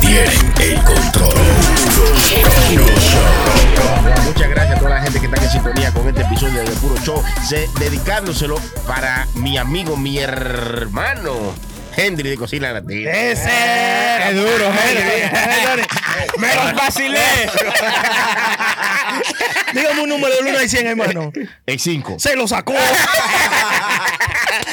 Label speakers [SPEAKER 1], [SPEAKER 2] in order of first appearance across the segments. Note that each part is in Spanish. [SPEAKER 1] tienen el control.
[SPEAKER 2] Muchas gracias a toda la gente que está en sintonía con este episodio de Puro Show, se- dedicándoselo para mi amigo, mi hermano, Henry de Cocina Latina.
[SPEAKER 3] Eh. Ese es duro, Henry. Me los vacilé.
[SPEAKER 4] Dígame un número de luna y 100, hermano.
[SPEAKER 2] El 5.
[SPEAKER 4] Se lo sacó.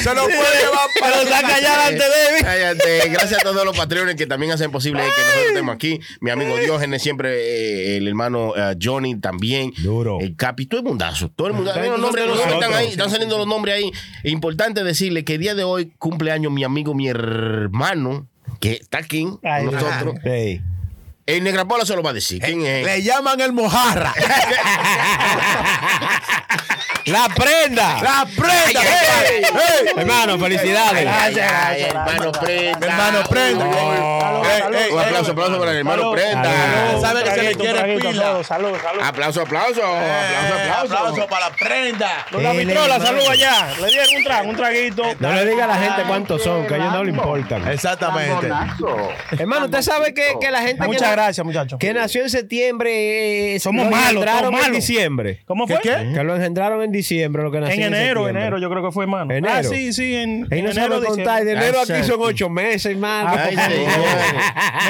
[SPEAKER 3] Se lo puede llevar
[SPEAKER 4] Se lo
[SPEAKER 3] para
[SPEAKER 4] saca ya delante de mí.
[SPEAKER 2] Eh, Cállate. Gracias a todos los patrones que también hacen posible que nosotros estemos aquí. Mi amigo Diógenes, siempre eh, el hermano eh, Johnny también.
[SPEAKER 3] Duro.
[SPEAKER 2] El Capi, todo el mundazo. Todo el mundazo.
[SPEAKER 3] Todo el
[SPEAKER 2] Los nombres, los
[SPEAKER 3] mundo
[SPEAKER 2] nombres están
[SPEAKER 3] nosotros.
[SPEAKER 2] ahí, están saliendo los nombres ahí. E Importante decirle que el día de hoy cumple años mi amigo, mi hermano, que está aquí
[SPEAKER 4] Ay,
[SPEAKER 2] con nosotros.
[SPEAKER 3] Sí.
[SPEAKER 2] El Negrapola se lo va a decir. ¿Quién es?
[SPEAKER 3] Le llaman el mojarra. La prenda. La prenda.
[SPEAKER 2] Ay, ay, ay.
[SPEAKER 3] Hermano, felicidades.
[SPEAKER 2] Ay,
[SPEAKER 4] Gracias,
[SPEAKER 2] ay,
[SPEAKER 4] gracias,
[SPEAKER 2] hermano
[SPEAKER 4] gracias.
[SPEAKER 2] Prenda.
[SPEAKER 3] Hermano Prenda.
[SPEAKER 2] Oh.
[SPEAKER 3] Ey, ey, ey.
[SPEAKER 2] Un aplauso, aplauso para el hermano
[SPEAKER 4] Salud.
[SPEAKER 2] Prenda.
[SPEAKER 4] Salud.
[SPEAKER 3] Sabe que se le
[SPEAKER 4] Traguito,
[SPEAKER 3] quiere
[SPEAKER 4] traguito,
[SPEAKER 3] pila.
[SPEAKER 4] todo. Salud, salud.
[SPEAKER 2] Aplauso, aplauso.
[SPEAKER 3] Eh,
[SPEAKER 2] Aplauso, aplauso.
[SPEAKER 3] para la prenda.
[SPEAKER 4] Doña Mitrola, salud allá. Le dieron un trago, un traguito.
[SPEAKER 5] No le diga a la gente cuántos son, que a ellos no le importan.
[SPEAKER 3] Exactamente.
[SPEAKER 5] Hermano, usted sabe que, que la gente que,
[SPEAKER 4] Muchas
[SPEAKER 5] na-
[SPEAKER 4] gracias, muchachos.
[SPEAKER 5] que nació en septiembre eh,
[SPEAKER 4] Somos
[SPEAKER 5] lo
[SPEAKER 4] malos, todos
[SPEAKER 5] engendraron en
[SPEAKER 4] malos.
[SPEAKER 5] diciembre.
[SPEAKER 4] ¿Cómo fue?
[SPEAKER 5] Que lo engendraron en diciembre, lo que nació
[SPEAKER 4] En
[SPEAKER 5] en,
[SPEAKER 4] enero,
[SPEAKER 5] septiembre.
[SPEAKER 4] enero, yo creo que fue, hermano.
[SPEAKER 5] ¿Enero?
[SPEAKER 4] Ah, sí, sí, en,
[SPEAKER 5] Ahí
[SPEAKER 4] en
[SPEAKER 5] no
[SPEAKER 4] enero.
[SPEAKER 5] sabe contar. De
[SPEAKER 4] diciembre.
[SPEAKER 5] enero aquí son
[SPEAKER 2] Exacto.
[SPEAKER 5] ocho meses, hermano.
[SPEAKER 4] Ah,
[SPEAKER 2] Ay,
[SPEAKER 4] por
[SPEAKER 2] sí.
[SPEAKER 4] favor.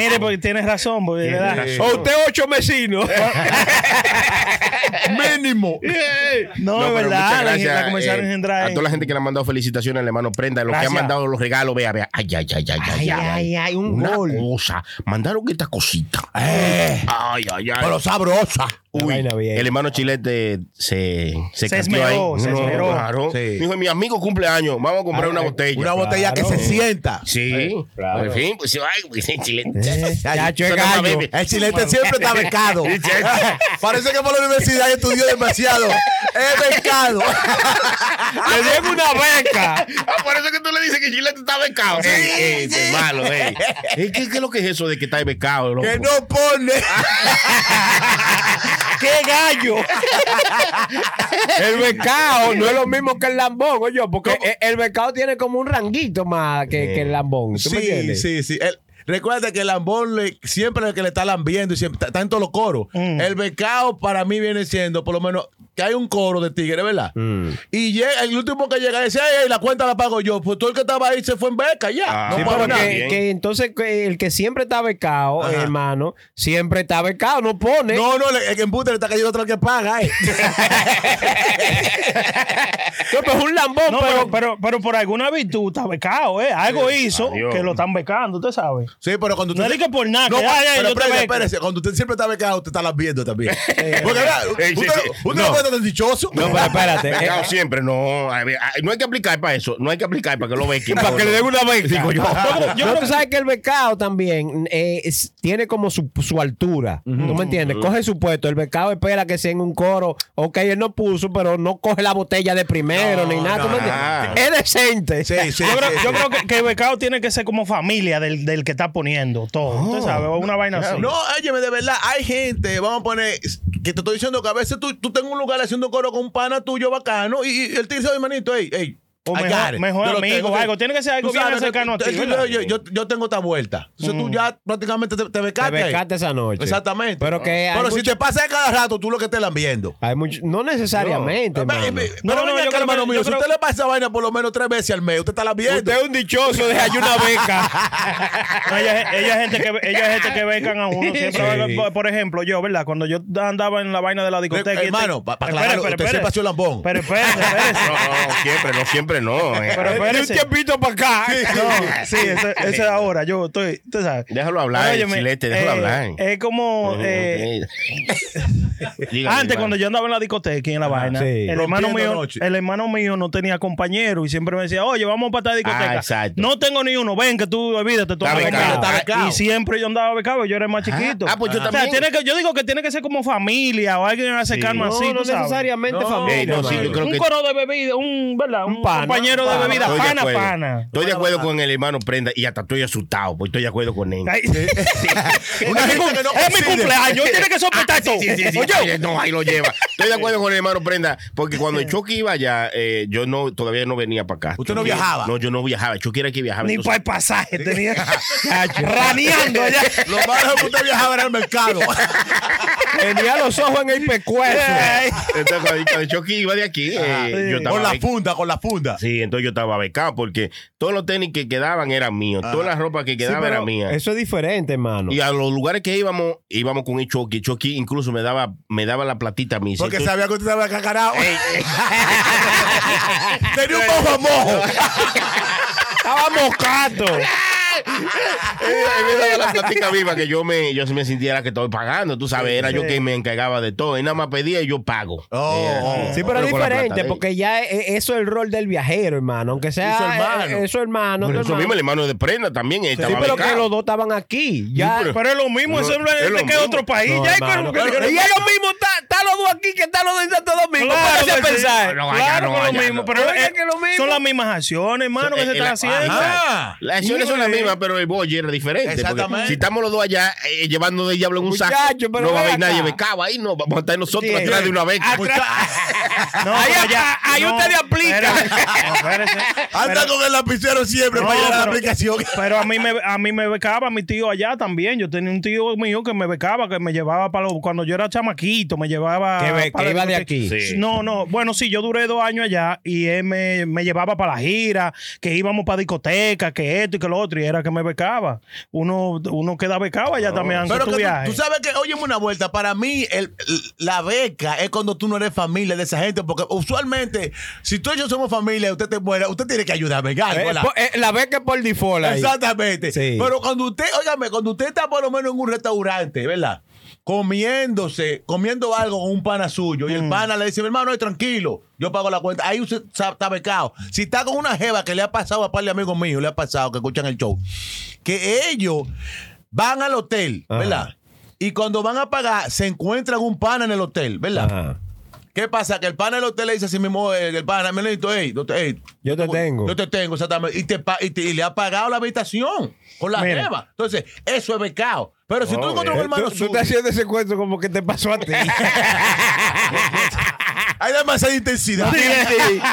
[SPEAKER 4] Mire,
[SPEAKER 3] Ah.
[SPEAKER 4] porque tienes razón, porque de verdad.
[SPEAKER 2] razón.
[SPEAKER 5] o usted ocho vecinos.
[SPEAKER 3] Mínimo.
[SPEAKER 4] No,
[SPEAKER 2] No,
[SPEAKER 4] es
[SPEAKER 2] pero muchas
[SPEAKER 4] verdad, la
[SPEAKER 2] gracias,
[SPEAKER 4] gente comenzar a
[SPEAKER 2] eh, a
[SPEAKER 4] engendrar.
[SPEAKER 2] toda la gente que le han mandado felicitaciones al hermano Prenda, los
[SPEAKER 4] Gracias.
[SPEAKER 2] que han mandado los regalos, vea, vea. Ay, ay, ay, ay, ay,
[SPEAKER 5] Ay, ay, ay, un
[SPEAKER 2] Una
[SPEAKER 5] gol.
[SPEAKER 2] cosa, mandaron esta cosita.
[SPEAKER 3] Eh,
[SPEAKER 2] Ay, ay, ay.
[SPEAKER 3] pero sabrosa.
[SPEAKER 5] La
[SPEAKER 2] Uy,
[SPEAKER 5] vaina bien.
[SPEAKER 2] el hermano Chilete se se,
[SPEAKER 4] Se
[SPEAKER 2] cateó
[SPEAKER 4] esmeró,
[SPEAKER 2] ahí.
[SPEAKER 4] se esmeró.
[SPEAKER 2] claro.
[SPEAKER 3] Sí.
[SPEAKER 2] Dijo, mi amigo cumpleaños, vamos a comprar
[SPEAKER 5] Ah,
[SPEAKER 2] una
[SPEAKER 5] eh,
[SPEAKER 2] botella.
[SPEAKER 3] Una botella que se
[SPEAKER 5] Claro.
[SPEAKER 3] sienta.
[SPEAKER 2] Sí,
[SPEAKER 5] claro.
[SPEAKER 2] en fin, pues ay, pues, Chilete.
[SPEAKER 5] Eh,
[SPEAKER 3] Ya,
[SPEAKER 2] eso no va, baby.
[SPEAKER 3] El chilete siempre está becado. Parece que por la universidad estudió demasiado. Es becado.
[SPEAKER 5] Le dieron una beca.
[SPEAKER 2] Ah, por eso que tú le dices que Chilete está becado. Ey, ey, qué malo, ey. Ey, ¿Qué, qué es lo que es eso de que está becado? loco?
[SPEAKER 3] Que no pone.
[SPEAKER 4] ¡Qué gallo!
[SPEAKER 5] El becado no es lo mismo que el lambón, oye, porque el, el becado tiene como un ranguito más que, que el lambón. ¿Tú me
[SPEAKER 3] Eh, Sí,
[SPEAKER 5] entiendes?
[SPEAKER 3] sí, sí. El- recuerda que el lambón le- siempre es el que le está lambiendo y siempre está, está en todos los coros.
[SPEAKER 4] Mm.
[SPEAKER 3] El becado para mí viene siendo, por lo menos, que hay un coro de tigre, ¿verdad? Y llega, el último que llega dice, ay, ay, la cuenta la pago yo. Pues todo el que estaba ahí se fue en beca ya.
[SPEAKER 2] Ah,
[SPEAKER 3] no
[SPEAKER 2] sí,
[SPEAKER 3] pone
[SPEAKER 2] pero
[SPEAKER 3] nada.
[SPEAKER 5] Que,
[SPEAKER 2] Bien.
[SPEAKER 5] que entonces que el que siempre está becado,
[SPEAKER 3] Ajá.
[SPEAKER 5] hermano, siempre está becado, no pone.
[SPEAKER 3] No, no, le- el que embute le está cayendo atrás al que paga. eh.
[SPEAKER 5] No, pues un lambón,
[SPEAKER 3] Oh,
[SPEAKER 4] No,
[SPEAKER 5] pero,
[SPEAKER 4] pero, pero, pero por alguna virtud está becado, ¿eh? Algo hizo
[SPEAKER 2] adiós.
[SPEAKER 4] que lo están becando, usted sabe.
[SPEAKER 3] Sí, pero cuando tú.
[SPEAKER 4] No es que por nada,
[SPEAKER 3] No,
[SPEAKER 4] que, ay, ay,
[SPEAKER 3] pero
[SPEAKER 4] yo te
[SPEAKER 3] espérese,
[SPEAKER 4] beco.
[SPEAKER 3] espérese. Cuando usted siempre está becado, usted está las viendo también. Porque, ¿verdad?
[SPEAKER 2] Ey,
[SPEAKER 3] Usted,
[SPEAKER 2] sí, sí.
[SPEAKER 3] usted
[SPEAKER 2] No.
[SPEAKER 3] no puede tan dichoso.
[SPEAKER 5] No, pero espérate.
[SPEAKER 2] Becado
[SPEAKER 5] eh,
[SPEAKER 2] siempre, no. a ver, a- No hay que aplicar para eso. No hay que aplicar para que lo bequen.
[SPEAKER 5] Para que le den una beca.
[SPEAKER 2] Digo yo.
[SPEAKER 5] yo creo que sabes que el becado también eh, es- tiene como su, su altura. ¿Tú me entiendes? Coge su puesto. El becado espera que sea en un coro. Ok, él no puso, pero no coge la botella de primero ni nada. ¿Tú me
[SPEAKER 2] no.
[SPEAKER 5] entiendes? Es decente.
[SPEAKER 3] Ah. Sí, sí.
[SPEAKER 4] Yo creo,
[SPEAKER 3] sí,
[SPEAKER 4] yo
[SPEAKER 3] sí.
[SPEAKER 4] creo que, que el becado tiene que ser como familia del, del que está poniendo todo. Usted sabe, o una vaina así.
[SPEAKER 3] Oh, No, óyeme, de verdad, hay gente, vamos a poner, que te estoy diciendo que a veces tú, tú tengo un lugar haciendo coro con un pana tuyo bacano y, y el tío dice, "Oye, manito, ey, ey.
[SPEAKER 4] O
[SPEAKER 3] I
[SPEAKER 4] mejor-
[SPEAKER 3] got it".
[SPEAKER 4] mejor
[SPEAKER 3] Yo lo
[SPEAKER 4] amigo,
[SPEAKER 3] tengo, sí.
[SPEAKER 4] algo. Tiene que ser algo
[SPEAKER 3] Tú
[SPEAKER 4] bien
[SPEAKER 3] sabes,
[SPEAKER 4] cercano a ti,
[SPEAKER 3] tú- tú-
[SPEAKER 4] ¿verdad? Mm.
[SPEAKER 3] Yo, yo- yo tengo esta vuelta. Entonces tú ya prácticamente te, te
[SPEAKER 5] Te
[SPEAKER 3] becaste. ahí.
[SPEAKER 5] becaste esa noche.
[SPEAKER 3] Exactamente.
[SPEAKER 5] Pero que hay
[SPEAKER 3] Pues Pero si
[SPEAKER 5] mucho-
[SPEAKER 3] te pasa de cada rato, tú lo que te la viendo.
[SPEAKER 5] hay mucho- no necesariamente,
[SPEAKER 3] Ve-
[SPEAKER 5] hermano.
[SPEAKER 3] ve-
[SPEAKER 4] No,
[SPEAKER 3] pero venga
[SPEAKER 4] no, yo
[SPEAKER 3] acá,
[SPEAKER 4] creo
[SPEAKER 3] hermano
[SPEAKER 4] que-
[SPEAKER 3] mío,
[SPEAKER 4] yo
[SPEAKER 3] si
[SPEAKER 4] creo-
[SPEAKER 3] usted le pasa esa vaina por lo menos tres veces al mes, usted está la viendo.
[SPEAKER 5] es un dichoso, deja yo una beca.
[SPEAKER 4] No, ella, ella es gente que, ella es gente que becan a uno. Siempre va a- por, por ejemplo, yo, ¿verdad? Cuando yo andaba en la vaina de la discoteca.
[SPEAKER 3] Re-
[SPEAKER 4] y este-
[SPEAKER 3] hermano, pa- pa'
[SPEAKER 4] Espere,
[SPEAKER 3] aclararlo,
[SPEAKER 4] espere,
[SPEAKER 3] usted
[SPEAKER 4] espere.
[SPEAKER 3] siempre ha sido lambón.
[SPEAKER 4] Pero espérese, espérese.
[SPEAKER 2] No, no, siempre, no, siempre no. eh.
[SPEAKER 4] Pero espérese.
[SPEAKER 5] tiempito para acá.
[SPEAKER 4] No, sí, ese ese es ahora. Yo estoy, tú sabes.
[SPEAKER 2] Déjalo hablar,
[SPEAKER 4] Óyeme,
[SPEAKER 2] Chilete, déjalo
[SPEAKER 4] eh,
[SPEAKER 2] hablar.
[SPEAKER 4] Es como. eh,
[SPEAKER 2] Dígame,
[SPEAKER 4] Antes,
[SPEAKER 2] hermano.
[SPEAKER 4] cuando yo andaba en la discoteca y en la vaina,
[SPEAKER 5] sí.
[SPEAKER 4] el, hermano
[SPEAKER 3] Rompiendo
[SPEAKER 4] mío,
[SPEAKER 3] noche.
[SPEAKER 4] el hermano mío no tenía compañero y siempre me decía, oye, vamos para esta discoteca.
[SPEAKER 2] Ah, exacto.
[SPEAKER 4] No tengo ni uno, ven que tú olvídate, tú
[SPEAKER 2] Está
[SPEAKER 4] andas
[SPEAKER 2] becado,
[SPEAKER 4] becado".
[SPEAKER 3] está becado.
[SPEAKER 4] Y siempre yo andaba becado, yo era el más chiquito.
[SPEAKER 2] Ah, pues yo
[SPEAKER 4] O sea,
[SPEAKER 2] también.
[SPEAKER 4] tiene que- yo digo que tiene que ser como familia o alguien acercarme
[SPEAKER 5] No,
[SPEAKER 4] así.
[SPEAKER 5] no
[SPEAKER 4] tú sabes.
[SPEAKER 5] necesariamente
[SPEAKER 3] No,
[SPEAKER 5] familia.
[SPEAKER 2] no, sí, yo
[SPEAKER 5] hermano.
[SPEAKER 2] creo
[SPEAKER 4] un
[SPEAKER 2] que-
[SPEAKER 4] coro de bebida, un, ¿verdad?
[SPEAKER 5] Un party, pana,
[SPEAKER 4] compañero de
[SPEAKER 5] pana.
[SPEAKER 4] bebida,
[SPEAKER 2] Estoy de
[SPEAKER 4] pana,
[SPEAKER 2] acuerdo.
[SPEAKER 4] pana.
[SPEAKER 2] Estoy de acuerdo con el hermano Prenda y hasta estoy asustado, porque estoy de acuerdo con él.
[SPEAKER 4] Ay,
[SPEAKER 3] Una gente que no
[SPEAKER 4] es mi
[SPEAKER 3] coincide.
[SPEAKER 4] cumpleaños, tiene que soportar todo. Oye,
[SPEAKER 2] Oye, no, ahí lo lleva. Estoy de acuerdo con el hermano Prenda, porque cuando Chucky iba allá, eh, yo no, todavía no venía para acá.
[SPEAKER 3] ¿Usted no
[SPEAKER 2] Chucky-
[SPEAKER 3] viajaba?
[SPEAKER 2] No, yo no viajaba. Chucky era que viajaba.
[SPEAKER 4] ni
[SPEAKER 2] entonces-
[SPEAKER 4] para el pasaje tenía. Raneando allá.
[SPEAKER 3] Lo malo es que usted viajaba era al mercado.
[SPEAKER 5] Tenía los ojos en el pescuezo.
[SPEAKER 4] Ay,
[SPEAKER 2] entonces, cuando- cuando Chucky iba de aquí, eh, yo estaba
[SPEAKER 3] con la
[SPEAKER 2] ahí.
[SPEAKER 3] funda, con la funda.
[SPEAKER 2] Sí, entonces yo estaba becado porque todos los tenis que quedaban eran míos, toda la ropa que
[SPEAKER 5] Sí,
[SPEAKER 2] quedaba
[SPEAKER 5] pero
[SPEAKER 2] era mía.
[SPEAKER 5] Eso es diferente, hermano.
[SPEAKER 2] Y a los lugares que íbamos, íbamos con el Chucky. Chucky incluso me daba, me daba la platita a mí.
[SPEAKER 3] Porque
[SPEAKER 2] Entonces-
[SPEAKER 3] sabía que usted estaba cacarado. Tenía un mojo a mojo.
[SPEAKER 5] Estaba moscato.
[SPEAKER 2] Eh, ahí me daba la platica viva que yo me, yo sí me sintiera que estoy pagando, tú sabes, era yo quien me encargaba de todo, y nada más pedía y yo pago.
[SPEAKER 3] Oh.
[SPEAKER 2] Eh,
[SPEAKER 5] Sí, pero es
[SPEAKER 2] con la plata eh. de
[SPEAKER 5] diferente,
[SPEAKER 2] él.
[SPEAKER 5] porque ya e- e- eso es el rol del viajero, hermano. Aunque sea
[SPEAKER 3] Y su hermano.
[SPEAKER 5] eh, eh, su hermano.
[SPEAKER 2] Por
[SPEAKER 5] tu
[SPEAKER 2] eso
[SPEAKER 5] hermano.
[SPEAKER 2] mismo el hermano de prenda también
[SPEAKER 5] Sí,
[SPEAKER 2] estaba
[SPEAKER 5] pero que
[SPEAKER 2] becado.
[SPEAKER 5] los dos estaban aquí. Ya.
[SPEAKER 2] pero-
[SPEAKER 4] Pero es lo mismo,
[SPEAKER 2] No,
[SPEAKER 4] eso es
[SPEAKER 2] es lo
[SPEAKER 4] de que
[SPEAKER 2] mismo.
[SPEAKER 4] otro país.
[SPEAKER 5] No,
[SPEAKER 4] ya,
[SPEAKER 5] hermano,
[SPEAKER 4] pero-
[SPEAKER 5] pero- y es lo mismo, está- está los dos aquí que están los dos en Santo Domingo.
[SPEAKER 4] Claro,
[SPEAKER 5] Póngase a
[SPEAKER 4] que sí.
[SPEAKER 5] pensar.
[SPEAKER 2] No, allá
[SPEAKER 4] Claro
[SPEAKER 2] no,
[SPEAKER 4] que
[SPEAKER 2] allá
[SPEAKER 4] lo mismo,
[SPEAKER 2] no.
[SPEAKER 4] pero
[SPEAKER 5] Oiga
[SPEAKER 4] eh,
[SPEAKER 5] que lo mismo.
[SPEAKER 4] son las mismas acciones, hermano, que
[SPEAKER 2] Eh,
[SPEAKER 4] se están
[SPEAKER 2] la-
[SPEAKER 4] haciendo.
[SPEAKER 2] ajá.
[SPEAKER 3] Ah.
[SPEAKER 2] Las acciones son las mismas, pero el boy era diferente. porque
[SPEAKER 3] Exactamente.
[SPEAKER 2] Si estamos los dos allá eh, llevando de diablo en un saco,
[SPEAKER 5] Muchacho, pero
[SPEAKER 2] no va a
[SPEAKER 5] ven
[SPEAKER 2] haber nadie
[SPEAKER 5] acá.
[SPEAKER 2] becado ahí, no, vamos a estar nosotros
[SPEAKER 5] Sí. Ah,
[SPEAKER 2] atrás de una beca.
[SPEAKER 4] No,
[SPEAKER 5] Ahí
[SPEAKER 4] pero
[SPEAKER 5] a- ahí usted le aplica.
[SPEAKER 4] espérate, no, espérate.
[SPEAKER 3] Anda
[SPEAKER 4] Pero-
[SPEAKER 3] con el lapicero siempre
[SPEAKER 4] No,
[SPEAKER 3] para llegar a la
[SPEAKER 4] pero-
[SPEAKER 3] aplicación.
[SPEAKER 4] Pero a mí me a mí me becaba mi tío allá también. Yo tenía un tío mío que me becaba, que me llevaba para los, cuando yo era chamaquito, me llevaba
[SPEAKER 5] Que be-
[SPEAKER 4] para
[SPEAKER 5] que iba de
[SPEAKER 4] los-
[SPEAKER 5] aquí.
[SPEAKER 2] Sí.
[SPEAKER 4] No, no, bueno, sí, yo duré dos años allá y él me, me llevaba para la gira, que íbamos para discotecas, que esto y que lo otro, y era que me becaba. Uno uno queda becado allá también, aunque
[SPEAKER 3] Pero
[SPEAKER 4] tú
[SPEAKER 3] que
[SPEAKER 4] viajes.
[SPEAKER 3] tú, tú sabes que, óyeme una vuelta, para mí el- el- la beca es cuando tú no eres familia de esa gente, porque usualmente, si tú y yo somos familia y usted te muere, usted tiene que ayudarme,
[SPEAKER 5] Eh, po- eh, la beca es por default. ahí.
[SPEAKER 3] Exactamente.
[SPEAKER 5] Sí.
[SPEAKER 3] Pero cuando usted, óigame, cuando usted está por lo menos en un restaurante, ¿verdad? Comiéndose, comiendo algo con un pana suyo y el
[SPEAKER 5] Mm.
[SPEAKER 3] pana le dice, mi hermano, ay, tranquilo, yo pago la cuenta. Ahí usted sa- está becado. Si está con una jeva que le ha pasado a par de amigos míos, le ha pasado que escuchan el show, que ellos van al hotel,
[SPEAKER 5] Ajá.
[SPEAKER 3] ¿verdad? Y cuando van a pagar, se encuentran un pana en el hotel, ¿verdad?
[SPEAKER 5] Ajá.
[SPEAKER 3] ¿Qué pasa? Que el pana del hotel le dice así mismo, eh, el pana, me hey, yo te, ey,
[SPEAKER 5] Yo te tengo.
[SPEAKER 3] Yo te tengo, exactamente. Y, te, pa- y, te- y le ha pagado la habitación con la
[SPEAKER 4] Mira.
[SPEAKER 3] jeva. Entonces, eso es becado. Pero si tú encuentras un
[SPEAKER 5] Tú,
[SPEAKER 3] hermano
[SPEAKER 5] tú
[SPEAKER 3] suyo,
[SPEAKER 5] estás haciendo ese cuento como que te pasó a ti.
[SPEAKER 3] hay demasiada intensidad.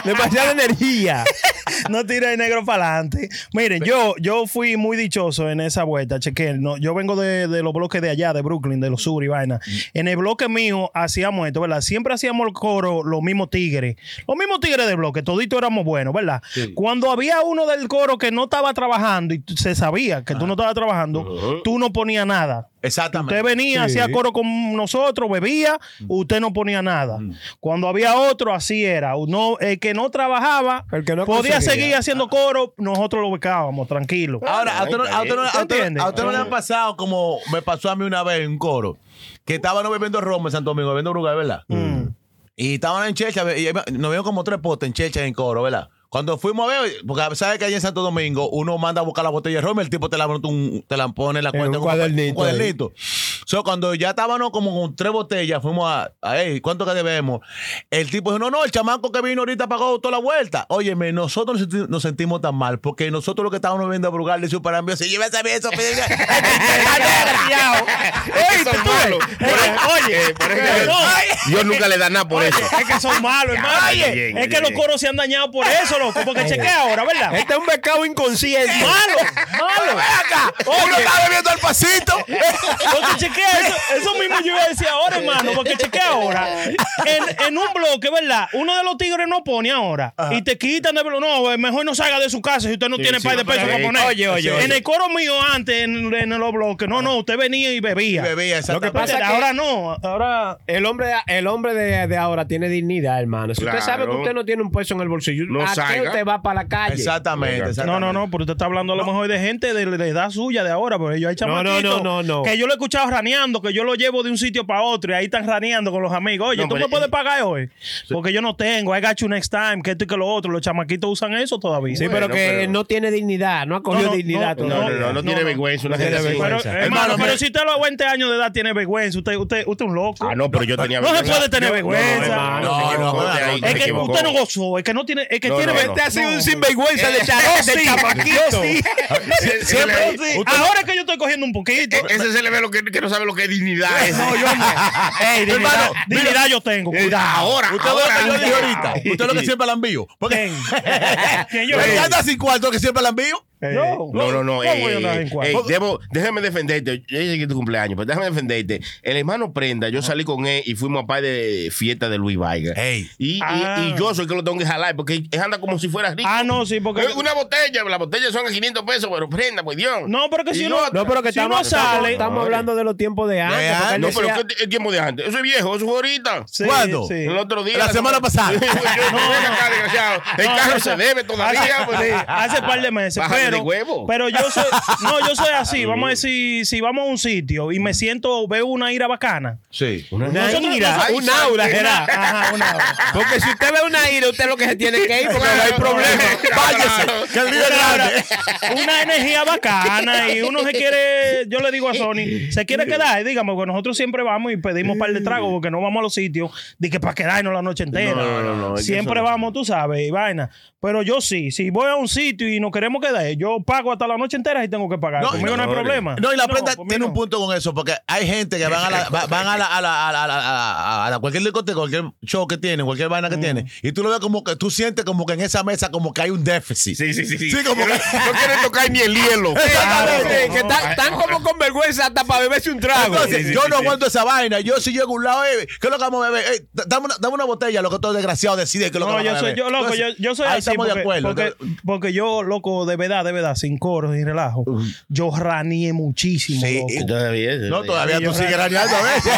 [SPEAKER 5] Demasiada energía.
[SPEAKER 4] no tira el negro para adelante. Miren, yo, yo fui muy dichoso en esa vuelta. Chequen, no, yo vengo de, de los bloques de allá, de Brooklyn, de los sur y vaina. En el bloque mío hacíamos esto, ¿verdad? Siempre hacíamos el coro, los mismos tigres. Los mismos tigres de bloque, todito éramos buenos, ¿verdad? Cuando había uno del coro que no estaba trabajando y t- se sabía que tú no estabas trabajando, tú no ponías nada. Usted
[SPEAKER 3] Exactamente.
[SPEAKER 4] venía,
[SPEAKER 5] Sí. Mm.
[SPEAKER 4] hacía coro con nosotros, bebía, usted no ponía nada. Cuando había otro, así era. Uno, el que no trabajaba,
[SPEAKER 5] El que no
[SPEAKER 4] podía
[SPEAKER 5] conseguía.
[SPEAKER 4] seguir haciendo coro, nosotros lo becábamos, tranquilo.
[SPEAKER 2] Ah.
[SPEAKER 3] Ahora, a usted no- a usted no- a
[SPEAKER 4] ¿Usted
[SPEAKER 3] usted no-
[SPEAKER 4] entiende?
[SPEAKER 3] a usted no le han pasado como me pasó a mí una vez en un coro, que estábamos bebiendo romo en Santo Domingo, bebiendo Brugal, ¿verdad? Y estaban en Checha, y nos vieron como tres potes en Checha en coro, ¿verdad? Cuando fuimos a ver, porque sabes que allá en Santo Domingo uno manda a buscar la botella de ron, el tipo te la, un- te la pone en la
[SPEAKER 5] En un
[SPEAKER 3] cuenta. en
[SPEAKER 5] cuadernito
[SPEAKER 3] Un cuadernito. So, cuando ya estábamos como con tres botellas, fuimos a, a "Ey, ¿cuánto que debemos? El tipo dijo, no, no, el chamaco que vino ahorita pagó toda la vuelta. Óyeme, nosotros nos, senti- nos sentimos tan mal, porque nosotros lo que estábamos bebiendo a Brugal, le para mí, si llévese bien eso, pide-
[SPEAKER 4] Desgraciado.
[SPEAKER 2] Ey, son malos. Por eso- oye, por eso
[SPEAKER 4] Pero-
[SPEAKER 2] yo- Dios nunca le da nada por
[SPEAKER 4] Oye,
[SPEAKER 2] eso.
[SPEAKER 4] es que son malos, hermano.
[SPEAKER 2] Ay,
[SPEAKER 4] Oye,
[SPEAKER 2] bien,
[SPEAKER 4] es que
[SPEAKER 2] bien.
[SPEAKER 4] los coros se han dañado por eso, loco. Porque chequea ahora, ¿verdad?
[SPEAKER 5] Este es un becado inconsciente.
[SPEAKER 4] Malo, malo.
[SPEAKER 3] Uno está bebiendo al pasito.
[SPEAKER 4] Porque chequea, eso, eso mismo yo iba a decir ahora, hermano, porque chequea ahora. En, en un bloque, ¿verdad? Uno de los tigres no pone ahora. Y te quitan de bloque. No, eh, mejor no salga de su casa si usted no tiene
[SPEAKER 2] sí,
[SPEAKER 4] par de
[SPEAKER 2] no,
[SPEAKER 4] pesos
[SPEAKER 2] pero-
[SPEAKER 4] para poner.
[SPEAKER 5] Oye, oye,
[SPEAKER 4] En
[SPEAKER 5] oye.
[SPEAKER 4] el coro mío antes, en, en los bloques, no, no, usted venía y bebía.
[SPEAKER 3] Bebía,
[SPEAKER 5] Lo que
[SPEAKER 3] exactamente.
[SPEAKER 5] pasa
[SPEAKER 4] Pero
[SPEAKER 5] que-
[SPEAKER 4] ahora no, ahora...
[SPEAKER 5] El hombre, el hombre de, de ahora tiene dignidad, hermano. Si
[SPEAKER 2] Claro.
[SPEAKER 5] usted sabe que usted no tiene un peso en el bolsillo,
[SPEAKER 2] No
[SPEAKER 5] ¿a qué
[SPEAKER 2] salga.
[SPEAKER 5] usted va para la calle?
[SPEAKER 3] Exactamente,
[SPEAKER 2] Venga.
[SPEAKER 3] exactamente.
[SPEAKER 4] No, no, no, porque usted está hablando a lo mejor de gente de la edad suya de ahora, pero ellos hay
[SPEAKER 5] No,
[SPEAKER 4] chamaquito.
[SPEAKER 5] no, no, no.
[SPEAKER 4] Que yo lo he escuchado raneando, que yo lo llevo de un sitio para otro y ahí están raneando con los amigos. Oye,
[SPEAKER 2] No,
[SPEAKER 4] ¿tú
[SPEAKER 2] pero-
[SPEAKER 4] me
[SPEAKER 5] eh,
[SPEAKER 4] puedes pagar hoy? Porque yo no tengo. I got you next time. Que esto y que lo otro. Los chamaquitos usan eso todavía.
[SPEAKER 5] Sí,
[SPEAKER 2] Bueno,
[SPEAKER 5] pero que
[SPEAKER 2] pero-
[SPEAKER 5] no tiene dignidad, no ha cogido
[SPEAKER 4] No, no,
[SPEAKER 5] dignidad
[SPEAKER 4] no,
[SPEAKER 2] No,
[SPEAKER 5] todavía.
[SPEAKER 2] no, no, no tiene
[SPEAKER 4] no.
[SPEAKER 2] vergüenza. Una
[SPEAKER 5] No
[SPEAKER 2] gente
[SPEAKER 5] tiene
[SPEAKER 2] así.
[SPEAKER 4] Pero,
[SPEAKER 5] vergüenza.
[SPEAKER 4] hermano,
[SPEAKER 3] Hermano,
[SPEAKER 4] pero
[SPEAKER 3] me-
[SPEAKER 4] si usted a los 20 años de edad tiene vergüenza, usted, usted, usted es un loco.
[SPEAKER 2] Ah, no, pero yo tenía
[SPEAKER 4] No se
[SPEAKER 2] vergüenza.
[SPEAKER 4] puede tener
[SPEAKER 2] No,
[SPEAKER 4] vergüenza.
[SPEAKER 2] Pues, ah, No,
[SPEAKER 3] No,
[SPEAKER 2] hermano,
[SPEAKER 3] no,
[SPEAKER 2] te equivocó,
[SPEAKER 3] no,
[SPEAKER 2] te
[SPEAKER 3] no,
[SPEAKER 2] ahí te
[SPEAKER 4] Es que
[SPEAKER 2] equivocó.
[SPEAKER 4] usted no gozó, es que no tiene, es que
[SPEAKER 2] No,
[SPEAKER 4] tiene
[SPEAKER 2] no, no.
[SPEAKER 4] vergüenza.
[SPEAKER 5] sido un sinvergüenza de
[SPEAKER 4] sí. Yo sí.
[SPEAKER 2] Ese- ese le-
[SPEAKER 4] Siempre sí. Ahora es que yo estoy cogiendo un poquito.
[SPEAKER 2] e- Ese se le ve lo que, que no sabe lo que es
[SPEAKER 3] Ah,
[SPEAKER 2] dignidad. ese.
[SPEAKER 4] Eh, No, yo no. Ey, dignidad,
[SPEAKER 3] Hermano,
[SPEAKER 4] dignidad yo tengo.
[SPEAKER 2] Ahora,
[SPEAKER 3] Usted ve lo que yo
[SPEAKER 2] ahora.
[SPEAKER 3] dije ahorita. Usted es lo que siempre la envío. Porque
[SPEAKER 4] ¿Quién? ¿Quién yo?
[SPEAKER 3] me anda sin cuarto que siempre la envío.
[SPEAKER 4] Yo.
[SPEAKER 2] No, no, no.
[SPEAKER 4] ¿Cómo
[SPEAKER 2] ey,
[SPEAKER 4] yo nada en
[SPEAKER 2] ey,
[SPEAKER 4] cuarto?
[SPEAKER 2] ey, debo, déjame defenderte. Yo sé que es tu cumpleaños, pero déjame defenderte. El hermano Prenda, yo salí con él y fuimos a par de fiesta de Luis Vaiga.
[SPEAKER 3] Ey.
[SPEAKER 2] Y, y-
[SPEAKER 4] Ah.
[SPEAKER 2] y yo soy el que lo tengo que jalar porque él anda como si fuera rico.
[SPEAKER 4] Ah, no, sí, porque.
[SPEAKER 2] Eh, Una botella, las botellas son a 500 pesos, pero Prenda, pues Dios.
[SPEAKER 4] No, pero que si
[SPEAKER 2] Y
[SPEAKER 4] uno-
[SPEAKER 2] otra.
[SPEAKER 5] No, pero que
[SPEAKER 4] Si
[SPEAKER 5] estamos,
[SPEAKER 4] uno sale-
[SPEAKER 5] estamos hablando de los tiempos de antes. porque él
[SPEAKER 2] No,
[SPEAKER 5] decía-
[SPEAKER 2] pero ¿qué t- el tiempo de antes? Eso es viejo, eso es ahorita.
[SPEAKER 4] Sí,
[SPEAKER 3] ¿Cuándo?
[SPEAKER 4] sí.
[SPEAKER 2] El otro día.
[SPEAKER 3] La semana pasada.
[SPEAKER 2] Yo- yo- yo- acá, desgraciado. El
[SPEAKER 4] No,
[SPEAKER 2] carro
[SPEAKER 4] eso-
[SPEAKER 2] se debe todavía.
[SPEAKER 4] Hace,
[SPEAKER 2] pues.
[SPEAKER 4] sí, hace par de meses.
[SPEAKER 2] Bájale de
[SPEAKER 4] Pero,
[SPEAKER 2] huevo.
[SPEAKER 4] pero yo soy, no, yo soy así. Vamos a decir, si vamos a un sitio y me siento, veo una ira bacana.
[SPEAKER 3] Sí.
[SPEAKER 5] Una
[SPEAKER 4] Nosotros-
[SPEAKER 5] ira,
[SPEAKER 4] nosotros-
[SPEAKER 5] un aura,
[SPEAKER 4] Era,
[SPEAKER 5] Gerard.
[SPEAKER 4] ajá, una aura.
[SPEAKER 5] Porque si usted ve una ira, usted lo que se tiene que ir, porque no hay
[SPEAKER 2] Claro,
[SPEAKER 5] problema.
[SPEAKER 2] claro.
[SPEAKER 5] Váyase.
[SPEAKER 3] Que el líder
[SPEAKER 4] una,
[SPEAKER 3] grande.
[SPEAKER 4] una energía bacana y uno se quiere, yo le digo a Sony, se quiere quedar, dígame, porque nosotros siempre vamos y pedimos un par de tragos porque no vamos a los sitios, de que para quedarnos la noche entera.
[SPEAKER 2] No, no, no, es que
[SPEAKER 4] siempre
[SPEAKER 2] eso-
[SPEAKER 4] vamos, tú sabes, y vaina. Pero yo sí, si voy a un sitio y nos queremos quedar, yo pago hasta la noche entera y tengo que pagar.
[SPEAKER 3] No,
[SPEAKER 4] Conmigo no, hay
[SPEAKER 2] señores.
[SPEAKER 4] problema.
[SPEAKER 3] No, y la prenda
[SPEAKER 4] conmigo
[SPEAKER 3] tiene un
[SPEAKER 4] no. pues
[SPEAKER 3] punto con eso, porque hay gente que van a la, va- van a la, a la, a la, a la- a la- cualquier discoteca, cualquier show que tiene, cualquier vaina que
[SPEAKER 4] Mm.
[SPEAKER 3] tiene, y tú lo ves como que tú sientes como que en esa mesa como que hay un déficit.
[SPEAKER 2] Sí, sí, sí. sí.
[SPEAKER 3] Sí, como
[SPEAKER 2] no,
[SPEAKER 3] que-
[SPEAKER 2] no quieren tocar ni el hielo.
[SPEAKER 5] Exactamente, que están están como con vergüenza hasta para beberse un trago.
[SPEAKER 3] Entonces,
[SPEAKER 2] sí,
[SPEAKER 3] yo
[SPEAKER 2] sí,
[SPEAKER 3] no
[SPEAKER 2] sí.
[SPEAKER 3] aguanto esa vaina. Yo si llego a un lado, eh, ¿qué es lo que vamos a beber? Eh, d- dame, una, dame una botella, lo que todo desgraciado decide que es lo que
[SPEAKER 4] No,
[SPEAKER 3] vamos a
[SPEAKER 4] yo soy,
[SPEAKER 3] beber.
[SPEAKER 4] yo, loco, yo,
[SPEAKER 3] Entonces,
[SPEAKER 4] yo soy
[SPEAKER 3] ahí
[SPEAKER 4] así.
[SPEAKER 3] estamos de
[SPEAKER 4] porque-
[SPEAKER 3] acuerdo.
[SPEAKER 4] Porque, porque yo, loco, de verdad, de verdad, sin coros y relajo, yo raneé muchísimo,
[SPEAKER 3] Sí,
[SPEAKER 4] loco.
[SPEAKER 3] y-
[SPEAKER 2] Todavía es.
[SPEAKER 3] no, todavía
[SPEAKER 4] Sí,
[SPEAKER 3] tú
[SPEAKER 4] yo-
[SPEAKER 3] sigues raneando a veces.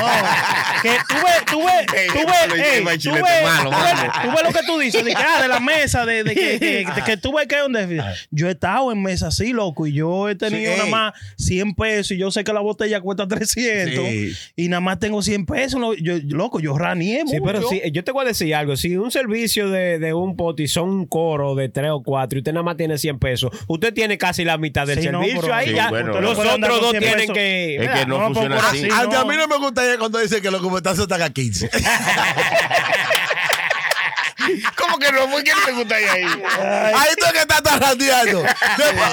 [SPEAKER 4] que tú ves, tú ves,
[SPEAKER 2] Ey,
[SPEAKER 4] tú
[SPEAKER 2] lo
[SPEAKER 4] ves,
[SPEAKER 2] hice
[SPEAKER 4] ey,
[SPEAKER 2] mal,
[SPEAKER 4] tú
[SPEAKER 2] chilete,
[SPEAKER 4] ves,
[SPEAKER 2] malo,
[SPEAKER 4] tú ves-
[SPEAKER 2] malo.
[SPEAKER 4] tú ves lo que tú dices, de que, ah, de la mesa, de, de que, que- de que tú ves que es un déficit. Yo he estado en mesa así, loco, y yo he tenido
[SPEAKER 3] Sí,
[SPEAKER 4] nada
[SPEAKER 3] ey.
[SPEAKER 4] más 100 pesos, y yo sé que la botella cuesta 300,
[SPEAKER 3] Sí.
[SPEAKER 4] y nada más tengo 100 pesos, lo- yo, loco, yo raneé
[SPEAKER 5] Sí, pero
[SPEAKER 4] mucho.
[SPEAKER 5] sí, yo te voy a decir algo. Si un servicio de, de un poti son un coro de tres o cuatro y usted nada más tiene 100 pesos, usted tiene casi la mitad del
[SPEAKER 4] Sí, no,
[SPEAKER 5] servicio.
[SPEAKER 4] pero-
[SPEAKER 5] ahí
[SPEAKER 2] Sí,
[SPEAKER 5] ya.
[SPEAKER 2] bueno,
[SPEAKER 5] los
[SPEAKER 4] usted no puede andar
[SPEAKER 5] otros
[SPEAKER 4] con
[SPEAKER 5] dos
[SPEAKER 4] 100
[SPEAKER 5] tienen
[SPEAKER 4] pesos.
[SPEAKER 5] que.
[SPEAKER 2] Es que
[SPEAKER 5] ¿verdad?
[SPEAKER 2] no,
[SPEAKER 4] No,
[SPEAKER 2] funciona
[SPEAKER 4] por- por
[SPEAKER 2] así.
[SPEAKER 4] así.
[SPEAKER 3] Ante-
[SPEAKER 4] no.
[SPEAKER 3] A mí no me gusta cuando dicen que los comentazos están a 15.
[SPEAKER 2] ¿Cómo que no? ¿Por qué no te gusta ahí? ahí?
[SPEAKER 3] Ahí tú es que estás tarrateando. Después,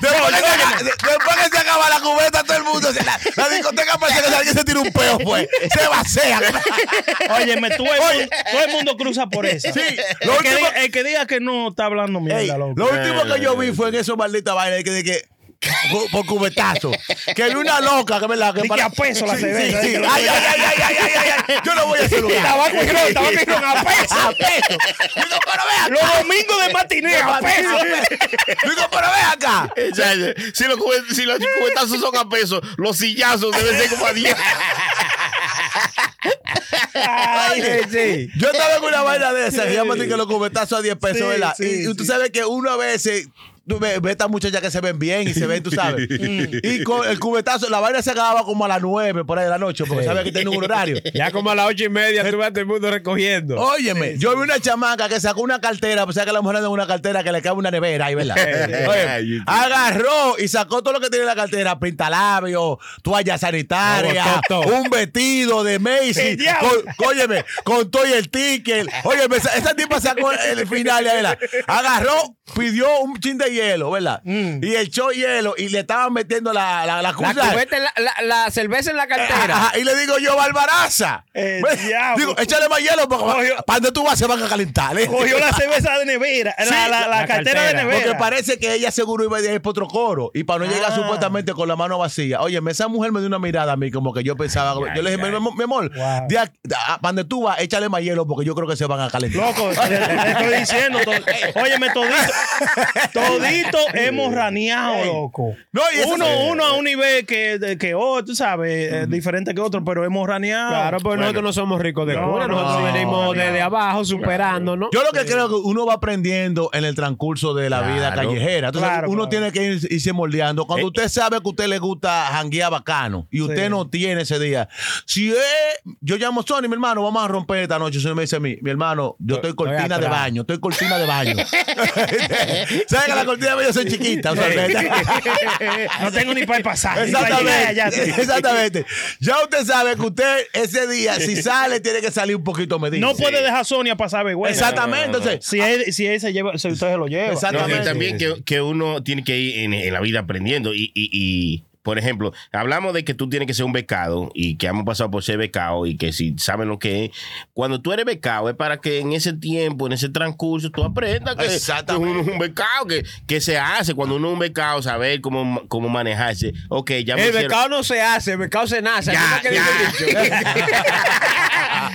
[SPEAKER 3] después que se, aca- después que se acaba la cubeta, todo el mundo. se- la, la discoteca parece que alguien se tira un peo, pues. Se vacía.
[SPEAKER 4] Óyeme, todo el, mundo, todo el mundo cruza por eso.
[SPEAKER 3] Sí,
[SPEAKER 4] el,
[SPEAKER 3] lo
[SPEAKER 4] que
[SPEAKER 3] último-
[SPEAKER 4] diga, el que diga que no está hablando mierda,
[SPEAKER 3] Ey,
[SPEAKER 4] loco.
[SPEAKER 3] lo último que yo vi fue en esos malditos vainas que de que. Por, por cubetazo. Que vi una loca, que verdad.
[SPEAKER 4] Di que a peso la
[SPEAKER 3] Sí,
[SPEAKER 4] cerveza,
[SPEAKER 3] sí,
[SPEAKER 4] di
[SPEAKER 3] sí.
[SPEAKER 4] que lo-
[SPEAKER 3] Ay, ay, ay, ay, ay, ay, ay, ay. Yo no voy a ese lugar.
[SPEAKER 4] Tabaco y ron, tabaco y ron, a peso.
[SPEAKER 3] A peso. Digo, pero ve acá.
[SPEAKER 4] Los domingos de matineo, a peso.
[SPEAKER 3] Digo, pero ve acá.
[SPEAKER 2] Exacto. Si los, cubet- si los cubetazos son a peso, los sillazos deben ser como a 10.
[SPEAKER 4] Ay,
[SPEAKER 5] Sí.
[SPEAKER 3] Yo estaba en una vaina de esas, ya me que los cubetazos a 10 pesos,
[SPEAKER 4] Sí,
[SPEAKER 3] ¿verdad?
[SPEAKER 4] sí,
[SPEAKER 3] y, y tú
[SPEAKER 4] sí.
[SPEAKER 3] sabes que uno a veces tú ve, ve estas muchachas que se ven bien y se ven, tú sabes.
[SPEAKER 4] Mm.
[SPEAKER 3] y con el cubetazo, la vaina se acababa como a las 9 por ahí de la noche, porque sabes que tiene un horario.
[SPEAKER 5] Ya como a las ocho y media tú vas todo el mundo recogiendo.
[SPEAKER 2] Oh,
[SPEAKER 3] Óyeme, yo vi una chamaca que sacó una cartera, pues sabes que la mujer anda en una cartera que le cabe una nevera ahí, ¿verdad? Oye, agarró y sacó todo lo que tiene en la cartera, pintalabios, toalla sanitaria,
[SPEAKER 5] No, botó todo.
[SPEAKER 3] un vestido de Macy,
[SPEAKER 4] El diablo.
[SPEAKER 3] con, óyeme, con todo y el ticket. Óyeme, esa, esa tipa sacó el final, ¿verdad? Agarró, pidió un chin de hielo, ¿verdad?
[SPEAKER 4] Mm.
[SPEAKER 3] Y echó hielo y le estaban metiendo la, la, la
[SPEAKER 5] La,
[SPEAKER 3] cosa-
[SPEAKER 5] cubeta en la, la- la cerveza en la cartera.
[SPEAKER 3] Ajá, y le digo yo, Barbaraza.
[SPEAKER 4] El
[SPEAKER 3] Ve,
[SPEAKER 4] diablo.
[SPEAKER 3] Digo, échale más hielo porque
[SPEAKER 4] Cogió-
[SPEAKER 3] para donde tú vas se van a calentar. ¿eh?
[SPEAKER 4] Cogió la cerveza de nevera, la, la, la
[SPEAKER 5] la
[SPEAKER 4] cartera de
[SPEAKER 5] cartera.
[SPEAKER 4] nevera.
[SPEAKER 3] Porque parece que ella seguro iba a ir por otro coro. Y para no llegar
[SPEAKER 4] Ah.
[SPEAKER 3] supuestamente con la mano vacía. Oye, esa mujer me dio una mirada a mí como que yo pensaba. yo le dije, mi amor, mi amor,
[SPEAKER 4] Wow.
[SPEAKER 3] de aquí- a- a- para donde tú vas, échale más hielo porque yo creo que se van a calentar.
[SPEAKER 4] Loco, te, te estoy diciendo. to- óyeme, todito, todito Todito hemos raneado, loco.
[SPEAKER 3] No, y eso
[SPEAKER 4] uno,
[SPEAKER 3] sí.
[SPEAKER 4] uno a un nivel que, de- que otro, tú sabes, eh, diferente que otro, pero hemos raneado.
[SPEAKER 5] Claro, pero nosotros no somos ricos de
[SPEAKER 4] No,
[SPEAKER 5] cuna,
[SPEAKER 4] no,
[SPEAKER 5] nosotros
[SPEAKER 4] no,
[SPEAKER 5] venimos
[SPEAKER 4] no.
[SPEAKER 5] desde abajo superando, ¿no?
[SPEAKER 3] Yo lo que creo que uno va aprendiendo en el transcurso de la vida callejera. Entonces,
[SPEAKER 4] Claro,
[SPEAKER 3] uno
[SPEAKER 4] claro. Eh,
[SPEAKER 3] tiene que ir- irse moldeando. Cuando usted sabe que a usted le gusta janguear bacano y usted
[SPEAKER 4] Sí.
[SPEAKER 3] no tiene ese día. Si es- yo llamo a Sony, mi hermano, vamos a romper esta noche. Sony me dice a mí, mi hermano, yo estoy cortina de
[SPEAKER 5] atrás.
[SPEAKER 3] baño, estoy cortina de baño. ¿Sabes que la cortina de baño son chiquitas? usualmente?
[SPEAKER 4] no tengo ni para el pasaje. Ya, ya,
[SPEAKER 3] Exactamente.
[SPEAKER 4] ya.
[SPEAKER 3] Exactamente. Ya usted sabe que usted ese día, si sale, tiene que salir un poquito medido.
[SPEAKER 4] No puede dejar a Sonia pasar vergüenza.
[SPEAKER 3] Exactamente. Entonces,
[SPEAKER 4] Si él, si él se lleva, si usted se lo lleva.
[SPEAKER 5] Ah,
[SPEAKER 3] Exacto.
[SPEAKER 2] No, y
[SPEAKER 3] Exactamente.
[SPEAKER 2] también que, que uno tiene que ir en, en la vida aprendiendo y, y- y, por ejemplo, hablamos de que tú tienes que ser un becado y que hemos pasado por ser becado y que si saben lo que es, cuando tú eres becado es para que en ese tiempo, en ese transcurso, tú aprendas que, que uno es un becado, que, que se hace cuando uno es un becado, saber cómo, ma- cómo manejarse. Ok, ya me
[SPEAKER 5] El
[SPEAKER 2] hicieron-
[SPEAKER 5] mercado no se hace, el mercado se nace.
[SPEAKER 2] Ya,
[SPEAKER 5] ¿no es que dice
[SPEAKER 2] ya.
[SPEAKER 5] el dicho?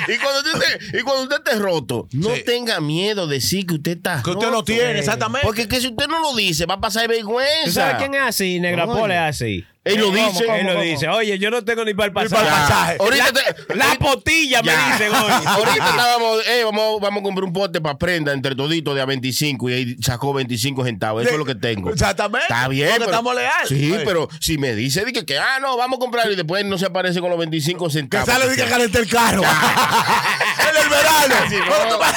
[SPEAKER 2] y cuando usted te- y cuando usted esté roto, no
[SPEAKER 3] Sí.
[SPEAKER 2] tenga miedo de decir que usted está
[SPEAKER 3] que usted
[SPEAKER 2] roto.
[SPEAKER 3] no tiene, exactamente.
[SPEAKER 2] Porque que si usted no lo dice, va a pasar
[SPEAKER 5] ¿Tú
[SPEAKER 2] vergüenza.
[SPEAKER 5] sabes quién es así? Negra
[SPEAKER 2] Coño.
[SPEAKER 5] Pola es así.
[SPEAKER 2] Él lo
[SPEAKER 4] ¿Cómo,
[SPEAKER 2] dice.
[SPEAKER 4] cómo,
[SPEAKER 5] Él lo dice, oye, yo no tengo ni para el pasaje.
[SPEAKER 3] pa'l pasaje.
[SPEAKER 2] Ahorita
[SPEAKER 5] La-
[SPEAKER 2] te-
[SPEAKER 5] La
[SPEAKER 2] ahorita-
[SPEAKER 5] potilla me
[SPEAKER 2] Ya.
[SPEAKER 5] dicen hoy.
[SPEAKER 2] Ahorita estábamos, eh, vamos, vamos a comprar un pote para prenda entre todito de a 25 y ahí sacó 25 centavos. Eso
[SPEAKER 3] Sí,
[SPEAKER 2] es lo que tengo.
[SPEAKER 3] exactamente.
[SPEAKER 2] Está bien.
[SPEAKER 3] Porque
[SPEAKER 2] pero-
[SPEAKER 3] estamos leales.
[SPEAKER 2] Sí,
[SPEAKER 3] Sí.
[SPEAKER 2] pero si me dice di que, que, ah, no, vamos a comprar y después no se aparece con los 25
[SPEAKER 3] Que
[SPEAKER 2] centavos.
[SPEAKER 3] sale de que calenté el carro. en el verano.
[SPEAKER 2] Sí,
[SPEAKER 3] Vamos a
[SPEAKER 2] no.
[SPEAKER 3] tomar-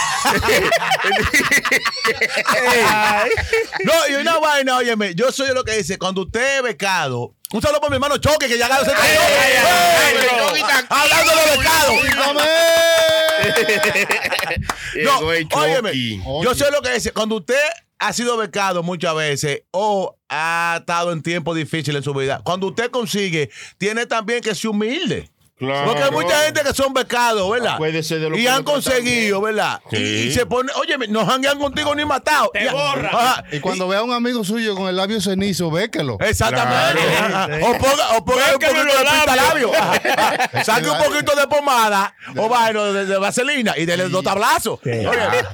[SPEAKER 3] no, y una vaina, óyeme, yo soy lo que dice, cuando usted es becado, un saludo para mi hermano Choque, que ya ganó ese
[SPEAKER 2] ay, ay,
[SPEAKER 3] ¡Ey!
[SPEAKER 2] ay, ay,
[SPEAKER 3] Hablando de becado.
[SPEAKER 2] Llegó
[SPEAKER 3] No,
[SPEAKER 2] el
[SPEAKER 3] óyeme,
[SPEAKER 2] Eh, Chucky.
[SPEAKER 3] yo sé lo que dice. Cuando usted ha sido becado muchas veces o ha estado en tiempos difíciles en su vida, cuando usted consigue, tiene también que ser humilde.
[SPEAKER 2] Claro.
[SPEAKER 3] Porque hay mucha gente que son becados, ¿verdad?
[SPEAKER 2] Acuérdese Ah, de lo
[SPEAKER 3] y
[SPEAKER 2] que
[SPEAKER 3] han
[SPEAKER 2] nosotros
[SPEAKER 3] conseguido, ¿verdad?
[SPEAKER 2] Sí.
[SPEAKER 3] Y, y se pone, oye, no janguean contigo ni matado.
[SPEAKER 4] Te
[SPEAKER 3] Y-
[SPEAKER 4] borran.
[SPEAKER 3] Ajá.
[SPEAKER 1] Y cuando vea a un amigo suyo con el labio cenizo, véquelo.
[SPEAKER 3] Exactamente. O ponga, o ponga un
[SPEAKER 4] Bésquelo en
[SPEAKER 3] poquito de
[SPEAKER 4] los
[SPEAKER 3] pintalabio. Ajá. Ajá. Saque un
[SPEAKER 1] Claro.
[SPEAKER 3] poquito de pomada o vaino de, de vaselina y dele dos tablazos. Oye,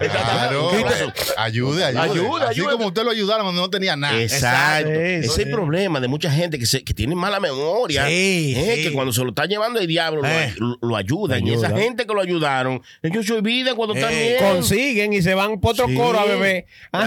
[SPEAKER 1] Claro. Ayude, ayude.
[SPEAKER 3] Ayude,
[SPEAKER 1] Así
[SPEAKER 3] ayude.
[SPEAKER 1] como usted lo ayudaron cuando no tenía nada.
[SPEAKER 2] Exacto.
[SPEAKER 4] Exacto.
[SPEAKER 2] Ese es el problema de mucha gente que, se, que tiene mala memoria.
[SPEAKER 3] Sí,
[SPEAKER 2] Eh,
[SPEAKER 3] sí.
[SPEAKER 2] Que cuando se lo está llevando el diablo, lo-
[SPEAKER 3] Eh.
[SPEAKER 2] lo, lo ayudan. Y esa gente que lo ayudaron, ellos se olvidan cuando están
[SPEAKER 3] Eh,
[SPEAKER 2] bien.
[SPEAKER 5] Consiguen y se van por otro
[SPEAKER 2] Sí.
[SPEAKER 5] coro a beber. Ajá.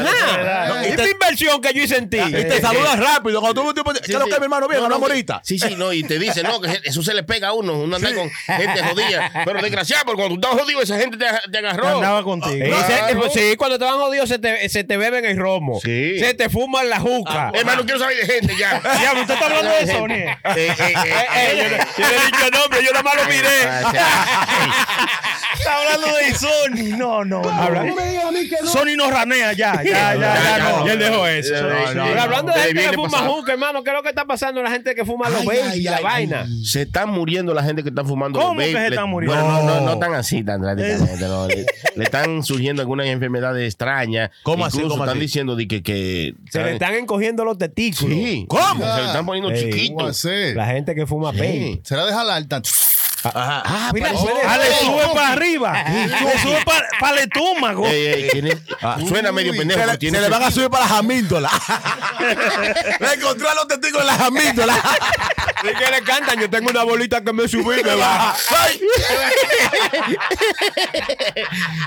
[SPEAKER 3] No, y
[SPEAKER 5] Esta
[SPEAKER 3] te-
[SPEAKER 5] inversión que yo hice en ti.
[SPEAKER 3] Y te saludas rápido. Cuando tú ves un tipo, ¿qué
[SPEAKER 2] Sí,
[SPEAKER 3] es lo
[SPEAKER 2] sí.
[SPEAKER 3] que es, mi hermano? Bien,
[SPEAKER 2] No, no,
[SPEAKER 3] una
[SPEAKER 2] que-
[SPEAKER 3] morita.
[SPEAKER 2] Sí, sí, no, y te dicen, no, que eso se le pega a uno, uno anda con gente jodida. Pero desgraciado, porque cuando tú estás jodido, esa gente te, te agarró.
[SPEAKER 4] Andaba contigo.
[SPEAKER 5] Y
[SPEAKER 2] Claro.
[SPEAKER 5] se- pues sí, cuando te van jodidos se te, se te beben el romo.
[SPEAKER 2] Sí. Ah,
[SPEAKER 5] Se te fuman la juca.
[SPEAKER 2] Hermano, quiero saber de gente ya.
[SPEAKER 4] Ya, usted está hablando de Sony.
[SPEAKER 2] Eh, eh, eh,
[SPEAKER 5] Eh,
[SPEAKER 2] eh, Ah,
[SPEAKER 5] yo, no- yo no he dicho nombre, yo nada más lo miré.
[SPEAKER 4] Está hablando de Sony. No, no. no. Sony nos ranea ya, ya, ya,
[SPEAKER 2] Ya,
[SPEAKER 4] ya,
[SPEAKER 2] ya,
[SPEAKER 4] no. Y él dejó eso.
[SPEAKER 2] ya,
[SPEAKER 4] Sí,
[SPEAKER 2] no,
[SPEAKER 4] sí.
[SPEAKER 2] no,
[SPEAKER 5] Pero hablando de
[SPEAKER 2] Ahí
[SPEAKER 5] gente que
[SPEAKER 2] viene
[SPEAKER 5] fuma
[SPEAKER 2] pasado.
[SPEAKER 5] juca, hermano, ¿qué es lo que está pasando? La gente que fuma los
[SPEAKER 1] Ay,
[SPEAKER 5] baby
[SPEAKER 1] ay,
[SPEAKER 5] y la
[SPEAKER 1] ay,
[SPEAKER 5] vaina.
[SPEAKER 1] ay.
[SPEAKER 2] Se están muriendo la gente que está fumando.
[SPEAKER 4] ¿Cómo
[SPEAKER 2] los
[SPEAKER 4] que se
[SPEAKER 2] vape.
[SPEAKER 4] están muriendo?
[SPEAKER 2] Bueno, no, no,
[SPEAKER 4] No.
[SPEAKER 2] no tan así, tan drásticamente. no. Le, le están surgiendo algunas enfermedades extrañas.
[SPEAKER 3] ¿Cómo así,
[SPEAKER 2] Incluso
[SPEAKER 3] cómo
[SPEAKER 2] están
[SPEAKER 3] así?
[SPEAKER 2] diciendo de que, que
[SPEAKER 5] Se le están encogiendo los testículos.
[SPEAKER 2] Sí.
[SPEAKER 3] ¿Cómo?
[SPEAKER 2] Se le están poniendo
[SPEAKER 5] Ey.
[SPEAKER 1] ¿Cómo
[SPEAKER 2] chiquitos.
[SPEAKER 1] hacer?
[SPEAKER 5] La gente que fuma
[SPEAKER 2] Sí.
[SPEAKER 5] baby.
[SPEAKER 1] ¿Será dejar la alta?
[SPEAKER 3] Ajá.
[SPEAKER 5] Mira, suele-
[SPEAKER 4] Ah, le
[SPEAKER 1] Oh,
[SPEAKER 4] sube
[SPEAKER 1] oh,
[SPEAKER 4] para arriba. Le sube para el estómago.
[SPEAKER 2] Ey, ey, tiene- suena medio
[SPEAKER 1] Uy.
[SPEAKER 2] pendejo.
[SPEAKER 3] Ah. Se
[SPEAKER 2] pero
[SPEAKER 3] le,
[SPEAKER 2] tiene
[SPEAKER 3] se le van a
[SPEAKER 2] sentido.
[SPEAKER 3] subir para las amíndolas. le encontré a los testigos en las amíndolas.
[SPEAKER 5] ¿Y qué le cantan? Yo tengo una bolita que me subí y me baja.
[SPEAKER 3] Ay.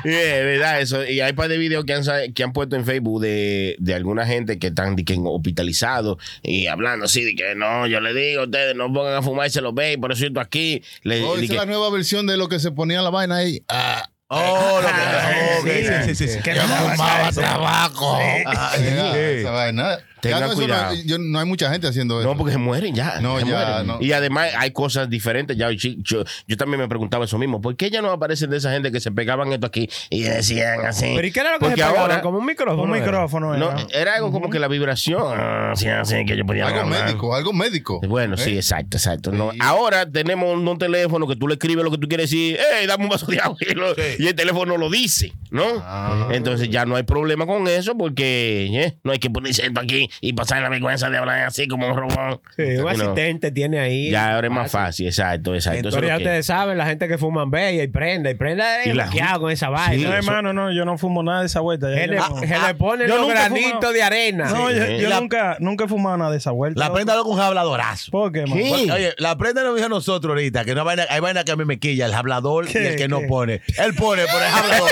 [SPEAKER 2] Sí, es verdad, eso. Y hay par de videos que han, sa- que han puesto en Facebook de, de alguna gente que están de que, hospitalizados y hablando así de que no, yo le digo a ustedes, no pongan a fumarse los veis, por eso yo estoy aquí. Le,
[SPEAKER 1] Oh,
[SPEAKER 2] de
[SPEAKER 1] esa es
[SPEAKER 2] que-
[SPEAKER 1] la nueva versión de lo que se ponía la vaina ahí. Ah,
[SPEAKER 3] Oh, lo
[SPEAKER 4] Ah,
[SPEAKER 3] que
[SPEAKER 4] sí,
[SPEAKER 3] sí, sí, sí, sí.
[SPEAKER 4] Que
[SPEAKER 3] Yo
[SPEAKER 4] no pasa
[SPEAKER 3] fumaba
[SPEAKER 4] eso.
[SPEAKER 3] tabaco. Ah, sí.
[SPEAKER 1] era esa vaina.
[SPEAKER 2] Tengan
[SPEAKER 1] Ya no, eso
[SPEAKER 2] cuidado.
[SPEAKER 1] no- yo- no hay mucha gente haciendo eso.
[SPEAKER 2] No, porque se mueren ya.
[SPEAKER 1] No,
[SPEAKER 2] se
[SPEAKER 1] ya,
[SPEAKER 2] mueren.
[SPEAKER 1] no.
[SPEAKER 2] Y además hay cosas diferentes. Ya, yo, yo- yo también me preguntaba eso mismo. ¿Por qué ya no aparecen de esa gente que se pegaban esto aquí y decían así?
[SPEAKER 5] ¿Pero y qué era lo que
[SPEAKER 2] Porque
[SPEAKER 5] se pegaba?
[SPEAKER 2] ahora-
[SPEAKER 5] Como un micrófono.
[SPEAKER 4] Un
[SPEAKER 5] era.
[SPEAKER 4] micrófono.
[SPEAKER 2] No,
[SPEAKER 4] era.
[SPEAKER 2] era algo como que la vibración. ah, Así, así, que yo podía
[SPEAKER 1] Algo
[SPEAKER 2] hablar.
[SPEAKER 1] médico, algo médico.
[SPEAKER 2] Bueno, sí,
[SPEAKER 1] ¿Eh?
[SPEAKER 2] exacto, exacto. No, ahora tenemos un, un teléfono que tú le escribes lo que tú quieres decir, hey, dame un vaso de agua y, lo- y el teléfono lo dice. ¿no?
[SPEAKER 1] Ah.
[SPEAKER 2] Entonces ya no hay problema con eso porque eh, no hay que ponerse esto aquí y pasar la vergüenza de hablar así como un robot.
[SPEAKER 5] Sí, un
[SPEAKER 2] You know,
[SPEAKER 5] asistente tiene ahí.
[SPEAKER 2] Ya ahora es más fácil, exacto, exacto. Eso
[SPEAKER 5] Entonces ya
[SPEAKER 2] es lo que-
[SPEAKER 5] ustedes saben, la gente que fuman bella y prenda, y prenda
[SPEAKER 2] Y
[SPEAKER 5] es
[SPEAKER 2] la-
[SPEAKER 5] bloqueado con esa
[SPEAKER 4] No,
[SPEAKER 5] vaina.
[SPEAKER 4] hermano, no, yo no fumo nada de esa vuelta. ya
[SPEAKER 5] Se le,
[SPEAKER 4] yo no.
[SPEAKER 5] se le ponen
[SPEAKER 4] Yo
[SPEAKER 5] los
[SPEAKER 4] nunca he fumado.
[SPEAKER 5] granitos de arena.
[SPEAKER 4] No, yo, yo
[SPEAKER 3] La-
[SPEAKER 4] nunca, nunca he fumado nada de esa vuelta.
[SPEAKER 3] La prenda loco es un habladorazo.
[SPEAKER 4] ¿Por qué, man?
[SPEAKER 3] Porque, Oye, la prenda lo dijo a nosotros ahorita, que no hay vaina, hay vaina que a mí me quilla, el hablador y
[SPEAKER 4] ¿Qué?
[SPEAKER 3] el que no
[SPEAKER 4] ¿Qué?
[SPEAKER 3] pone. Él pone, pero es hablador.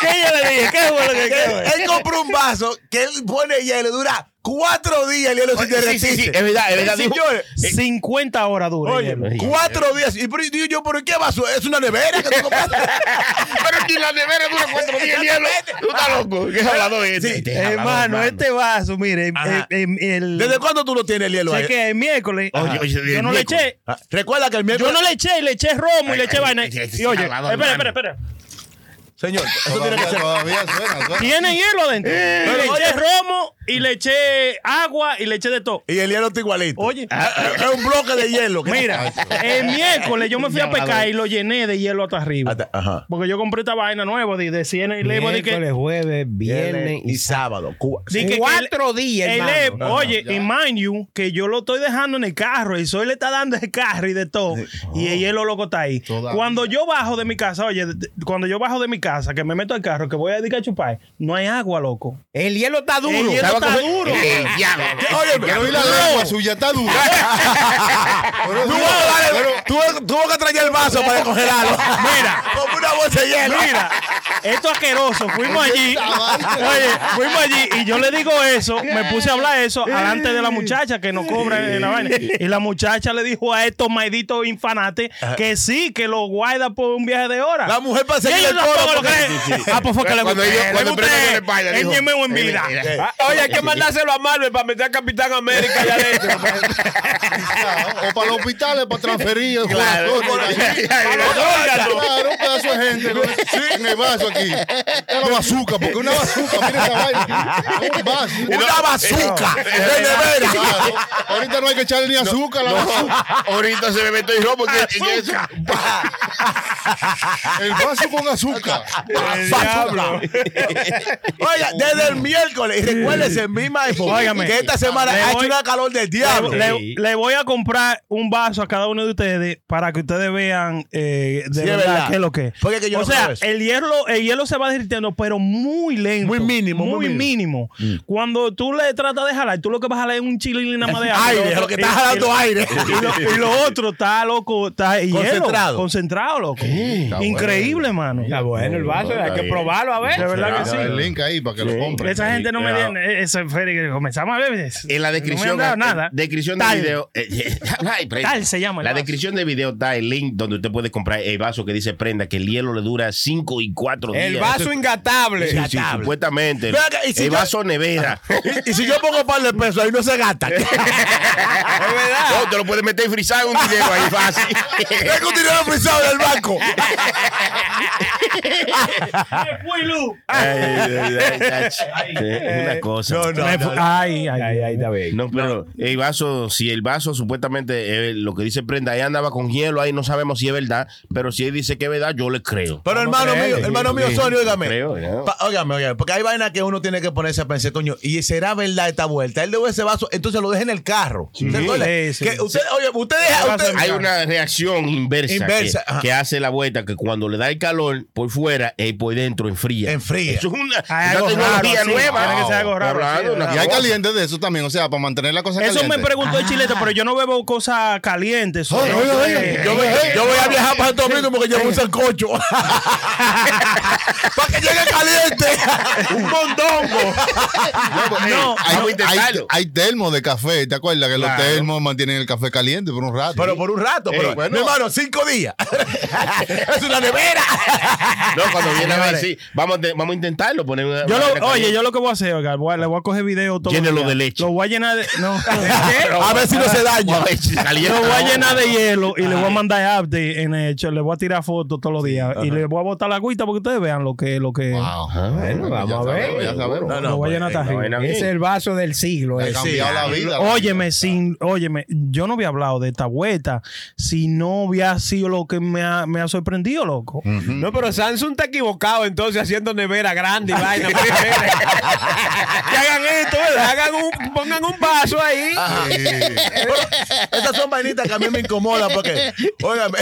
[SPEAKER 4] ¿Qué yo le dije? ¿Qué fue lo que- qué fue?
[SPEAKER 3] él compró un vaso que él pone hielo, dura cuatro días el hielo
[SPEAKER 2] Sí,
[SPEAKER 3] sin
[SPEAKER 2] sí,
[SPEAKER 3] derretirse.
[SPEAKER 2] sí, es verdad, es
[SPEAKER 3] Sí,
[SPEAKER 2] verdad. dijo-
[SPEAKER 3] señores.
[SPEAKER 4] 50 horas dura.
[SPEAKER 3] Oye, eh,
[SPEAKER 4] hielo.
[SPEAKER 3] cuatro días. Y pero yo digo yo, ¿pero qué vaso? ¿Es una nevera que tú compraste?
[SPEAKER 2] Pero ni la nevera dura cuatro días el hielo. Tú estás loco. ¿Qué hablado es este?
[SPEAKER 3] Sí,
[SPEAKER 2] Este es hablador,
[SPEAKER 4] hermano,
[SPEAKER 2] hermano.
[SPEAKER 4] este vaso, mire,
[SPEAKER 3] Ajá.
[SPEAKER 4] eh, eh, el,
[SPEAKER 3] ¿Desde cuándo tú no tienes el hielo ahí?
[SPEAKER 4] sé que el miércoles
[SPEAKER 2] Oye,
[SPEAKER 4] ajá,
[SPEAKER 2] oye,
[SPEAKER 4] yo
[SPEAKER 2] el
[SPEAKER 4] no le
[SPEAKER 2] miércoles.
[SPEAKER 4] eché,
[SPEAKER 3] Ah, Recuerda que el
[SPEAKER 4] yo
[SPEAKER 3] miércoles.
[SPEAKER 4] no le eché, le eché romo y le
[SPEAKER 2] Ay,
[SPEAKER 4] eché
[SPEAKER 2] ay,
[SPEAKER 4] vaina.
[SPEAKER 2] ese- ese
[SPEAKER 4] Y oye,
[SPEAKER 2] salado,
[SPEAKER 4] espera,
[SPEAKER 2] hermano.
[SPEAKER 4] espera, espera.
[SPEAKER 3] Señor, eso tiene que
[SPEAKER 1] Todavía,
[SPEAKER 3] ser.
[SPEAKER 1] todavía suena, suena.
[SPEAKER 4] Tiene hielo adentro. Y le
[SPEAKER 3] Pero,
[SPEAKER 4] eché
[SPEAKER 3] oye.
[SPEAKER 4] romo y le eché agua y le eché de todo.
[SPEAKER 3] Y el hielo está igualito.
[SPEAKER 4] Oye.
[SPEAKER 3] Es un bloque de hielo. que-
[SPEAKER 4] Mira, el miércoles yo me fui a pescar y lo llené de hielo hasta arriba.
[SPEAKER 3] Hasta- Ajá.
[SPEAKER 4] Porque yo compré esta vaina nueva de, de 100 y le de que
[SPEAKER 5] Miércoles, jueves, viernes
[SPEAKER 3] Viernes
[SPEAKER 5] y sábado.
[SPEAKER 3] Cuba.
[SPEAKER 4] Sí, que- que
[SPEAKER 5] Cuatro
[SPEAKER 4] el-
[SPEAKER 5] días,
[SPEAKER 4] el
[SPEAKER 5] hermano.
[SPEAKER 4] Evo, oye, y mind you, que yo lo estoy dejando en el carro y Soy le está dando el carro y de todo. Y el hielo loco está ahí.
[SPEAKER 1] Todavía.
[SPEAKER 4] Cuando yo bajo de mi casa, oye, de- de- cuando yo bajo de mi casa, que me meto al carro, que voy a dedicar a chupar, no hay agua, loco.
[SPEAKER 5] El hielo está duro.
[SPEAKER 4] El hielo está duro.
[SPEAKER 2] Eh, diablo.
[SPEAKER 3] Oye,
[SPEAKER 1] Pero
[SPEAKER 3] pero
[SPEAKER 1] hoy la lengua suya está dura. Pero
[SPEAKER 3] Tú
[SPEAKER 1] dura,
[SPEAKER 3] vas a dar el-
[SPEAKER 1] pero-
[SPEAKER 3] tú- tuvo que traer el vaso para congelarlo. Mira. Como una bolsa de hielo.
[SPEAKER 4] Mira, esto es asqueroso. Fuimos allí. Oye, fuimos allí y yo le digo eso, me puse a hablar eso delante de la muchacha que nos cobra en la vaina. Y la muchacha le dijo a estos malditos infanates que sí, que lo guarda por un viaje de hora.
[SPEAKER 3] La mujer para
[SPEAKER 4] Y
[SPEAKER 3] seguir
[SPEAKER 4] ellos
[SPEAKER 3] el coro.
[SPEAKER 4] tampoco lo
[SPEAKER 3] porque-
[SPEAKER 4] creen. Ah, pues fue que le
[SPEAKER 2] Cuando
[SPEAKER 4] gusté,
[SPEAKER 2] ellos-
[SPEAKER 4] le
[SPEAKER 2] cuando
[SPEAKER 4] gusté.
[SPEAKER 2] prenden el espalda,
[SPEAKER 4] El
[SPEAKER 2] dijo,
[SPEAKER 4] ñemeo en
[SPEAKER 2] eh,
[SPEAKER 4] vida.
[SPEAKER 2] eh,
[SPEAKER 5] Ah, Oye, hay que mandárselo a Marvel para meter a Capitán América allá adentro.
[SPEAKER 1] O para los hospitales, para transferir. el
[SPEAKER 2] Claro.
[SPEAKER 1] corazón,
[SPEAKER 2] Para los órganos.
[SPEAKER 1] Claro, un pedazo de gente con- en el vaso aquí. Una bazuca, porque una bazuca, mira esa vaina. Un vaso.
[SPEAKER 3] Una bazuca de nevera.
[SPEAKER 1] Claro. Ahorita no hay que echarle ni azúcar a la bazuca.
[SPEAKER 2] Ahorita se me meto y robo porque es eso.
[SPEAKER 1] El vaso con azúcar.
[SPEAKER 4] ah,
[SPEAKER 3] Bazuca. Oiga, desde el miércoles. Y recuérdese, mi maestro,
[SPEAKER 4] Óigame.
[SPEAKER 3] que esta semana
[SPEAKER 4] Le
[SPEAKER 3] ha hecho
[SPEAKER 4] voy-
[SPEAKER 3] una calor del diablo.
[SPEAKER 4] Le, le voy a comprar un vaso a cada uno de ustedes para que ustedes vean eh, de
[SPEAKER 3] Sí, es
[SPEAKER 4] verdad,
[SPEAKER 3] verdad.
[SPEAKER 4] qué es lo que es.
[SPEAKER 3] Porque es que yo
[SPEAKER 4] o
[SPEAKER 3] no
[SPEAKER 4] sea,
[SPEAKER 3] creo eso.
[SPEAKER 4] el hielo, el hielo se va derritiendo, pero muy lento.
[SPEAKER 3] Muy mínimo, Mm. muy
[SPEAKER 4] Muy mínimo. Cuando tú le tratas de jalar, tú lo que vas a jalar es un chilín nada más de agua.
[SPEAKER 3] Aire, lo que está jalando aire.
[SPEAKER 4] Y lo, y lo otro está loco, está hielo,
[SPEAKER 3] Concentrado.
[SPEAKER 4] concentrado, loco. Increíble, mano.
[SPEAKER 5] Está bueno el vaso, hay que probarlo a ver.
[SPEAKER 4] De verdad que
[SPEAKER 1] Dale
[SPEAKER 4] sí.
[SPEAKER 1] El link ahí para que lo compren.
[SPEAKER 4] Esa gente no me
[SPEAKER 2] Ya.
[SPEAKER 4] viene. Eso fue que comenzamos a ver. es-
[SPEAKER 2] En la descripción,
[SPEAKER 4] No me han dado
[SPEAKER 2] en-
[SPEAKER 4] nada.
[SPEAKER 2] descripción
[SPEAKER 4] Tal.
[SPEAKER 2] del video. eh, ay, prenda.
[SPEAKER 4] Tal se llama el
[SPEAKER 2] La
[SPEAKER 4] vaso.
[SPEAKER 2] descripción del video da el link donde usted puede comprar el vaso que dice prenda, que el hielo le dura 5 y 4 días.
[SPEAKER 5] El vaso ingatable.
[SPEAKER 2] Sí, sí, supuestamente.
[SPEAKER 3] Ve acá, y si
[SPEAKER 2] el
[SPEAKER 3] yo-
[SPEAKER 2] vaso nevera.
[SPEAKER 3] Y, y si yo pongo un par de pesos ahí, no se gasta. es verdad.
[SPEAKER 2] No, te lo puedes meter y frizar un dinero ahí fácil.
[SPEAKER 3] Tengo un dinero frisado del banco.
[SPEAKER 4] ¡Eh, fui, Lu!
[SPEAKER 2] Ay, ay, ay, ay, es una cosa.
[SPEAKER 3] eh. No, no,
[SPEAKER 4] Eh, Me
[SPEAKER 3] no,
[SPEAKER 4] fu-
[SPEAKER 3] no.
[SPEAKER 4] Ay, ay, ay.
[SPEAKER 5] está bien.
[SPEAKER 2] No, pero el vaso, si el vaso supuestamente eh, lo que dice Prenda, ahí andaba con hielo, ahí no sabemos si es verdad, pero si él dice que es verdad, yo le creo.
[SPEAKER 3] Pero hermano
[SPEAKER 5] creer,
[SPEAKER 3] mío, hermano mío, Sony, óigame.
[SPEAKER 2] Creo, ¿no?
[SPEAKER 3] Pa- Óigame, óigame, porque hay vainas que uno tiene que ponerse a pensar, coño, y será verdad esta vuelta. Él dejó ese vaso, entonces lo deja en el carro. ¿Se acuerda?
[SPEAKER 4] Sí, sí.
[SPEAKER 3] Que usted, oye, usted deja, usted-
[SPEAKER 2] hay una reacción inversa,
[SPEAKER 3] Inversa,
[SPEAKER 2] que,
[SPEAKER 3] ajá.
[SPEAKER 2] que hace la vuelta que cuando le da el calor por fuera y por dentro enfría.
[SPEAKER 3] Enfría.
[SPEAKER 2] Eso es una,
[SPEAKER 4] Hay
[SPEAKER 2] una
[SPEAKER 4] algo
[SPEAKER 2] tecnología
[SPEAKER 4] raro, sí.
[SPEAKER 2] nueva.
[SPEAKER 4] Tiene que ser algo raro,
[SPEAKER 2] Hablando
[SPEAKER 4] sí,
[SPEAKER 2] una
[SPEAKER 1] Y hay
[SPEAKER 2] cosa.
[SPEAKER 1] calientes de eso también, o sea, para mantener la cosa
[SPEAKER 4] Eso me
[SPEAKER 1] caliente.
[SPEAKER 4] preguntó el chilete, pero yo no bebo cosas calientes.
[SPEAKER 1] Oye, oye, oye,
[SPEAKER 3] yo, voy, yo voy a viajar para Santo Domingo porque llevo un sancocho. para que llegue caliente. un mondongo.
[SPEAKER 4] No,
[SPEAKER 2] Vamos
[SPEAKER 1] Hay,
[SPEAKER 2] a
[SPEAKER 1] hay,
[SPEAKER 2] intentarlo.
[SPEAKER 1] hay termos de café, ¿te acuerdas? Que
[SPEAKER 2] Claro.
[SPEAKER 1] los termos mantienen el café caliente por un rato.
[SPEAKER 3] Pero por un rato, pero,
[SPEAKER 1] bueno.
[SPEAKER 3] mi hermano, cinco días. es una nevera.
[SPEAKER 2] No, cuando viene a ver, sí, vamos, a te- vamos a intentarlo. Poner una,
[SPEAKER 4] Yo
[SPEAKER 2] una
[SPEAKER 4] lo-
[SPEAKER 2] vaina
[SPEAKER 4] oye,
[SPEAKER 2] caliente.
[SPEAKER 4] yo lo que voy a hacer, oiga, voy a- le voy a coger video todo.
[SPEAKER 2] Llénelo
[SPEAKER 4] el día.
[SPEAKER 2] de leche.
[SPEAKER 4] Lo voy a llenar de. No.
[SPEAKER 3] a ver si no se daña.
[SPEAKER 2] Vamos a ver si calienta.
[SPEAKER 4] Lo voy a llenar de hielo y le voy a mandar update en hecho. Le voy a tirar fotos todos los días y le voy a botar la agüita porque ustedes vean lo que. Lo que
[SPEAKER 1] Wow.
[SPEAKER 2] Ah,
[SPEAKER 5] Bueno,
[SPEAKER 1] Ya
[SPEAKER 5] vamos a
[SPEAKER 1] sabemos,
[SPEAKER 5] ver. Pues
[SPEAKER 1] Ya sabemos.
[SPEAKER 3] No, no,
[SPEAKER 4] lo voy a
[SPEAKER 3] pues,
[SPEAKER 4] llenar hasta
[SPEAKER 2] Una
[SPEAKER 4] arriba.
[SPEAKER 2] vaina bien.
[SPEAKER 5] Es el vaso del siglo.
[SPEAKER 1] Ha
[SPEAKER 5] ese.
[SPEAKER 1] cambiado la vida.
[SPEAKER 4] Óyeme, sin, óyeme, yo no había hablado de esta vuelta si no hubiera sido lo que me ha, me ha sorprendido, loco.
[SPEAKER 5] No, pero Samsung está equivocado entonces haciendo nevera grande y vaina. porque, mire, que hagan esto, ¿verdad? Hagan un, pongan un vaso ahí.
[SPEAKER 3] Esas son vainitas que a mí me incomodan porque, óigame,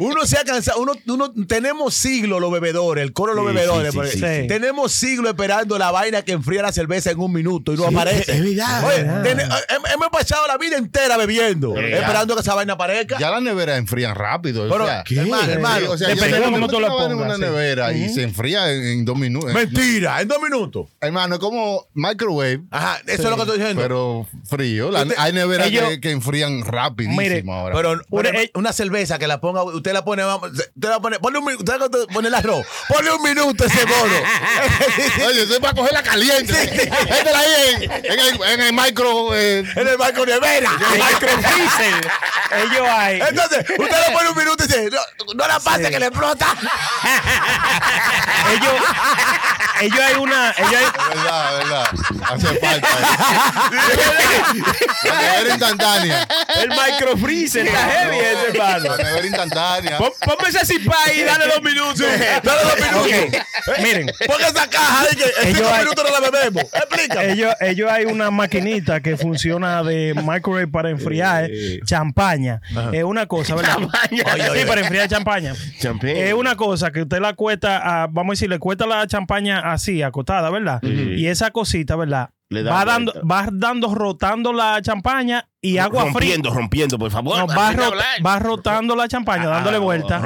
[SPEAKER 3] uno se ha cansado, uno, uno- tenemos siglos los bebedores, el coro de los
[SPEAKER 2] Sí,
[SPEAKER 3] bebedores.
[SPEAKER 2] sí, sí,
[SPEAKER 3] porque
[SPEAKER 4] sí, sí.
[SPEAKER 3] Tenemos siglos esperando la vaina que enfría la cerveza en un minuto y no aparece.
[SPEAKER 5] es verdad,
[SPEAKER 3] Oye,
[SPEAKER 5] es verdad.
[SPEAKER 3] tene- he- hemos pasado la vida entera bebiendo,
[SPEAKER 2] Es verdad.
[SPEAKER 3] esperando que esa vaina aparezca.
[SPEAKER 1] Ya las neveras enfrían rápido. o
[SPEAKER 3] Pero,
[SPEAKER 1] sea,
[SPEAKER 3] hermano, hermano,
[SPEAKER 1] o sea,
[SPEAKER 4] Depende
[SPEAKER 1] yo
[SPEAKER 4] de
[SPEAKER 1] sé,
[SPEAKER 4] cómo
[SPEAKER 1] yo
[SPEAKER 4] tú
[SPEAKER 1] meto
[SPEAKER 4] lo
[SPEAKER 1] una vaina
[SPEAKER 4] pongas,
[SPEAKER 1] En una
[SPEAKER 4] sí.
[SPEAKER 1] nevera y se enfría en, en dos minutos.
[SPEAKER 3] mentira, en dos minutos.
[SPEAKER 1] Hermano, es como microwave,
[SPEAKER 3] Ajá, eso es lo que estoy diciendo.
[SPEAKER 1] pero frío. La- hay neveras
[SPEAKER 4] Este, Ellos-
[SPEAKER 1] que, que enfrían rapidísimo
[SPEAKER 4] Mire,
[SPEAKER 1] ahora.
[SPEAKER 3] Pero,
[SPEAKER 4] Una-
[SPEAKER 3] pero una cerveza que la ponga, usted la pone, vamos, usted la pone, ponle un minuto, usted la pone el arroz, ponle un minuto a ese mono.
[SPEAKER 1] Oye, usted va a cogerla caliente. Métela ahí en, en el, en el micro. eh,
[SPEAKER 3] en el barco nevera.
[SPEAKER 4] Microfreezer. Ellos hay.
[SPEAKER 3] Entonces, usted le pone un minuto y dice, no, no la pase que le explota.
[SPEAKER 4] Ellos, ellos hay una. Ellos hay,
[SPEAKER 1] verdad, verdad. Hace falta. La nevera instantánea.
[SPEAKER 5] El microfreezer está heavy ese, hermano.
[SPEAKER 1] La nevera instantánea.
[SPEAKER 5] Pon- Ponme ese zip ahí, dale dos minutos. Eh,
[SPEAKER 3] Dale dos minutos.
[SPEAKER 4] Ok, Miren.
[SPEAKER 3] Ponga esa caja ahí que en
[SPEAKER 4] Ellos
[SPEAKER 3] cinco
[SPEAKER 4] hay-
[SPEAKER 3] minutos no la bebemos. Explícame.
[SPEAKER 4] ellos, ellos hay una maquinita que funciona de microwave para enfriar eh, champaña. Es una cosa, ¿verdad?
[SPEAKER 2] Champaña.
[SPEAKER 4] Sí, para enfriar champaña.
[SPEAKER 2] Champagne.
[SPEAKER 4] Es una cosa que usted la cuesta, a- vamos a decir, le cuesta la champaña así, acotada, ¿verdad? Y esa cosita, ¿verdad?
[SPEAKER 2] Le da
[SPEAKER 4] va
[SPEAKER 2] vuelta.
[SPEAKER 4] dando, va dando, rotando la champaña y agua fría.
[SPEAKER 2] rompiendo, rompiendo, por favor.
[SPEAKER 4] No, va,
[SPEAKER 2] así que
[SPEAKER 4] rot-
[SPEAKER 2] hablar. Ah,
[SPEAKER 4] va rotando la champaña, dándole vuelta.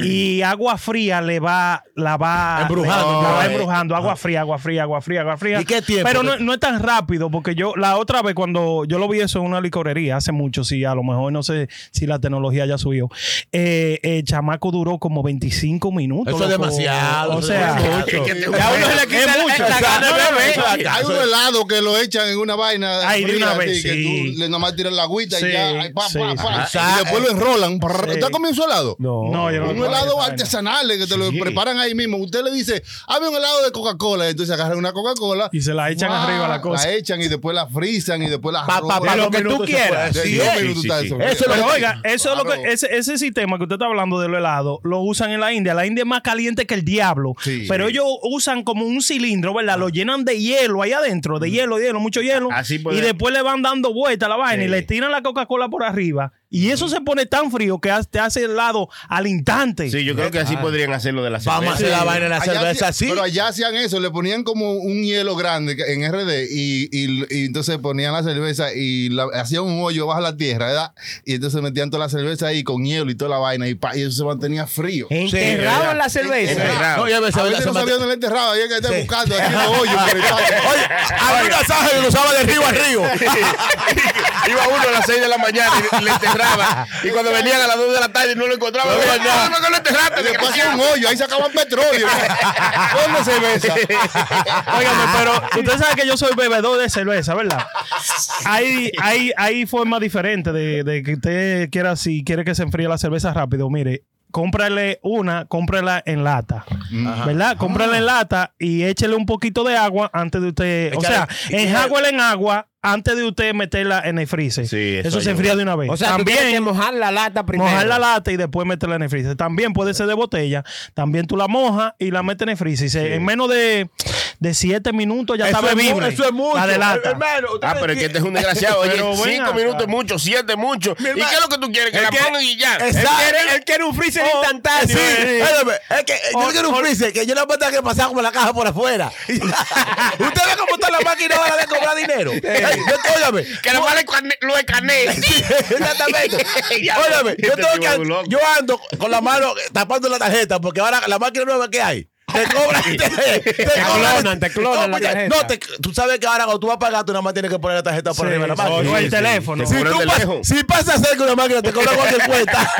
[SPEAKER 4] Y agua fría le va, la va
[SPEAKER 3] Embrujando,
[SPEAKER 4] la va
[SPEAKER 3] eh.
[SPEAKER 4] embrujando. Agua fría, agua fría, agua fría, agua fría.
[SPEAKER 3] ¿Y qué tiempo?
[SPEAKER 4] Pero no, no es tan rápido, porque yo la otra vez cuando yo lo vi eso en una licorería hace mucho, sí, a lo mejor no sé si la tecnología ya subió. Eh, el chamaco duró como 25 minutos.
[SPEAKER 3] Eso es
[SPEAKER 4] loco.
[SPEAKER 3] demasiado,
[SPEAKER 4] O
[SPEAKER 3] eso es
[SPEAKER 4] sea,
[SPEAKER 3] demasiado.
[SPEAKER 4] que te-
[SPEAKER 5] Ya uno se le quita
[SPEAKER 4] Es
[SPEAKER 5] la-
[SPEAKER 4] mucho,
[SPEAKER 5] la
[SPEAKER 4] o sea,
[SPEAKER 5] gana
[SPEAKER 4] no,
[SPEAKER 5] de
[SPEAKER 4] no,
[SPEAKER 5] beber.
[SPEAKER 4] eso es acá.
[SPEAKER 1] Hay unos helados que lo echan en una vaina.
[SPEAKER 4] Ay, de
[SPEAKER 1] fría,
[SPEAKER 4] una vez,
[SPEAKER 1] así, que
[SPEAKER 4] sí.
[SPEAKER 1] tú le nomás tiras la agüita
[SPEAKER 4] Sí,
[SPEAKER 1] y ya. ay, pa,
[SPEAKER 4] sí,
[SPEAKER 1] pa, pa.
[SPEAKER 3] sí.
[SPEAKER 1] Y después lo enrolan. Prr.
[SPEAKER 4] Sí.
[SPEAKER 1] ¿Usted ha comido su helado?
[SPEAKER 4] No, yo no
[SPEAKER 1] Un
[SPEAKER 4] lo
[SPEAKER 1] helado
[SPEAKER 4] puedo.
[SPEAKER 1] artesanal que te lo preparan ahí mismo. Usted le dice, hazme un helado de Coca-Cola. Entonces agarran una Coca-Cola.
[SPEAKER 4] Y se la echan
[SPEAKER 1] ¡guau!
[SPEAKER 4] arriba la cosa.
[SPEAKER 1] La echan y después la frisan y después la
[SPEAKER 3] Pa, pa, pa,
[SPEAKER 1] roban.
[SPEAKER 3] dos
[SPEAKER 5] que tú
[SPEAKER 3] minutos se
[SPEAKER 5] quieras.
[SPEAKER 3] puede.
[SPEAKER 1] De
[SPEAKER 3] Sí,
[SPEAKER 1] diez
[SPEAKER 3] eh.
[SPEAKER 1] minutos está
[SPEAKER 2] sí, sí.
[SPEAKER 1] eso.
[SPEAKER 3] Eso
[SPEAKER 4] Pero oiga, eso es lo
[SPEAKER 1] Claro.
[SPEAKER 4] que, ese, ese sistema que usted está hablando de lo helado, lo usan en la India. La India es más caliente que el diablo.
[SPEAKER 1] Sí.
[SPEAKER 4] Pero ellos usan como un cilindro, ¿verdad? Lo llenan de hielo ahí adentro, de hielo, hielo, mucho hielo.
[SPEAKER 2] Ah. Mm. Así puede-
[SPEAKER 4] y después le van dando vuelta a la vaina y
[SPEAKER 2] Sí. Mm.
[SPEAKER 4] le tiran la Coca-Cola por arriba. Y eso se pone tan frío que ha- te hace helado al instante.
[SPEAKER 2] Sí, yo creo que así podrían hacer lo de la
[SPEAKER 3] Vamos
[SPEAKER 2] cerveza.
[SPEAKER 3] a hacer la vaina en la
[SPEAKER 1] Allá
[SPEAKER 3] cerveza
[SPEAKER 1] hacían-
[SPEAKER 3] así.
[SPEAKER 1] Pero allá hacían eso, le ponían como un hielo grande que- en RD y, y- y entonces ponían la cerveza y la- hacían un hoyo bajo la tierra, ¿verdad? Y entonces metían toda la cerveza ahí con hielo y toda la vaina y, pa- y eso se mantenía frío.
[SPEAKER 5] Enterrado en la cerveza.
[SPEAKER 2] Enterrado.
[SPEAKER 3] No, ya ves,
[SPEAKER 1] A
[SPEAKER 3] Eh, se-
[SPEAKER 1] veces
[SPEAKER 3] se
[SPEAKER 1] no sabía
[SPEAKER 3] mate-
[SPEAKER 1] dónde le enterraba, había que estar
[SPEAKER 3] Sí.
[SPEAKER 1] buscando haciendo hoyos por el patio.
[SPEAKER 3] Oye, había una saja que lo usaba de río a río.
[SPEAKER 2] Iba uno a las 6 de la mañana y le enterraba. Y cuando venían a las 2 de la tarde y no lo encontraba, "Ah,
[SPEAKER 3] No,
[SPEAKER 2] no,
[SPEAKER 3] no,
[SPEAKER 2] no, no, que lo enterraste.
[SPEAKER 1] Le pasé un hoyo, ahí sacaban petróleo. ¿Dónde cerveza?
[SPEAKER 4] Óigame, pero usted sabe que yo soy bebedor de cerveza, ¿verdad? Hay, hay, hay formas diferentes de, de que usted quiera, si quiere que se enfríe la cerveza rápido, mire. Cómprale una, cómprala en lata. ¿Verdad? Cómprala en lata y échele un poquito de agua antes de usted. O
[SPEAKER 3] Échale-
[SPEAKER 4] sea, enjáguela en agua antes de usted meterla en el freezer.
[SPEAKER 2] Sí, eso
[SPEAKER 4] eso se
[SPEAKER 2] ayuda.
[SPEAKER 4] enfría de una vez.
[SPEAKER 5] O sea, tú tienes que mojar la lata primero.
[SPEAKER 4] Mojar la lata y después meterla en el freezer. También puede ser de botella. También tú la mojas y la metes en el freezer. Y se- En menos de, de siete minutos ya está
[SPEAKER 3] es mu-
[SPEAKER 4] bebible.
[SPEAKER 3] Eso es mucho.
[SPEAKER 4] La de lata.
[SPEAKER 3] Hermano, usted
[SPEAKER 2] Ah, pero es que este es un desgraciado. Oye,
[SPEAKER 4] Pero ven
[SPEAKER 2] cinco
[SPEAKER 4] acá.
[SPEAKER 2] minutos es mucho, siete es mucho. ¿Y
[SPEAKER 3] hermano,
[SPEAKER 2] qué es lo que tú quieres? Que
[SPEAKER 3] es
[SPEAKER 2] la
[SPEAKER 3] que-
[SPEAKER 2] pongan y ya.
[SPEAKER 3] Exacto.
[SPEAKER 5] Él quiere un freezer
[SPEAKER 4] Oh,
[SPEAKER 5] instantáneo.
[SPEAKER 3] Oh, Sí,
[SPEAKER 5] eh.
[SPEAKER 3] espérame, es que yo
[SPEAKER 2] Oh,
[SPEAKER 4] O-
[SPEAKER 3] no quiero un
[SPEAKER 4] o-
[SPEAKER 3] freezer, que yo no puedo tener que pasar como la caja por afuera. Usted ve cómo está la máquina ahora de cobrar dinero.
[SPEAKER 2] Eh.
[SPEAKER 3] Ey, yo te- Óyame,
[SPEAKER 2] Que lo vale lo escaneé.
[SPEAKER 3] Sí, exactamente.
[SPEAKER 2] Ya,
[SPEAKER 3] Óyame, yo,
[SPEAKER 2] este
[SPEAKER 3] tengo
[SPEAKER 2] tipo
[SPEAKER 3] que
[SPEAKER 2] es
[SPEAKER 3] an-
[SPEAKER 2] un loco.
[SPEAKER 3] yo ando con la mano tapando la tarjeta porque ahora la máquina nueva que hay. Te cobran, te,
[SPEAKER 5] clonan, te clonan la
[SPEAKER 3] Oye,
[SPEAKER 5] tarjeta.
[SPEAKER 3] No, te- tú sabes que ahora cuando tú vas a pagar, tú nada más tienes que poner la tarjeta por
[SPEAKER 4] Sí,
[SPEAKER 3] arriba de la
[SPEAKER 4] sí,
[SPEAKER 3] máquina.
[SPEAKER 4] o el teléfono.
[SPEAKER 2] Sí.
[SPEAKER 3] Si,
[SPEAKER 2] Pero
[SPEAKER 3] tú
[SPEAKER 2] de
[SPEAKER 3] pas-
[SPEAKER 2] lejos.
[SPEAKER 3] si pasas cerca de una máquina, te cobran cualquier cuenta.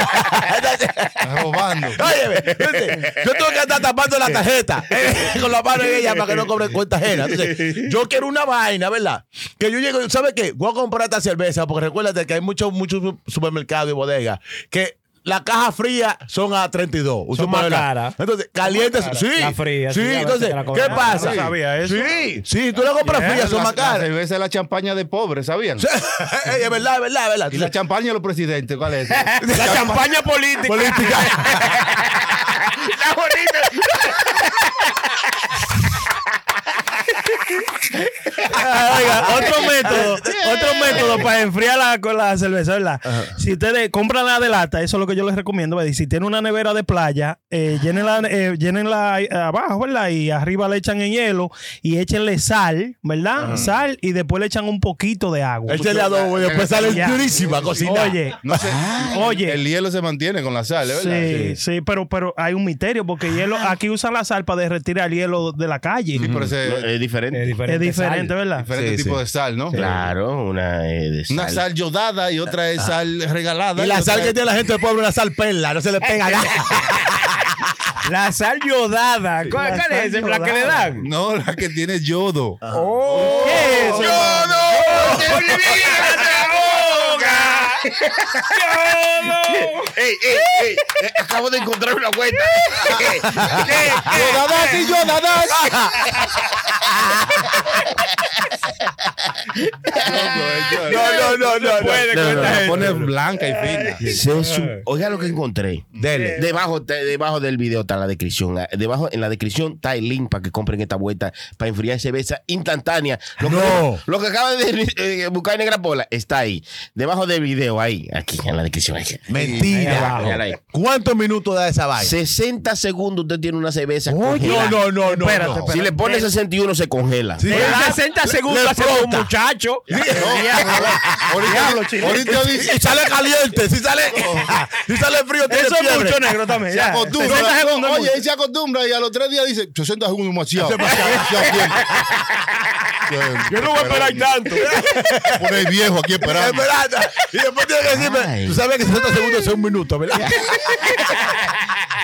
[SPEAKER 1] Robando.
[SPEAKER 3] Óyeme, ¿viste? yo tengo que andar tapando la tarjeta eh, con la mano en ella para que no cobre cuenta ajena. Entonces, yo quiero una vaina, ¿verdad? Que yo llego, ¿sabes qué? Voy a comprar esta cerveza, porque recuérdate que hay muchos muchos su- supermercados y bodegas que la caja fría son a 32. Usted
[SPEAKER 5] Son más
[SPEAKER 3] puede ver.
[SPEAKER 5] caras.
[SPEAKER 3] Entonces, calientes.
[SPEAKER 5] caras.
[SPEAKER 3] Sí.
[SPEAKER 5] La fría,
[SPEAKER 3] Sí,
[SPEAKER 5] sí, a veces
[SPEAKER 3] entonces,
[SPEAKER 5] te la
[SPEAKER 3] ¿qué
[SPEAKER 5] cobran.
[SPEAKER 3] pasa?
[SPEAKER 4] No sabía eso.
[SPEAKER 3] Sí, sí, tú la compras fría, son
[SPEAKER 1] Eh, La-
[SPEAKER 3] más
[SPEAKER 1] La
[SPEAKER 3] caras.
[SPEAKER 1] cerveza es la champaña de pobres, ¿sabían?
[SPEAKER 3] Ey, es verdad, es verdad, es verdad.
[SPEAKER 1] Y la champaña de los presidentes, ¿cuál es?
[SPEAKER 5] La campaña política.
[SPEAKER 3] política.
[SPEAKER 2] Está bonito.
[SPEAKER 4] Ah, Oiga, otro método, otro método para enfriar la, con la cerveza, ¿verdad? Si ustedes compran la de lata, eso es lo que yo les recomiendo, ¿verdad? Y Si tienen una nevera de playa, eh, llénenla, eh, llénenla, eh, abajo, ¿verdad? Y arriba le echan en hielo y échenle sal, ¿verdad? Sal y después le echan un poquito de agua.
[SPEAKER 3] Échale adobo y después sale
[SPEAKER 4] Ya.
[SPEAKER 3] durísima cocina.
[SPEAKER 4] Oye,
[SPEAKER 1] No sé.
[SPEAKER 4] oye.
[SPEAKER 1] El hielo se mantiene con la sal, ¿eh? ¿verdad?
[SPEAKER 4] Sí, sí, pero, pero hay un misterio porque hielo, aquí usan la sal para derretir el hielo de la calle.
[SPEAKER 1] Sí, pero ese-
[SPEAKER 2] No, es diferente.
[SPEAKER 4] es diferente, ¿verdad?
[SPEAKER 1] diferente
[SPEAKER 3] Sí,
[SPEAKER 1] tipo
[SPEAKER 3] sí.
[SPEAKER 1] de sal, ¿no?
[SPEAKER 2] Claro, una es de
[SPEAKER 1] Una sal yodada y otra es sal regalada.
[SPEAKER 3] Y la sal
[SPEAKER 1] otra
[SPEAKER 3] que
[SPEAKER 1] es-
[SPEAKER 3] tiene la gente del pueblo es una sal perla, no se le pega nada.
[SPEAKER 5] La sal yodada. ¿Cuál,
[SPEAKER 4] La
[SPEAKER 5] cuál
[SPEAKER 4] sal
[SPEAKER 5] es esa? ¿La que le
[SPEAKER 4] yodada.
[SPEAKER 5] dan?
[SPEAKER 1] No, la que tiene yodo.
[SPEAKER 5] Oh.
[SPEAKER 4] ¿Qué es eso?
[SPEAKER 2] no! ¡Te la boca! ¡Ey, ey, ey! eh, Acabo de encontrar una vuelta. Eh, eh,
[SPEAKER 1] Yodadas y yodadas. no,
[SPEAKER 3] No, no, no, no.
[SPEAKER 5] puede con esta
[SPEAKER 1] La
[SPEAKER 5] gente.
[SPEAKER 1] pone blanca y fina.
[SPEAKER 2] Se su- Oiga lo que encontré.
[SPEAKER 3] Dele.
[SPEAKER 2] Debajo, te- debajo del video está la descripción. La- Debajo en la descripción está el link para que compren esta vuelta para enfriar cerveza instantánea. Lo que,
[SPEAKER 3] No.
[SPEAKER 2] lo que acaba de eh, buscar en Negra Pola está ahí. Debajo del video, ahí. Aquí, en la descripción. Aquí. Ahí
[SPEAKER 3] Mentira.
[SPEAKER 2] abajo, ahí.
[SPEAKER 3] ¿Cuántos minutos da esa vaina?
[SPEAKER 2] 60 segundos usted tiene una cerveza.
[SPEAKER 3] No,
[SPEAKER 2] congelada.
[SPEAKER 3] no, no, no.
[SPEAKER 4] Espérate,
[SPEAKER 3] no.
[SPEAKER 4] espérate.
[SPEAKER 2] Si le pone 61 se congela.
[SPEAKER 3] Sí.
[SPEAKER 5] En 60 segundos hace un muchacho.
[SPEAKER 1] Ahorita, ahorita dice.
[SPEAKER 3] Si sale caliente, si sale, si sale frío, tiene
[SPEAKER 4] Eso es
[SPEAKER 3] fiebre.
[SPEAKER 4] mucho negro también.
[SPEAKER 1] Se
[SPEAKER 4] ya.
[SPEAKER 1] acostumbra.
[SPEAKER 4] 60 segundos es
[SPEAKER 1] Oye,
[SPEAKER 4] mucho.
[SPEAKER 1] él se acostumbra y a los tres días dice 60 segundos demasiado.
[SPEAKER 5] Yo no voy a esperar tanto.
[SPEAKER 1] Por el viejo aquí esperando.
[SPEAKER 3] Esperando. Y después tiene que decirme,
[SPEAKER 2] Ay.
[SPEAKER 3] tú sabes que 60 segundos es un minuto, ¿verdad?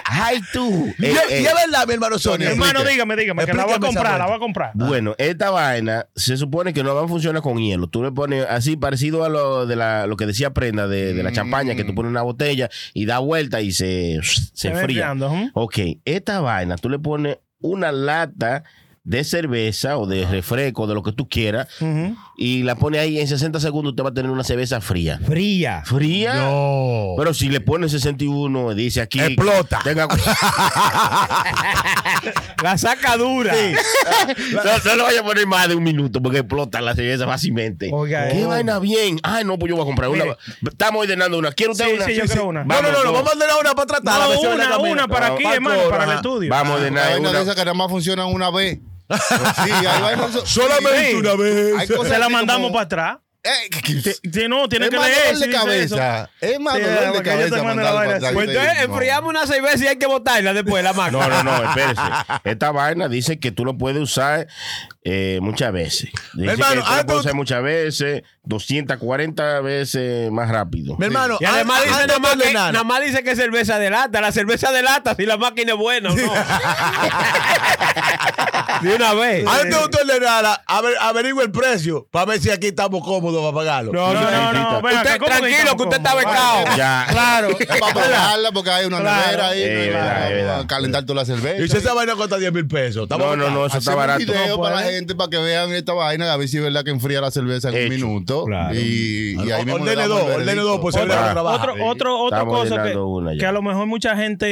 [SPEAKER 2] Ay, tú.
[SPEAKER 3] Y
[SPEAKER 2] Eh, eh,
[SPEAKER 3] y es verdad, mi hermano Sonia.
[SPEAKER 4] Hermano,
[SPEAKER 3] explique.
[SPEAKER 4] dígame, dígame, que la voy a
[SPEAKER 3] Explícame esa
[SPEAKER 4] comprar, la
[SPEAKER 3] vuelta.
[SPEAKER 4] voy a comprar.
[SPEAKER 3] Ah.
[SPEAKER 2] Bueno, esta vaina se supone que no va a funcionar con hielo. Tú le pones así parecido a lo de la, lo que decía prenda de,
[SPEAKER 3] Mm.
[SPEAKER 2] de la champaña, que tú pones una botella y da vuelta y se, se
[SPEAKER 4] va
[SPEAKER 2] enfría.
[SPEAKER 4] enfriando,
[SPEAKER 3] ¿eh?
[SPEAKER 4] ¿eh? ujú.
[SPEAKER 2] Ok, esta vaina, tú le pones una lata de cerveza o
[SPEAKER 3] Ah.
[SPEAKER 2] de refresco, de lo que tú quieras,
[SPEAKER 4] Ujú.
[SPEAKER 2] y la pones ahí en 60 segundos, usted va a tener una cerveza fría.
[SPEAKER 5] Fría.
[SPEAKER 2] ¿Fría?
[SPEAKER 3] No.
[SPEAKER 2] Pero si le pones 61, dice aquí.
[SPEAKER 3] Explota.
[SPEAKER 2] Tenga-
[SPEAKER 5] La saca dura.
[SPEAKER 2] no, no le vaya a poner más de un minuto porque explota la cerveza fácilmente.
[SPEAKER 4] Oiga,
[SPEAKER 2] ¿Qué
[SPEAKER 4] eh.
[SPEAKER 2] vaina bien? Ay, no, pues yo voy a comprar
[SPEAKER 4] Mire.
[SPEAKER 2] una. Estamos ordenando una. ¿Quiero usted
[SPEAKER 4] Sí,
[SPEAKER 2] una?
[SPEAKER 4] sí, yo quiero una.
[SPEAKER 3] No, no, no, no,
[SPEAKER 2] yo-
[SPEAKER 3] vamos a darle una para tratar. a ver si
[SPEAKER 4] No,
[SPEAKER 3] es verdad
[SPEAKER 4] una,
[SPEAKER 3] también.
[SPEAKER 4] una para
[SPEAKER 2] No,
[SPEAKER 4] aquí,
[SPEAKER 3] para
[SPEAKER 4] hermano,
[SPEAKER 3] coro,
[SPEAKER 4] para el
[SPEAKER 3] ajá.
[SPEAKER 4] estudio.
[SPEAKER 2] Ah,
[SPEAKER 4] Ah,
[SPEAKER 2] Vamos a
[SPEAKER 1] Hay
[SPEAKER 2] ordenar
[SPEAKER 1] vainas de
[SPEAKER 2] una.
[SPEAKER 1] esas que nada más funcionan una vez. Sí, hay vainas.
[SPEAKER 3] Solamente
[SPEAKER 1] Sí.
[SPEAKER 3] una
[SPEAKER 1] Hay
[SPEAKER 3] vez.
[SPEAKER 1] cosas
[SPEAKER 4] Se la
[SPEAKER 1] así
[SPEAKER 4] mandamos
[SPEAKER 1] como-
[SPEAKER 4] para atrás.
[SPEAKER 1] Eh, que- que-
[SPEAKER 4] Sí, no, tiene
[SPEAKER 1] Es
[SPEAKER 4] que
[SPEAKER 1] más
[SPEAKER 4] leer.
[SPEAKER 1] dolor
[SPEAKER 4] sí,
[SPEAKER 1] de
[SPEAKER 4] dice
[SPEAKER 1] cabeza. Es más
[SPEAKER 4] Sí,
[SPEAKER 1] dolor de
[SPEAKER 4] porque yo te
[SPEAKER 1] cabeza.
[SPEAKER 4] mando
[SPEAKER 1] mandarlo
[SPEAKER 4] la vaina
[SPEAKER 1] para
[SPEAKER 4] así.
[SPEAKER 1] atrás.
[SPEAKER 5] Pues entonces
[SPEAKER 1] No.
[SPEAKER 5] enfriamos una cerveza y hay que botarla después la máquina.
[SPEAKER 2] No, no, no, espérese. Esta vaina dice que tú lo puedes usar eh, muchas veces. Dice que
[SPEAKER 3] Hermano,
[SPEAKER 2] tú
[SPEAKER 4] ah,
[SPEAKER 2] lo
[SPEAKER 3] antes-
[SPEAKER 2] puedes usar muchas veces, 240 veces más rápido.
[SPEAKER 3] Mi hermano,
[SPEAKER 5] Y además
[SPEAKER 3] an-
[SPEAKER 5] dice,
[SPEAKER 3] antes
[SPEAKER 5] nada más
[SPEAKER 3] de
[SPEAKER 5] que,
[SPEAKER 3] ordenar.
[SPEAKER 5] nada más dice que es cerveza de lata. La cerveza de lata, si la máquina es buena o no. De una vez.
[SPEAKER 3] Antes de usted ordenarla, aver- averigüe el precio para ver si aquí estamos cómodos para pagarlo.
[SPEAKER 4] No, no, no, no.
[SPEAKER 2] Usted,
[SPEAKER 4] ven acá,
[SPEAKER 5] Usted
[SPEAKER 4] ¿cómo
[SPEAKER 5] tranquilo, que usted está
[SPEAKER 4] estamos
[SPEAKER 5] becado.
[SPEAKER 2] Ya.
[SPEAKER 4] Claro.
[SPEAKER 1] Es para probarla porque hay una
[SPEAKER 4] Claro.
[SPEAKER 1] nevera ahí.
[SPEAKER 2] Sí,
[SPEAKER 1] no hay
[SPEAKER 2] verdad,
[SPEAKER 1] nada,
[SPEAKER 2] es verdad.
[SPEAKER 1] para Calentar toda la cerveza.
[SPEAKER 3] Y si esa vaina cuesta 10 mil pesos. estamos
[SPEAKER 2] No, no, no, eso está
[SPEAKER 1] Hacemos
[SPEAKER 2] barato.
[SPEAKER 1] un video
[SPEAKER 4] No
[SPEAKER 1] para la
[SPEAKER 4] puede.
[SPEAKER 1] gente para que vean esta vaina, a ver si es verdad que enfría la cerveza en
[SPEAKER 2] Hecho.
[SPEAKER 1] un minuto.
[SPEAKER 5] Claro.
[SPEAKER 1] Y, y ahí
[SPEAKER 3] Ordene
[SPEAKER 1] mismo le damos
[SPEAKER 3] dos,
[SPEAKER 1] el
[SPEAKER 3] ordene
[SPEAKER 1] veredicto.
[SPEAKER 3] dos, pues,
[SPEAKER 4] Otro,
[SPEAKER 2] Ah,
[SPEAKER 4] otro,
[SPEAKER 3] trabaja.
[SPEAKER 4] otro, otra
[SPEAKER 2] Estamos
[SPEAKER 4] cosa que,
[SPEAKER 2] llenando una ya.
[SPEAKER 4] que a lo mejor mucha gente,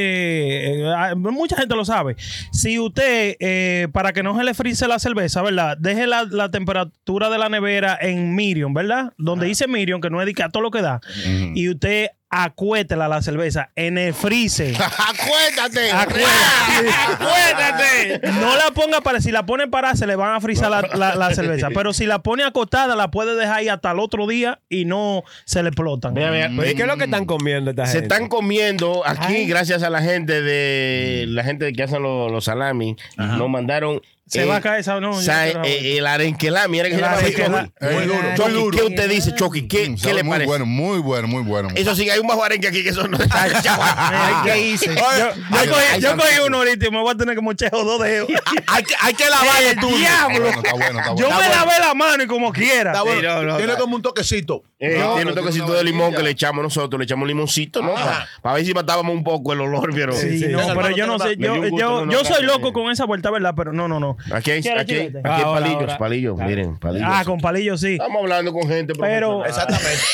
[SPEAKER 4] eh, ah, mucha gente lo sabe. Si usted, eh, para que no se le frise la cerveza, ¿verdad? Deje la, la temperatura de la nevera en Miriam, ¿verdad? Donde dice Miriam, que no es de que a todo lo que da. Y usted acuétela la cerveza en el freezer.
[SPEAKER 1] ¡Acuérdate!
[SPEAKER 4] Acuérdate. No la ponga para, si la pone para, se le van a frizar la, la- la cerveza. Pero si la pone acotada, la puede dejar ahí hasta el otro día y no se le explotan.
[SPEAKER 2] Vea, vea,
[SPEAKER 4] pues,
[SPEAKER 5] Pero, ¿y ¿Qué es lo que están comiendo esta
[SPEAKER 2] Mm, Se
[SPEAKER 5] gente?
[SPEAKER 2] están comiendo aquí,
[SPEAKER 4] Ay. Mm.
[SPEAKER 2] gracias a la gente de la gente que hacen los, los salami, nos mandaron
[SPEAKER 4] Se va a caer esa, no, yo
[SPEAKER 2] Eh, sa-
[SPEAKER 4] quiero la
[SPEAKER 2] eh, el arenquelami, era que
[SPEAKER 4] El
[SPEAKER 2] se llamaba
[SPEAKER 4] arenquelami.
[SPEAKER 2] Choki.
[SPEAKER 3] Muy duro,
[SPEAKER 2] Choki,
[SPEAKER 3] muy
[SPEAKER 2] ¿Qué
[SPEAKER 3] duro.
[SPEAKER 2] usted dice, Choki? ¿Qué, qué le
[SPEAKER 1] Mm, muy
[SPEAKER 2] parece?
[SPEAKER 1] bueno, muy bueno, muy bueno.
[SPEAKER 2] Eso sí, hay un bajo arenque aquí que eso no está ah,
[SPEAKER 4] Ay, ¿Qué hice? Yo,
[SPEAKER 3] Oye,
[SPEAKER 4] yo
[SPEAKER 2] ay,
[SPEAKER 4] cogí,
[SPEAKER 2] ay,
[SPEAKER 4] yo
[SPEAKER 2] ay,
[SPEAKER 4] cogí
[SPEAKER 2] ay.
[SPEAKER 4] uno ahorita y me voy a tener que mochar los dos dedos.
[SPEAKER 3] Ah, Hay que, hay que lavar el tuyo.
[SPEAKER 1] Está bueno, está bueno,
[SPEAKER 4] Yo
[SPEAKER 1] está bueno.
[SPEAKER 4] me lavé la mano y como quiera.
[SPEAKER 3] Está bueno.
[SPEAKER 2] Sí, no, no,
[SPEAKER 3] Tiene
[SPEAKER 2] está-
[SPEAKER 3] como un toquecito.
[SPEAKER 2] Eh,
[SPEAKER 1] No,
[SPEAKER 2] tiene
[SPEAKER 1] no,
[SPEAKER 2] un toquecito
[SPEAKER 1] tiene
[SPEAKER 2] de
[SPEAKER 1] una
[SPEAKER 2] limón que
[SPEAKER 1] vainilla.
[SPEAKER 2] le echamos nosotros, le echamos limoncito, ¿no? Para ver si matábamos un poco el olor, pero.
[SPEAKER 4] Sí,
[SPEAKER 3] sí.
[SPEAKER 4] no,
[SPEAKER 3] Eso,
[SPEAKER 4] pero
[SPEAKER 3] hermano,
[SPEAKER 4] yo no
[SPEAKER 3] tengo
[SPEAKER 4] sé.
[SPEAKER 3] la-
[SPEAKER 2] me dio
[SPEAKER 4] Yo,
[SPEAKER 2] un gusto,
[SPEAKER 4] yo,
[SPEAKER 2] no,
[SPEAKER 4] yo
[SPEAKER 2] no,
[SPEAKER 4] soy
[SPEAKER 2] no,
[SPEAKER 4] loco
[SPEAKER 2] eh.
[SPEAKER 4] con esa vuelta, ¿verdad? Pero no, no, no.
[SPEAKER 2] Aquí hay,
[SPEAKER 4] Quiero
[SPEAKER 2] aquí,
[SPEAKER 4] chilete.
[SPEAKER 2] aquí hay
[SPEAKER 4] Ah, ahora,
[SPEAKER 2] palillos,
[SPEAKER 4] ahora.
[SPEAKER 2] palillos, miren, palillos.
[SPEAKER 4] Ah, con palillos sí.
[SPEAKER 2] Estamos hablando con gente,
[SPEAKER 4] Pero-
[SPEAKER 2] profesional.
[SPEAKER 3] Exactamente.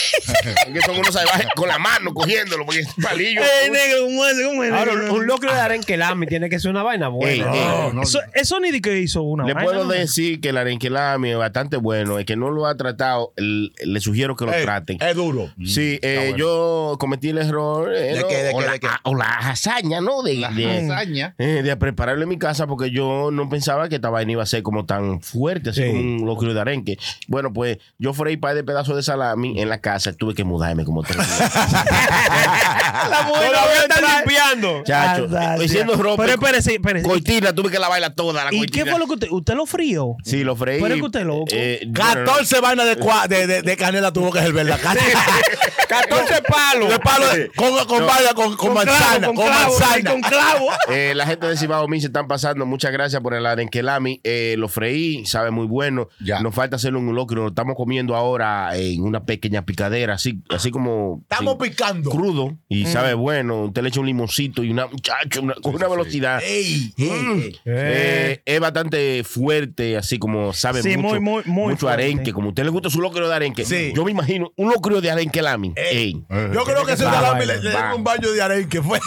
[SPEAKER 2] que son unos salvajes con la mano cogiéndolo, porque es palillo.
[SPEAKER 4] Eh, negro, ¿cómo es? ¿Cómo es?
[SPEAKER 5] Ahora, un, un locro de arenquelami tiene que ser una vaina
[SPEAKER 2] Ey,
[SPEAKER 5] buena.
[SPEAKER 2] ey,
[SPEAKER 1] No,
[SPEAKER 4] Eso, eso ni de que hizo una.
[SPEAKER 2] Le
[SPEAKER 4] vaina,
[SPEAKER 2] puedo
[SPEAKER 4] ¿no?
[SPEAKER 2] decir que el arenquelami es bastante bueno. El que no lo ha tratado, el- le sugiero que lo
[SPEAKER 3] Ey,
[SPEAKER 2] traten.
[SPEAKER 3] Eh, Es duro.
[SPEAKER 4] Mm,
[SPEAKER 2] Sí, eh, yo cometí el error. eh,
[SPEAKER 3] ¿De
[SPEAKER 2] ¿no?
[SPEAKER 3] qué, de
[SPEAKER 2] o,
[SPEAKER 3] qué,
[SPEAKER 2] la,
[SPEAKER 3] de qué?
[SPEAKER 2] a- o la hazaña, ¿no? De,
[SPEAKER 1] La
[SPEAKER 2] de-
[SPEAKER 1] lasaña.
[SPEAKER 2] eh, de prepararlo en mi casa porque yo no pensaba que esta vaina iba a ser como tan fuerte, así
[SPEAKER 5] Sí.
[SPEAKER 2] como un locro de arenque. Bueno, pues yo freí un par de pedazos de salami en la casa. Tuve que mudarme como tres días.
[SPEAKER 4] La mujer
[SPEAKER 5] Todavía
[SPEAKER 4] no
[SPEAKER 5] están
[SPEAKER 4] trae-
[SPEAKER 5] limpiando.
[SPEAKER 2] Chacho,
[SPEAKER 4] Anda,
[SPEAKER 2] estoy haciendo
[SPEAKER 4] tía.
[SPEAKER 2] ropa.
[SPEAKER 4] Ah, Pero espérese, espérese.
[SPEAKER 2] Cortina, tuve que lavarla toda. La
[SPEAKER 4] ¿Y
[SPEAKER 2] cortina.
[SPEAKER 4] qué fue lo que usted, usted lo frío?
[SPEAKER 2] Sí, lo freí.
[SPEAKER 4] Pero es que usted es loco.
[SPEAKER 2] Eh, bueno, no.
[SPEAKER 3] 14 vainas de, cua- de, de, de canela tuvo que hervir la casa.
[SPEAKER 5] 14 palos.
[SPEAKER 3] De palo de- con, con,
[SPEAKER 2] No.
[SPEAKER 3] vaina, con, con manzana. Con, manzana.
[SPEAKER 4] con clavo.
[SPEAKER 2] Eh, la gente de Cibao Mí se están pasando. Muchas gracias por el arenquelami. Eh, lo freí, sabe muy bueno.
[SPEAKER 1] Ya.
[SPEAKER 2] Nos falta hacerlo en un locro. Lo estamos comiendo ahora en una pequeña picadera, así, así como.
[SPEAKER 3] Estamos
[SPEAKER 2] sí,
[SPEAKER 3] picando.
[SPEAKER 2] crudo
[SPEAKER 4] Mm.
[SPEAKER 2] y sabe bueno. Usted le echa un limoncito y una muchacho una- con una velocidad.
[SPEAKER 3] Ey, mm. ey, ey.
[SPEAKER 2] Eh, es bastante fuerte, así como sabe
[SPEAKER 4] Sí,
[SPEAKER 2] mucho,
[SPEAKER 4] muy, muy, muy
[SPEAKER 2] mucho
[SPEAKER 4] fuerte.
[SPEAKER 2] arenque. Como a usted le gusta su locro de arenque,
[SPEAKER 3] Sí. Eh.
[SPEAKER 2] yo me imagino un locro de arenque lami. Ey.
[SPEAKER 1] Eh.
[SPEAKER 3] Yo creo que si
[SPEAKER 5] Va,
[SPEAKER 3] salami le,
[SPEAKER 5] va,
[SPEAKER 3] le
[SPEAKER 2] va.
[SPEAKER 3] dieron un baño de arenque fue.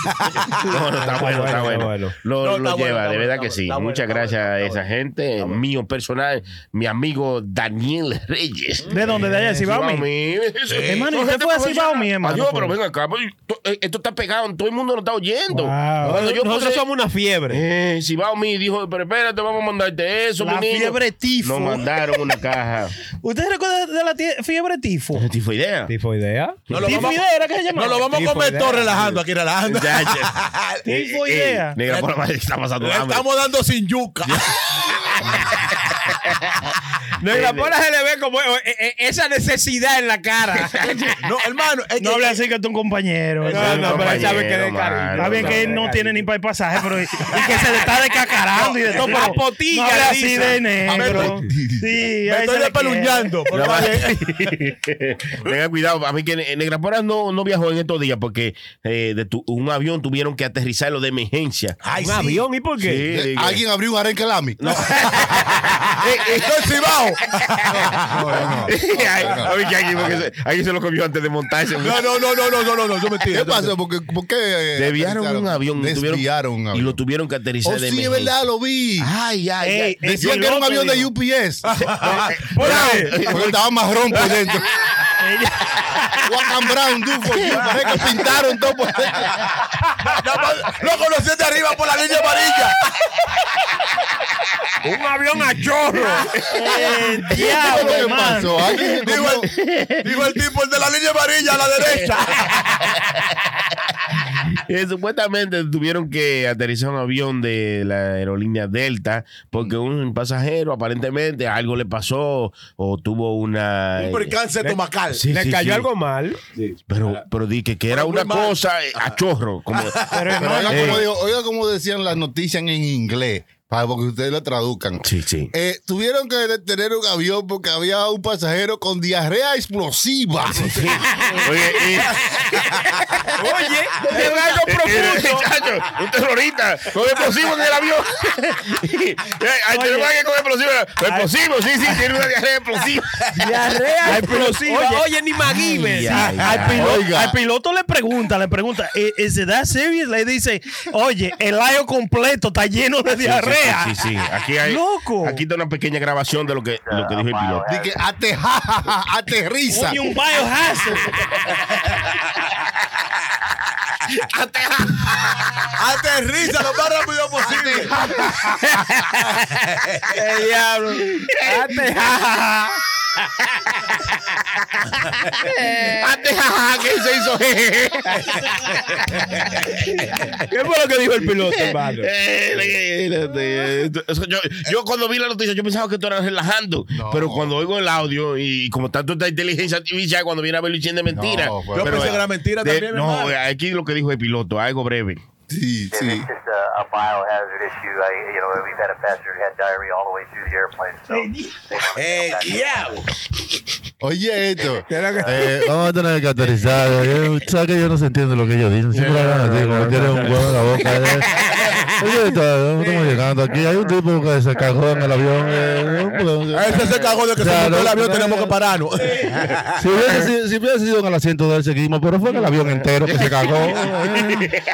[SPEAKER 2] No, no, está bueno, está
[SPEAKER 5] bueno,
[SPEAKER 2] bueno.
[SPEAKER 5] está bueno.
[SPEAKER 2] Lo,
[SPEAKER 3] No,
[SPEAKER 2] lo
[SPEAKER 3] está bueno,
[SPEAKER 2] lleva,
[SPEAKER 3] está
[SPEAKER 2] de verdad
[SPEAKER 3] bueno,
[SPEAKER 2] que
[SPEAKER 3] está
[SPEAKER 2] sí.
[SPEAKER 3] bueno,
[SPEAKER 2] Muchas
[SPEAKER 3] está
[SPEAKER 2] gracias
[SPEAKER 3] bueno,
[SPEAKER 2] a
[SPEAKER 3] está
[SPEAKER 2] esa gente, mío personal, mi amigo Daniel Reyes.
[SPEAKER 4] ¿De dónde? ¿De allá? ¿Si va a mí?
[SPEAKER 2] Sí.
[SPEAKER 4] Hermano, ¿y
[SPEAKER 2] Son
[SPEAKER 4] usted
[SPEAKER 2] gente
[SPEAKER 4] fue a Cibao,
[SPEAKER 2] profesional.
[SPEAKER 4] mi hermano?
[SPEAKER 2] Adiós, pero venga acá. pues, to- eh, Esto está pegado, todo el mundo lo está oyendo.
[SPEAKER 4] Wow.
[SPEAKER 2] Cuando yo
[SPEAKER 5] Nosotros
[SPEAKER 2] puse-
[SPEAKER 5] somos una fiebre.
[SPEAKER 2] Eh, Cibao mi dijo, pero espérate, vamos a mandarte eso,
[SPEAKER 4] La
[SPEAKER 2] mi niño.
[SPEAKER 4] fiebre tifo.
[SPEAKER 2] Nos mandaron una caja.
[SPEAKER 4] ¿Usted recuerda de la tie- fiebre tifo?
[SPEAKER 2] Tifo idea.
[SPEAKER 5] ¿Tifoidea?
[SPEAKER 3] No lo vamos,
[SPEAKER 4] ¿Tifoidea era que se
[SPEAKER 3] no
[SPEAKER 4] llamaba?
[SPEAKER 3] lo vamos
[SPEAKER 5] Tipo
[SPEAKER 3] a comer
[SPEAKER 5] idea.
[SPEAKER 3] todo relajando aquí, relajando.
[SPEAKER 2] Ya, ya.
[SPEAKER 4] Tifoidea.
[SPEAKER 2] Eh, Negra, por la madre, está pasando
[SPEAKER 3] Le
[SPEAKER 2] hambre.
[SPEAKER 3] estamos dando sin yuca.
[SPEAKER 5] No, y la pola se le ve como eh, eh, esa necesidad en la cara.
[SPEAKER 3] No, hermano. es
[SPEAKER 4] No
[SPEAKER 3] que-
[SPEAKER 4] hable así que usted es un compañero.
[SPEAKER 5] No, no, pero él sabe que de
[SPEAKER 2] Compañero,
[SPEAKER 5] cariño.
[SPEAKER 2] mano.
[SPEAKER 4] Está bien que él no tiene ni para el pasaje, pero y que se le está descacarando y de todo,
[SPEAKER 5] La
[SPEAKER 4] pero
[SPEAKER 5] potilla,
[SPEAKER 4] no hable
[SPEAKER 5] le
[SPEAKER 4] así
[SPEAKER 5] dicen.
[SPEAKER 4] de
[SPEAKER 3] A
[SPEAKER 4] negro.
[SPEAKER 3] ver,
[SPEAKER 4] Sí,
[SPEAKER 3] Me
[SPEAKER 4] ahí
[SPEAKER 3] estoy
[SPEAKER 4] se le quiere.
[SPEAKER 3] despeluñando. por
[SPEAKER 2] Nada
[SPEAKER 3] favor.
[SPEAKER 2] más. Tenga cuidado, a mí que eh, Negra Poras no, no viajó en estos días porque eh, de tu- un avión tuvieron que aterrizarlo de emergencia.
[SPEAKER 3] Ay,
[SPEAKER 5] un
[SPEAKER 3] sí.
[SPEAKER 5] avión, ¿y por qué?
[SPEAKER 2] Sí, digo.
[SPEAKER 1] Eh, ¿Alguien abrió un arenque lami? No,
[SPEAKER 3] Esto es Cibao.
[SPEAKER 1] no, no.
[SPEAKER 2] Ay, a mí que alguien, porque se- alguien se lo comió antes de montarse.
[SPEAKER 3] No, no, no, no, no, no, no, no, yo mentira.
[SPEAKER 1] ¿Qué
[SPEAKER 3] yo mentira.
[SPEAKER 1] pasó? ¿Por qué? por qué, eh,
[SPEAKER 2] Desviaron un
[SPEAKER 1] aterrizaron?
[SPEAKER 2] avión y tuvieron-
[SPEAKER 1] Desviaron un
[SPEAKER 2] Y
[SPEAKER 1] avión.
[SPEAKER 2] lo tuvieron que aterrizar de
[SPEAKER 1] Oh, sí, es
[SPEAKER 2] emergencia.
[SPEAKER 1] verdad, lo vi.
[SPEAKER 2] Ay, ay,
[SPEAKER 4] Ey,
[SPEAKER 2] ay.
[SPEAKER 4] ey,
[SPEAKER 1] Decían que era un
[SPEAKER 4] loco,
[SPEAKER 1] avión de
[SPEAKER 4] digo.
[SPEAKER 1] UPS.
[SPEAKER 4] Bravo.
[SPEAKER 1] Porque estaba marrón por dentro. Black and brown, dufo. Parece que pintaron todo por dentro.
[SPEAKER 3] Nada más Lo conocí de arriba por la línea amarilla.
[SPEAKER 5] Un avión a chorro.
[SPEAKER 4] Eh,
[SPEAKER 1] ¿Qué
[SPEAKER 4] Diablo,
[SPEAKER 1] fue lo que
[SPEAKER 4] hermano.
[SPEAKER 1] pasó? Alguien se
[SPEAKER 3] Digo
[SPEAKER 1] comió-
[SPEAKER 3] el, digo el tipo, el de la línea amarilla a la derecha.
[SPEAKER 2] Eh, supuestamente tuvieron que aterrizar un avión de la aerolínea Delta porque un pasajero aparentemente algo le pasó o tuvo una...
[SPEAKER 3] Un percance estomacal.
[SPEAKER 2] Sí,
[SPEAKER 5] le
[SPEAKER 2] sí,
[SPEAKER 5] cayó
[SPEAKER 2] sí.
[SPEAKER 5] algo mal.
[SPEAKER 2] Pero, pero di que, que era
[SPEAKER 3] Pero muy
[SPEAKER 2] una
[SPEAKER 3] mal.
[SPEAKER 2] cosa eh, a chorro. Como,
[SPEAKER 1] Pero oiga
[SPEAKER 2] Eh,
[SPEAKER 1] como, digo- oiga como decían las noticias en inglés, para porque ustedes la traduzcan.
[SPEAKER 2] sí, sí.
[SPEAKER 1] Eh, tuvieron que detener un avión porque había un pasajero con diarrea explosiva.
[SPEAKER 2] Oye, y-
[SPEAKER 5] Oye, de algo
[SPEAKER 2] Eh,
[SPEAKER 5] profundo.
[SPEAKER 2] muchacho, un terrorista con explosivo en el avión. Eh, Hay
[SPEAKER 4] Oye.
[SPEAKER 2] terroristas que con explosivo. Con explosivo, sí, sí, tiene una diarrea explosiva.
[SPEAKER 4] Diarrea
[SPEAKER 5] Explosiva. Oye, ni MacGyver.
[SPEAKER 2] Ay, ay,
[SPEAKER 4] Al, al
[SPEAKER 2] ay.
[SPEAKER 4] pilo-
[SPEAKER 1] Oiga.
[SPEAKER 4] al piloto le pregunta, le pregunta, "Eh, eh, ¿se da serious? Le dice, oye, el ayo completo está lleno de diarrea.
[SPEAKER 2] Sí, sí, sí, sí. Aquí hay.
[SPEAKER 4] Loco.
[SPEAKER 2] Aquí está una pequeña grabación de lo que, lo que dijo el piloto.
[SPEAKER 1] Dije, ateja, aterriza.
[SPEAKER 4] Oye, un biohazard.
[SPEAKER 3] Aterriza lo más rápido posible.
[SPEAKER 5] El diablo. Date, ja, ja, ja.
[SPEAKER 2] Antes, jajaja, que se hizo jeje.
[SPEAKER 5] ¿Qué fue lo que dijo el piloto, hermano?
[SPEAKER 2] Eh, eh, eh, eh, Yo, yo cuando vi la noticia, yo pensaba que tú eras relajando.
[SPEAKER 1] No.
[SPEAKER 2] Pero cuando oigo el audio y como tanto esta inteligencia artificial, cuando viene a ver lo dicen de mentira.
[SPEAKER 1] No, pues.
[SPEAKER 3] Yo
[SPEAKER 2] pero,
[SPEAKER 3] pensé que era
[SPEAKER 2] eh,
[SPEAKER 3] mentira
[SPEAKER 2] de-
[SPEAKER 3] también,
[SPEAKER 2] No,
[SPEAKER 3] hermano.
[SPEAKER 2] eh, aquí lo que dijo el piloto, algo breve.
[SPEAKER 1] Sí,
[SPEAKER 6] It-
[SPEAKER 1] sí.
[SPEAKER 6] It's just a, a biohazard issue. I, you know, we've had a passenger who had diarrhea all the way through the airplane. So they wanna
[SPEAKER 3] Eh,
[SPEAKER 6] come back.
[SPEAKER 3] diablo.
[SPEAKER 1] Oye, esto.
[SPEAKER 5] que-
[SPEAKER 1] Eh, vamos a tener que aterrizar. Yo- Sabes que yo no se entiende lo que ellos dicen. Siempre hablan así, como tienen un huevo en la boca. eh. Oye, esto, ¿dónde estamos llegando aquí. Hay un tipo que se cagó en el avión. eh, no podemos-
[SPEAKER 3] Este se cagó de que
[SPEAKER 1] O sea,
[SPEAKER 3] se montó el
[SPEAKER 1] no-
[SPEAKER 3] avión,
[SPEAKER 1] no-
[SPEAKER 3] tenemos que pararnos.
[SPEAKER 1] Si hubiese, sido- si hubiese sido en el asiento de él, seguimos, pero fue en el avión entero que se cagó. eh.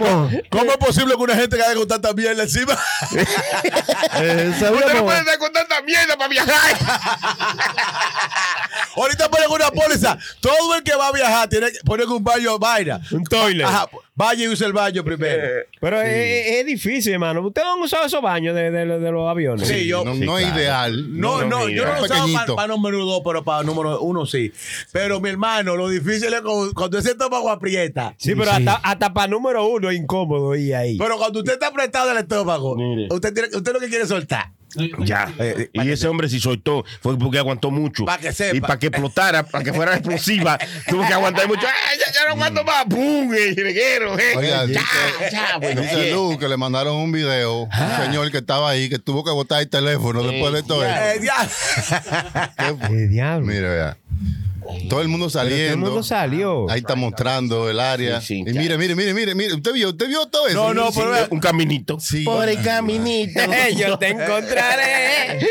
[SPEAKER 1] Vamos,
[SPEAKER 3] ¿Cómo es posible que una gente que haga con tanta mierda encima?
[SPEAKER 1] eh, sabíamos.
[SPEAKER 2] estar con tanta mierda para viajar.
[SPEAKER 3] Ahorita ponen una póliza. Todo el que va a viajar tiene que poner un baño vaina.
[SPEAKER 5] Un toilet.
[SPEAKER 3] Ajá, vaya y usa el baño
[SPEAKER 1] Eh,
[SPEAKER 3] primero.
[SPEAKER 5] Pero es- es, es difícil, hermano. ¿Ustedes han usado esos baños de, de- de los aviones?
[SPEAKER 3] Sí, yo.
[SPEAKER 1] No,
[SPEAKER 2] Sí,
[SPEAKER 1] no es
[SPEAKER 2] claro.
[SPEAKER 1] ideal.
[SPEAKER 3] No, no, yo no
[SPEAKER 1] Es
[SPEAKER 3] lo usaba para
[SPEAKER 1] pequeñito.
[SPEAKER 3] número dos, pero para número uno sí. Pero mi hermano, lo difícil es cu- cuando ese estómago aprieta.
[SPEAKER 5] Sí, pero Hasta, hasta para número uno es incómodo ir ahí.
[SPEAKER 3] Pero cuando usted está apretado el estómago,
[SPEAKER 2] Mire.
[SPEAKER 3] usted, tiene, usted lo que quiere es soltar.
[SPEAKER 2] Ya.
[SPEAKER 3] Eh,
[SPEAKER 2] Y ese hombre si soltó fue porque aguantó mucho.
[SPEAKER 3] Pa' que sepa.
[SPEAKER 2] Y para que explotara, para que fuera explosiva, tuvo que aguantar mucho. ¡Ay, ya, ya no aguanto más! ¡Pum! ¡El reguero! eh!
[SPEAKER 1] Oiga,
[SPEAKER 2] ya,
[SPEAKER 1] dice-
[SPEAKER 2] ya,
[SPEAKER 3] Eh,
[SPEAKER 2] bueno,
[SPEAKER 1] Dice
[SPEAKER 2] bien.
[SPEAKER 1] Lu que le mandaron un video, un señor que estaba ahí, que tuvo que botar el teléfono después de todo esto.
[SPEAKER 3] Eh, ya.
[SPEAKER 5] ¿Qué diablo?
[SPEAKER 1] Mira, vea. Todo el mundo
[SPEAKER 5] Pero todo
[SPEAKER 1] saliendo.
[SPEAKER 5] el mundo salió.
[SPEAKER 1] Ahí está mostrando el área.
[SPEAKER 2] Sí, sí,
[SPEAKER 1] y
[SPEAKER 2] ya.
[SPEAKER 1] mire, mire, mire, mire, mire. ¿Usted vio, usted vio todo eso?
[SPEAKER 3] No, no,
[SPEAKER 1] Sí,
[SPEAKER 3] pero vea,
[SPEAKER 2] Un caminito.
[SPEAKER 1] Sí.
[SPEAKER 2] caminito. Eh.
[SPEAKER 5] yo te encontraré.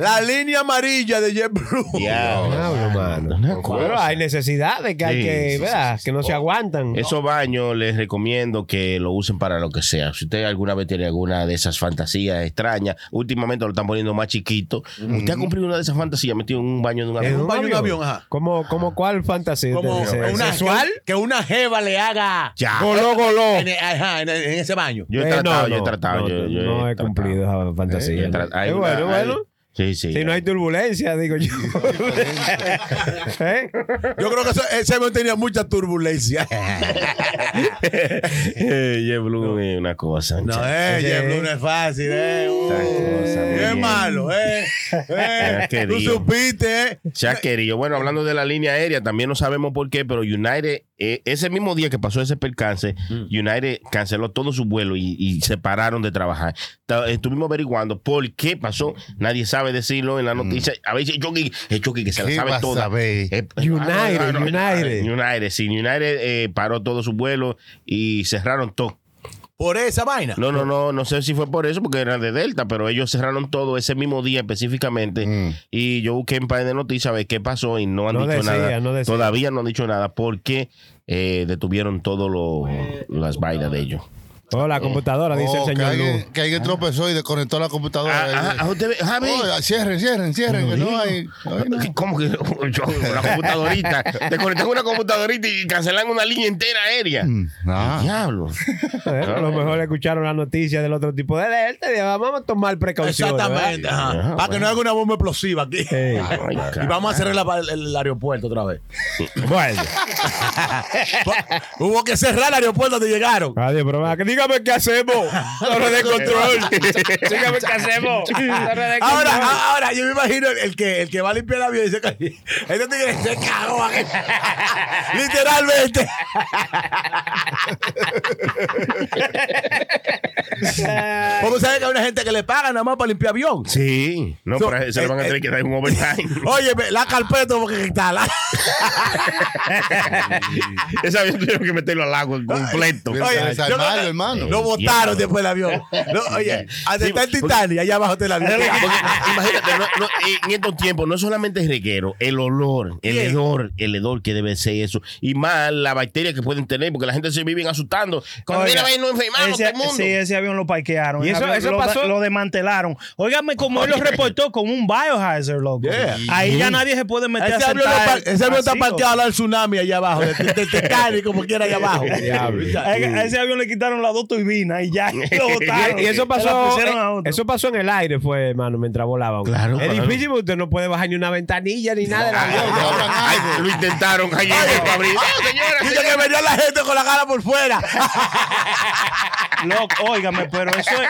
[SPEAKER 3] la línea amarilla de JetBlue.
[SPEAKER 5] Diablo, mano. Pero hay necesidades que hay
[SPEAKER 2] Sí,
[SPEAKER 5] que,
[SPEAKER 2] sí,
[SPEAKER 5] ¿verdad?
[SPEAKER 2] sí, Oh. sí,
[SPEAKER 5] que no se aguantan.
[SPEAKER 2] Esos baños les recomiendo que lo usen para lo que sea. Si usted alguna vez tiene alguna de esas fantasías extrañas, últimamente lo están poniendo más chiquito. Usted ha cumplido una de esas fantasías metido en un baño de un
[SPEAKER 5] ¿En
[SPEAKER 2] avión.
[SPEAKER 3] un baño de avión, ajá.
[SPEAKER 5] ¿Cómo, cómo cuál fantasía?
[SPEAKER 3] Como
[SPEAKER 5] usted dice?
[SPEAKER 3] una,
[SPEAKER 5] ¿Sexual?
[SPEAKER 3] que, que una jeva le haga
[SPEAKER 2] Ya.
[SPEAKER 5] Goló, goló.
[SPEAKER 3] en, ajá, en- en ese baño.
[SPEAKER 2] Yo he
[SPEAKER 5] Eh,
[SPEAKER 2] tratado,
[SPEAKER 5] no,
[SPEAKER 2] yo he
[SPEAKER 5] no,
[SPEAKER 2] tratado.
[SPEAKER 5] no,
[SPEAKER 2] yo- yo
[SPEAKER 5] no he
[SPEAKER 2] tratado.
[SPEAKER 5] cumplido esa
[SPEAKER 2] Sí,
[SPEAKER 5] fantasía.
[SPEAKER 2] he tratado. Hay
[SPEAKER 5] Es
[SPEAKER 2] una-
[SPEAKER 5] bueno, bueno.
[SPEAKER 2] hay- Sí, sí.
[SPEAKER 5] Si no hay turbulencia, digo yo. ¿Eh?
[SPEAKER 3] Yo creo que ese, ese avión tenía mucha turbulencia.
[SPEAKER 2] Eh, JetBlue es una cosa.
[SPEAKER 3] No,
[SPEAKER 2] muchacho.
[SPEAKER 3] eh,
[SPEAKER 5] Sí.
[SPEAKER 3] JetBlue no es fácil, eh. Uh,
[SPEAKER 2] Esa cosa, muy
[SPEAKER 3] qué
[SPEAKER 2] bien.
[SPEAKER 3] malo, eh. eh.
[SPEAKER 2] qué
[SPEAKER 3] Tú
[SPEAKER 2] lío.
[SPEAKER 3] supiste, eh.
[SPEAKER 2] Ya querido. Bueno, hablando de la línea aérea, también no sabemos por qué, pero United, eh, ese mismo día que pasó ese percance,
[SPEAKER 5] Mm.
[SPEAKER 2] United canceló todo su vuelo y, y se pararon de trabajar. Ta- Estuvimos averiguando por qué pasó. Nadie sabe decirlo en la
[SPEAKER 5] Mm.
[SPEAKER 2] noticia. A veces Chucky, es Chucky que se la
[SPEAKER 1] ¿Qué
[SPEAKER 2] sabe
[SPEAKER 1] vas a
[SPEAKER 2] toda.
[SPEAKER 1] saber?
[SPEAKER 2] Eh,
[SPEAKER 5] United,
[SPEAKER 2] ah, no, ah, no,
[SPEAKER 5] United.
[SPEAKER 2] United, sí. United eh, paró todo su vuelo y cerraron todo.
[SPEAKER 3] Por esa vaina.
[SPEAKER 2] No, no, no, no sé si fue por eso, porque era de Delta, pero ellos cerraron todo ese mismo día específicamente.
[SPEAKER 1] Mm.
[SPEAKER 2] Y yo busqué en página de noticias a ver qué pasó y no han
[SPEAKER 5] No
[SPEAKER 2] dicho
[SPEAKER 5] decía,
[SPEAKER 2] nada.
[SPEAKER 5] no decía.
[SPEAKER 2] Todavía no han dicho nada porque eh, detuvieron todas las vainas de ellos.
[SPEAKER 5] Oh, la computadora, dice
[SPEAKER 1] Oh,
[SPEAKER 5] el
[SPEAKER 1] que
[SPEAKER 5] señor Lu.
[SPEAKER 1] alguien, que alguien tropezó y desconectó la computadora.
[SPEAKER 2] Ah, ah, ah, usted ve- Javi.
[SPEAKER 1] Oh, cierren, cierren, cierren, que no hay. ay, no.
[SPEAKER 2] ¿Cómo que yo, una computadorita? Te conectan una computadorita y cancelan una línea entera aérea.
[SPEAKER 1] Ah.
[SPEAKER 2] Diablo.
[SPEAKER 5] Eh, A lo mejor escucharon la noticia del otro tipo de alerta y dijeron, vamos a tomar precauciones.
[SPEAKER 3] Exactamente.
[SPEAKER 5] ¿verdad?
[SPEAKER 3] ajá.
[SPEAKER 2] Ajá,
[SPEAKER 3] Para que
[SPEAKER 2] bueno.
[SPEAKER 3] no haga una bomba explosiva aquí.
[SPEAKER 5] Eh,
[SPEAKER 2] Ay,
[SPEAKER 3] Y
[SPEAKER 2] cara.
[SPEAKER 3] vamos a cerrar la- el, el aeropuerto otra vez.
[SPEAKER 5] bueno,
[SPEAKER 3] Hubo que cerrar el aeropuerto donde llegaron.
[SPEAKER 5] adiós, pero va, que dígame qué hacemos. Torre de control. dígame qué hacemos. Torre de
[SPEAKER 3] Ahora,
[SPEAKER 5] control.
[SPEAKER 3] a- ahora, yo me imagino el, el que, el que va a limpiar el avión y dice, "Coño, este tigre se cagó aquí". Literalmente. ¿Cómo sabes que hay una gente que le paga nada más para limpiar avión?
[SPEAKER 2] Sí. No,
[SPEAKER 3] So,
[SPEAKER 2] pero se le van a
[SPEAKER 3] eh,
[SPEAKER 2] tener que dar un overtime.
[SPEAKER 3] Oye, ve, la carpeta porque quitarla.
[SPEAKER 2] Ese avión tuvieron que meterlo al lago completo.
[SPEAKER 1] Oye, desarmarlo, hermano.
[SPEAKER 3] Lo botaron
[SPEAKER 2] Diablo.
[SPEAKER 3] después del avión. No, oye, hasta
[SPEAKER 2] Sí,
[SPEAKER 3] está el
[SPEAKER 2] porque-
[SPEAKER 3] Titanic, allá abajo está el avión.
[SPEAKER 2] Porque, imagínate, no- no, eh, en estos tiempos no solamente es reguero, el olor, el
[SPEAKER 3] Bien.
[SPEAKER 2] hedor, el hedor que debe ser eso. Y más las bacterias que pueden tener, porque la gente se vive asustando. Cuando
[SPEAKER 4] Oiga,
[SPEAKER 2] mira, ven, nos enfermamos
[SPEAKER 4] ese,
[SPEAKER 2] todo el mundo.
[SPEAKER 4] Sí, ese avión lo parquearon.
[SPEAKER 5] Y
[SPEAKER 4] El
[SPEAKER 5] eso-
[SPEAKER 4] avión
[SPEAKER 5] eso
[SPEAKER 4] lo,
[SPEAKER 5] pasó-
[SPEAKER 4] lo desmantelaron. Óigame cómo él lo reportó con un biohazard, loco.
[SPEAKER 3] Yeah.
[SPEAKER 4] Ahí ya nadie se puede meter
[SPEAKER 3] Ese
[SPEAKER 4] a
[SPEAKER 3] avión,
[SPEAKER 4] sentar
[SPEAKER 3] no par- ese avión está
[SPEAKER 4] así,
[SPEAKER 3] parqueado al lado del tsunami allá abajo, del, del Titanic, como quiera allá abajo.
[SPEAKER 5] Diablo.
[SPEAKER 4] loco. A a Eh, ese avión le quitaron las dos turbinas y ya lo botaron.
[SPEAKER 5] Y eso
[SPEAKER 4] Se la
[SPEAKER 5] pasó,
[SPEAKER 4] pusieron a
[SPEAKER 5] eh,
[SPEAKER 4] otro.
[SPEAKER 5] eso pasó en el aire, fue, hermano, mientras volaban.
[SPEAKER 2] Claro,
[SPEAKER 5] es
[SPEAKER 2] claro.
[SPEAKER 5] difícil porque usted no puede bajar ni una ventanilla ni nada del
[SPEAKER 2] Ay,
[SPEAKER 5] avión.
[SPEAKER 2] no, ay, lo intentaron ayer para abrir. ¡Ah, señora,
[SPEAKER 3] Dice
[SPEAKER 2] señora!
[SPEAKER 3] que venía la gente con la cara por fuera.
[SPEAKER 4] Loco, óigame, pero eso es,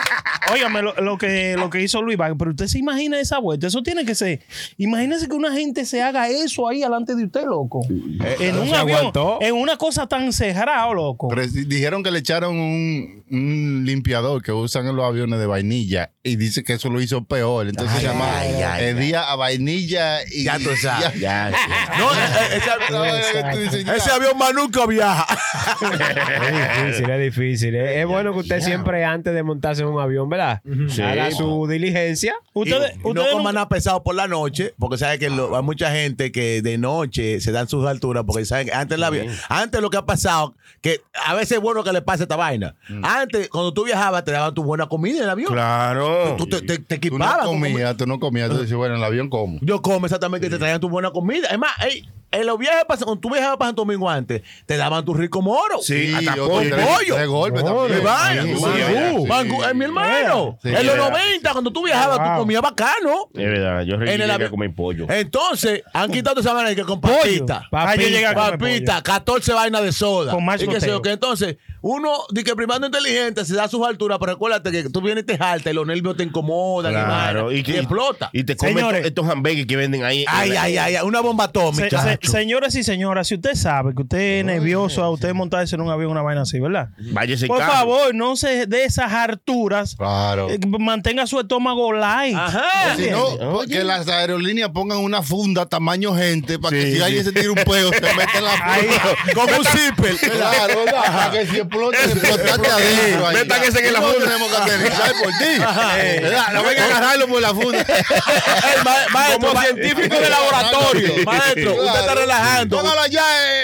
[SPEAKER 4] Óigame lo, lo que, lo que hizo Luis Vargas, pero usted se imagina esa vuelta. Eso tiene que ser. Imagínese que una gente se haga eso ahí delante de usted, loco. en un
[SPEAKER 5] se
[SPEAKER 4] avión,
[SPEAKER 5] aguantó.
[SPEAKER 4] en una cosa tan cerrada, loco.
[SPEAKER 1] Pero es- dijeron que le echaron un, un limpiador que usan en los aviones de vainilla y dice que eso lo hizo peor. Entonces se llama
[SPEAKER 2] ay, ay,
[SPEAKER 1] el
[SPEAKER 2] ay.
[SPEAKER 1] día a vainilla y.
[SPEAKER 3] Ya tú sabes.
[SPEAKER 2] Ya, sí.
[SPEAKER 3] No, e- e- ese
[SPEAKER 1] Esa
[SPEAKER 3] avión,
[SPEAKER 1] vaina que tú dices, ya.
[SPEAKER 3] ese avión más nunca viaja.
[SPEAKER 5] Es difícil, es difícil. Es, es bueno que usted siempre antes de montarse en un avión, ¿verdad?
[SPEAKER 2] Sí.
[SPEAKER 5] Haga su diligencia.
[SPEAKER 4] Ustedes,
[SPEAKER 3] Y no
[SPEAKER 4] ustedes
[SPEAKER 3] coman
[SPEAKER 4] nunca-
[SPEAKER 3] nada pesado por la noche, porque sabe que lo- hay mucha gente que de noche se dan sus alturas, porque saben que antes, la vi- antes lo que ha pasado, que a veces es bueno que le pase esta vaina. Antes, cuando tú viajabas, te daban tu buena comida en el avión.
[SPEAKER 2] Claro.
[SPEAKER 3] Tú te, te- te
[SPEAKER 1] Tú no
[SPEAKER 3] equipabas. tú comías.
[SPEAKER 1] comías, tú no comías. Tú dices, bueno, en el avión como.
[SPEAKER 3] Yo como exactamente, te traían tu buena comida. Es más, ey, en los viajes, pasan- cuando tú viajabas para Santo Domingo antes, te daban tu rico moro.
[SPEAKER 2] Sí,
[SPEAKER 1] Y
[SPEAKER 2] hasta
[SPEAKER 1] otro,
[SPEAKER 2] pollo.
[SPEAKER 1] tres-
[SPEAKER 3] Pollo.
[SPEAKER 1] tres golpes
[SPEAKER 5] Moro,
[SPEAKER 1] también.
[SPEAKER 3] De vaina.
[SPEAKER 1] Sí,
[SPEAKER 2] Mangú.
[SPEAKER 1] sí, sí.
[SPEAKER 3] Mangú, es eh, mi hermano.
[SPEAKER 1] Sí,
[SPEAKER 3] en
[SPEAKER 2] era.
[SPEAKER 3] los 90, cuando tú viajabas,
[SPEAKER 4] Wow.
[SPEAKER 3] tú comías bacano.
[SPEAKER 2] Es verdad, yo
[SPEAKER 3] En el
[SPEAKER 2] llegué a
[SPEAKER 3] avión.
[SPEAKER 2] comer pollo.
[SPEAKER 3] Entonces, han quitado esa vaina de que con papita.
[SPEAKER 4] Ah, yo llegué a comer
[SPEAKER 3] Papita, 14 vainas de soda.
[SPEAKER 4] Con más
[SPEAKER 3] y que sé
[SPEAKER 4] goteo.
[SPEAKER 3] yo qué. Entonces, uno, de que primando inteligente, se da sus alturas, pero recuérdate que tú vienes y te jaltas y los nervios te incomodan y
[SPEAKER 2] Claro,
[SPEAKER 3] vaina, y,
[SPEAKER 2] que-
[SPEAKER 3] explota.
[SPEAKER 2] Y te comen
[SPEAKER 4] Señores.
[SPEAKER 2] estos, estos hamburgues que venden ahí.
[SPEAKER 3] ay, ay, ay, ay, una bomba
[SPEAKER 4] Se-
[SPEAKER 3] atómica.
[SPEAKER 4] se- señoras y señores, si usted sabe que usted es nervioso a usted montarse en un avión, una vaina así, ¿verdad?
[SPEAKER 2] Váyase
[SPEAKER 4] Por
[SPEAKER 2] carro.
[SPEAKER 4] favor, no se dé esas harturas.
[SPEAKER 1] Claro.
[SPEAKER 4] Eh, mantenga su estómago light.
[SPEAKER 3] Ajá.
[SPEAKER 1] Si no, pues, que las aerolíneas pongan una funda tamaño gente para que
[SPEAKER 2] Sí,
[SPEAKER 1] si alguien
[SPEAKER 2] sí.
[SPEAKER 1] se tira un peo, se mete en la
[SPEAKER 4] Ahí.
[SPEAKER 1] funda.
[SPEAKER 3] Como un zipper.
[SPEAKER 1] Claro, ¿verdad? para que si explote, explotaste adentro. ahí.
[SPEAKER 2] Metan ese que la
[SPEAKER 1] No
[SPEAKER 2] funda.
[SPEAKER 1] tenemos que aterrizar por ti. ¿Verdad? No vengan a agarrarlo por la
[SPEAKER 3] El
[SPEAKER 1] funda.
[SPEAKER 3] Eh, ma- maestro,
[SPEAKER 2] Como
[SPEAKER 3] ma-
[SPEAKER 2] científico
[SPEAKER 1] de laboratorio.
[SPEAKER 3] Maestro, usted está
[SPEAKER 1] Claro.
[SPEAKER 3] relajando.
[SPEAKER 1] Póngalo allá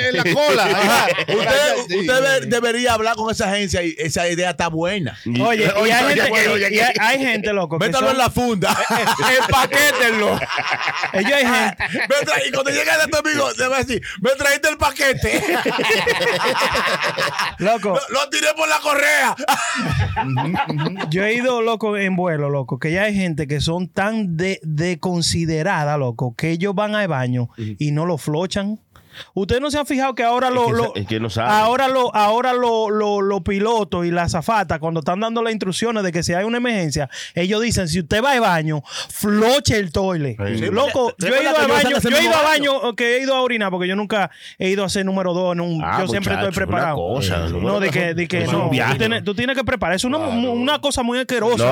[SPEAKER 1] en la cola.
[SPEAKER 3] Ajá.
[SPEAKER 1] Ajá.
[SPEAKER 3] Usted,
[SPEAKER 1] Sí.
[SPEAKER 3] usted de- debería hablar con esa agencia y esa idea está buena.
[SPEAKER 2] Y-
[SPEAKER 4] Oye, y hay, gente,
[SPEAKER 2] oye, oye,
[SPEAKER 4] y- y hay- hay gente, loco. que
[SPEAKER 3] Métalo
[SPEAKER 4] son-
[SPEAKER 3] en la funda. Empaquétenlo.
[SPEAKER 4] Ellos hay
[SPEAKER 3] Ah.
[SPEAKER 4] gente.
[SPEAKER 3] Me tra- y cuando llegue este amigo, le va a decir, me traíste el paquete.
[SPEAKER 4] Loco,
[SPEAKER 3] lo, lo tiré por la correa.
[SPEAKER 4] yo he ido loco en vuelo, loco, que ya hay gente que son tan de, desconsiderada, loco, que ellos van al baño y no lo flochan. Ustedes no se han fijado que ahora lo,
[SPEAKER 2] que
[SPEAKER 4] lo-
[SPEAKER 2] sa- es que no saben.
[SPEAKER 4] ahora lo, ahora lo, lo- lo pilotos y la azafata, cuando están dando las instrucciones de que si hay una emergencia, ellos dicen, si usted va al baño, floche el toile. Loco,
[SPEAKER 3] Sí,
[SPEAKER 4] yo he ido
[SPEAKER 3] porque
[SPEAKER 4] al
[SPEAKER 3] yo
[SPEAKER 4] baño,
[SPEAKER 3] ese
[SPEAKER 4] yo he ido al
[SPEAKER 3] mismo
[SPEAKER 4] baño, que he ido a orinar, porque yo nunca he ido a ser número dos, en un-
[SPEAKER 2] Ah,
[SPEAKER 4] yo siempre
[SPEAKER 2] muchacho,
[SPEAKER 4] estoy preparado.
[SPEAKER 2] una cosa,
[SPEAKER 4] No,
[SPEAKER 2] número
[SPEAKER 4] de
[SPEAKER 2] dos
[SPEAKER 4] que, de que
[SPEAKER 2] es un
[SPEAKER 4] no. Tú
[SPEAKER 2] viaje.
[SPEAKER 4] tienes, tú tienes que preparar. Es una, una cosa muy asquerosa.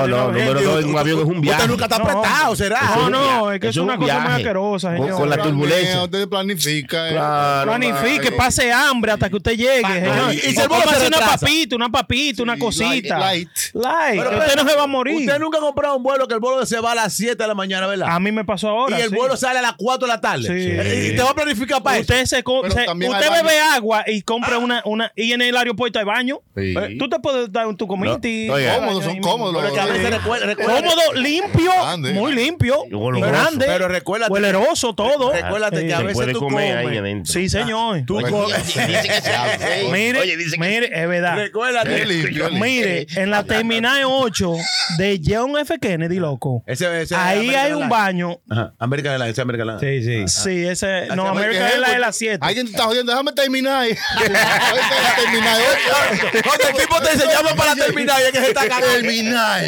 [SPEAKER 2] No,
[SPEAKER 4] de una
[SPEAKER 2] no,
[SPEAKER 4] vez.
[SPEAKER 2] número dos en un avión es un viaje.
[SPEAKER 3] Usted nunca está
[SPEAKER 4] No.
[SPEAKER 3] apretado, será.
[SPEAKER 4] No, no, es que es
[SPEAKER 2] Eso
[SPEAKER 4] una
[SPEAKER 2] un
[SPEAKER 4] cosa muy
[SPEAKER 2] viaje.
[SPEAKER 4] asquerosa,
[SPEAKER 2] Con-
[SPEAKER 4] señor.
[SPEAKER 2] Con la
[SPEAKER 1] Planea,
[SPEAKER 2] turbulencia.
[SPEAKER 1] Usted planifica. eh.
[SPEAKER 2] Claro,
[SPEAKER 4] Planifique,
[SPEAKER 1] Claro.
[SPEAKER 2] eh.
[SPEAKER 4] pase hambre hasta que usted llegue. señor.
[SPEAKER 3] y- y se
[SPEAKER 4] O
[SPEAKER 3] vuelve,
[SPEAKER 4] cómase
[SPEAKER 3] se
[SPEAKER 4] una
[SPEAKER 3] retrasa.
[SPEAKER 4] papita, una papita, una
[SPEAKER 1] Sí,
[SPEAKER 4] cosita.
[SPEAKER 1] light, light.
[SPEAKER 4] Light, que usted no se va a morir.
[SPEAKER 3] Usted nunca ha comprado un vuelo que el vuelo se va a las 7 de la mañana, ¿verdad?
[SPEAKER 4] A mí me pasó ahora.
[SPEAKER 3] y el
[SPEAKER 4] sí.
[SPEAKER 3] vuelo sale a las 4 de la tarde. Eh,
[SPEAKER 4] Sí.
[SPEAKER 3] Y te va a planificar para eso.
[SPEAKER 4] Usted, se, co-
[SPEAKER 1] Pero
[SPEAKER 4] se-
[SPEAKER 1] también
[SPEAKER 4] usted
[SPEAKER 1] hay
[SPEAKER 4] bebe agua y compra
[SPEAKER 3] Ah.
[SPEAKER 4] una, una. Y en el aeropuerto hay baño. Eh,
[SPEAKER 1] Sí.
[SPEAKER 4] Tú te puedes dar tu comida. y-
[SPEAKER 2] No, oiga.
[SPEAKER 1] Cómodos, son
[SPEAKER 4] Ay,
[SPEAKER 1] cómodos.
[SPEAKER 3] Pero
[SPEAKER 1] los
[SPEAKER 3] que a veces
[SPEAKER 1] aviones.
[SPEAKER 3] recuerda, recuerda-
[SPEAKER 4] Cómodo, limpio,
[SPEAKER 1] Grande.
[SPEAKER 4] muy limpio,
[SPEAKER 2] Oloroso.
[SPEAKER 4] grande,
[SPEAKER 3] Pero recuérdate-
[SPEAKER 4] hueleroso todo.
[SPEAKER 3] Recuérdate que a
[SPEAKER 4] Eh,
[SPEAKER 3] veces
[SPEAKER 2] Ah, puede
[SPEAKER 3] tú
[SPEAKER 2] comer ahí
[SPEAKER 3] comes.
[SPEAKER 2] adentro.
[SPEAKER 4] Sí, señor.
[SPEAKER 3] Tú
[SPEAKER 1] Bueno,
[SPEAKER 3] co-
[SPEAKER 4] mire,
[SPEAKER 2] Oye, dice que-
[SPEAKER 4] mire, es verdad.
[SPEAKER 1] Qué
[SPEAKER 3] Recuérdate.
[SPEAKER 1] limpio, limpio.
[SPEAKER 4] Mire, en la terminal 8 de John F. Kennedy, loco.
[SPEAKER 3] Ese- ese es
[SPEAKER 4] Ahí
[SPEAKER 3] American
[SPEAKER 4] hay un
[SPEAKER 3] Airlines.
[SPEAKER 4] baño.
[SPEAKER 3] Ajá. American Airlines, ese es American Airlines.
[SPEAKER 5] Sí, sí.
[SPEAKER 4] Sí, ese. No,
[SPEAKER 1] Oye,
[SPEAKER 4] American
[SPEAKER 1] ¿qué?
[SPEAKER 4] Airlines es la 7.
[SPEAKER 1] Alguien te está jodiendo, déjame terminar. ahí. Déjame terminar. oye.
[SPEAKER 3] Oye, el tipo te dice, llama para terminar y es que se está cagando.
[SPEAKER 1] Terminar.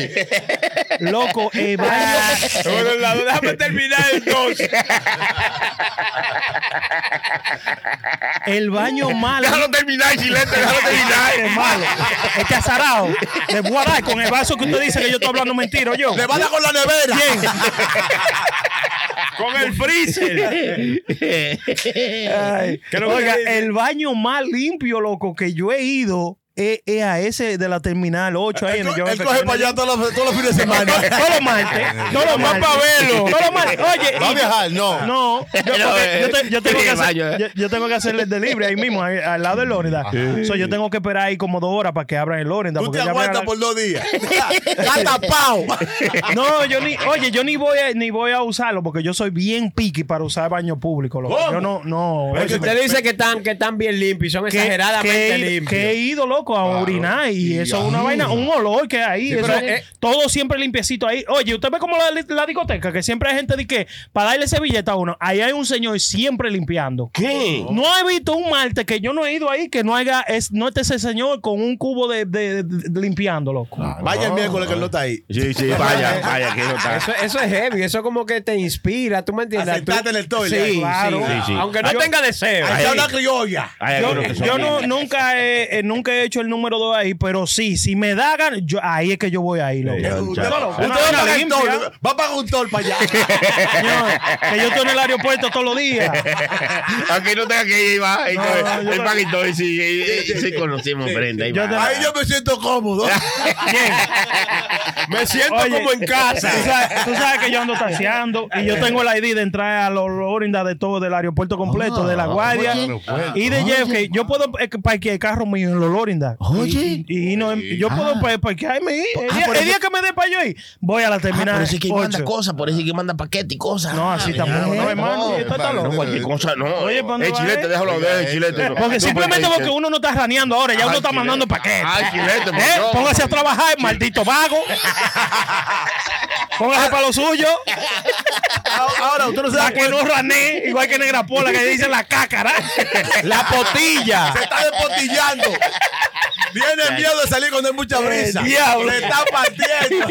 [SPEAKER 4] Loco, eh, el baño.
[SPEAKER 5] déjame terminar entonces.
[SPEAKER 4] El baño malo.
[SPEAKER 2] Déjalo terminar, Chilete, déjalo
[SPEAKER 4] Es
[SPEAKER 2] terminar.
[SPEAKER 4] malo. Este azarado. Le voy a dar con el vaso que usted dice que yo estoy hablando mentira, yo.
[SPEAKER 3] Le va a dar con la nevera.
[SPEAKER 2] Con el freezer.
[SPEAKER 4] Oiga, el baño más limpio, loco, que yo he ido es, es a ese de la terminal 8. ahí en el John
[SPEAKER 3] Él
[SPEAKER 4] F.
[SPEAKER 3] coge
[SPEAKER 4] Kennedy.
[SPEAKER 3] para allá todos los, todos los fines de semana.
[SPEAKER 4] Todos los martes. Todos los
[SPEAKER 2] Nomás
[SPEAKER 4] martes.
[SPEAKER 2] pa' verlo.
[SPEAKER 4] Todos los martes. Oye,
[SPEAKER 1] ¿Va a
[SPEAKER 4] y-
[SPEAKER 1] viajar? No.
[SPEAKER 4] No, yo, porque
[SPEAKER 2] eh,
[SPEAKER 4] yo te- yo tengo
[SPEAKER 2] sí,
[SPEAKER 4] que hacer,
[SPEAKER 2] baño, eh.
[SPEAKER 4] yo, yo tengo que hacerle el delivery ahí mismo, ahí- al lado de Lorenda. So, yo tengo que esperar ahí como dos horas para que abran el Lorenda.
[SPEAKER 3] Tú
[SPEAKER 4] porque
[SPEAKER 3] te
[SPEAKER 4] ya abren a
[SPEAKER 3] aguantas
[SPEAKER 4] la-
[SPEAKER 3] por dos días. Está tapado.
[SPEAKER 4] No, yo ni, oye, yo ni voy a, ni voy a usarlo porque yo soy bien piqui para usar baño público. loco.
[SPEAKER 3] ¿Cómo?
[SPEAKER 4] Yo no, no.
[SPEAKER 5] Pero si
[SPEAKER 4] oye,
[SPEAKER 5] usted dice que están, que están bien limpios y son
[SPEAKER 4] que,
[SPEAKER 5] exageradamente
[SPEAKER 4] que he-
[SPEAKER 5] limpios.
[SPEAKER 4] que he ido, loco, loco, a
[SPEAKER 1] Claro.
[SPEAKER 4] orinar. Y
[SPEAKER 1] Y
[SPEAKER 4] eso es
[SPEAKER 1] a-
[SPEAKER 4] una vaina, un olor que hay.
[SPEAKER 1] Sí,
[SPEAKER 4] eso
[SPEAKER 1] pero,
[SPEAKER 4] es
[SPEAKER 1] eh,
[SPEAKER 4] todo siempre limpiecito ahí. Oye, usted ve como la, la discoteca, que siempre hay gente de que para darle servilleta a uno, ahí hay un señor siempre limpiando.
[SPEAKER 2] ¿Qué?
[SPEAKER 4] No he visto un martes que yo no he ido ahí que no haga es, no esté ese señor con un cubo de, de- de- limpiando, loco.
[SPEAKER 3] Vaya el miércoles que él no está ahí.
[SPEAKER 2] Sí, sí, vaya, vaya, que no está.
[SPEAKER 5] Eso, eso es heavy, eso como que te inspira, ¿tú me entiendes?
[SPEAKER 3] Aceptate en el toilet.
[SPEAKER 5] Sí,
[SPEAKER 4] Claro.
[SPEAKER 5] sí.
[SPEAKER 2] Sí, sí.
[SPEAKER 5] Aunque no
[SPEAKER 4] Yo-
[SPEAKER 5] tenga deseo.
[SPEAKER 3] Ahí está una criolla.
[SPEAKER 2] Hay
[SPEAKER 4] Yo,
[SPEAKER 2] algunos que son
[SPEAKER 4] yo
[SPEAKER 2] bien.
[SPEAKER 4] no, nunca, he, eh, nunca he hecho el número 2 ahí, pero sí, si me da ganas, yo- ahí es que yo voy ahí, loco.
[SPEAKER 2] Sí,
[SPEAKER 3] Eh,
[SPEAKER 2] un
[SPEAKER 3] Usted
[SPEAKER 2] chavo.
[SPEAKER 3] usted va a
[SPEAKER 4] Una
[SPEAKER 3] pagar el
[SPEAKER 4] limpia.
[SPEAKER 3] tol, va a pagar un tol para allá.
[SPEAKER 4] Señor, que yo estoy en el aeropuerto todos los días.
[SPEAKER 2] Aunque no tenga que ir, va.
[SPEAKER 4] No, no, yo
[SPEAKER 2] El
[SPEAKER 4] no-
[SPEAKER 2] paquito, y sí, y- y- y sí conocimos Brenda. ahí
[SPEAKER 4] Yo
[SPEAKER 2] va.
[SPEAKER 4] te-
[SPEAKER 3] Ahí yo me siento cómodo.
[SPEAKER 2] Me siento
[SPEAKER 4] Oye,
[SPEAKER 2] como en casa.
[SPEAKER 4] Tú sabes, tú sabes que yo ando taseando y yo tengo el ID de entrar a los orindas de todo, del aeropuerto completo, de La
[SPEAKER 2] Ah,
[SPEAKER 4] Guardia y de Jeff, que yo puedo eh, parquear el carro mío en los orindas.
[SPEAKER 2] Oye.
[SPEAKER 4] Y, y no, yo puedo pa- parquearme ahí. El,
[SPEAKER 2] Ah,
[SPEAKER 4] día,
[SPEAKER 2] por
[SPEAKER 4] el
[SPEAKER 2] eso-
[SPEAKER 4] día que me dé para yo ahí, voy a la terminal.
[SPEAKER 2] Ah, por eso es que manda
[SPEAKER 4] ocho.
[SPEAKER 2] cosas, por eso es que manda paquetes y cosas.
[SPEAKER 4] No, así tampoco, no, hermano,
[SPEAKER 1] no,
[SPEAKER 4] está- está
[SPEAKER 1] hermano,
[SPEAKER 4] loco.
[SPEAKER 2] No, cualquier cosa, no.
[SPEAKER 4] Oye, ¿pa' dónde
[SPEAKER 2] Eh,
[SPEAKER 4] va
[SPEAKER 2] chilete,
[SPEAKER 4] él? eh,
[SPEAKER 2] déjalo hablar,
[SPEAKER 1] Oiga,
[SPEAKER 2] chilete.
[SPEAKER 1] eso.
[SPEAKER 2] no.
[SPEAKER 4] Porque
[SPEAKER 2] Tú
[SPEAKER 4] simplemente
[SPEAKER 2] puedes-
[SPEAKER 4] porque uno no está raneando ahora, ya
[SPEAKER 2] Ay,
[SPEAKER 4] uno está
[SPEAKER 2] chilete.
[SPEAKER 4] mandando paquetes.
[SPEAKER 2] Ay, chilete, por
[SPEAKER 4] ¿Eh?
[SPEAKER 2] Dios.
[SPEAKER 4] Póngase a trabajar, maldito vago. Póngase para lo suyo.
[SPEAKER 3] Ahora, usted no se da
[SPEAKER 4] Para que
[SPEAKER 3] cuenta.
[SPEAKER 4] no rané, igual que Negra Pola, que dice la cácara.
[SPEAKER 5] La potilla.
[SPEAKER 3] Se está despotillando. Tiene miedo de salir cuando hay mucha brisa.
[SPEAKER 4] diablo.
[SPEAKER 3] Le está partiendo.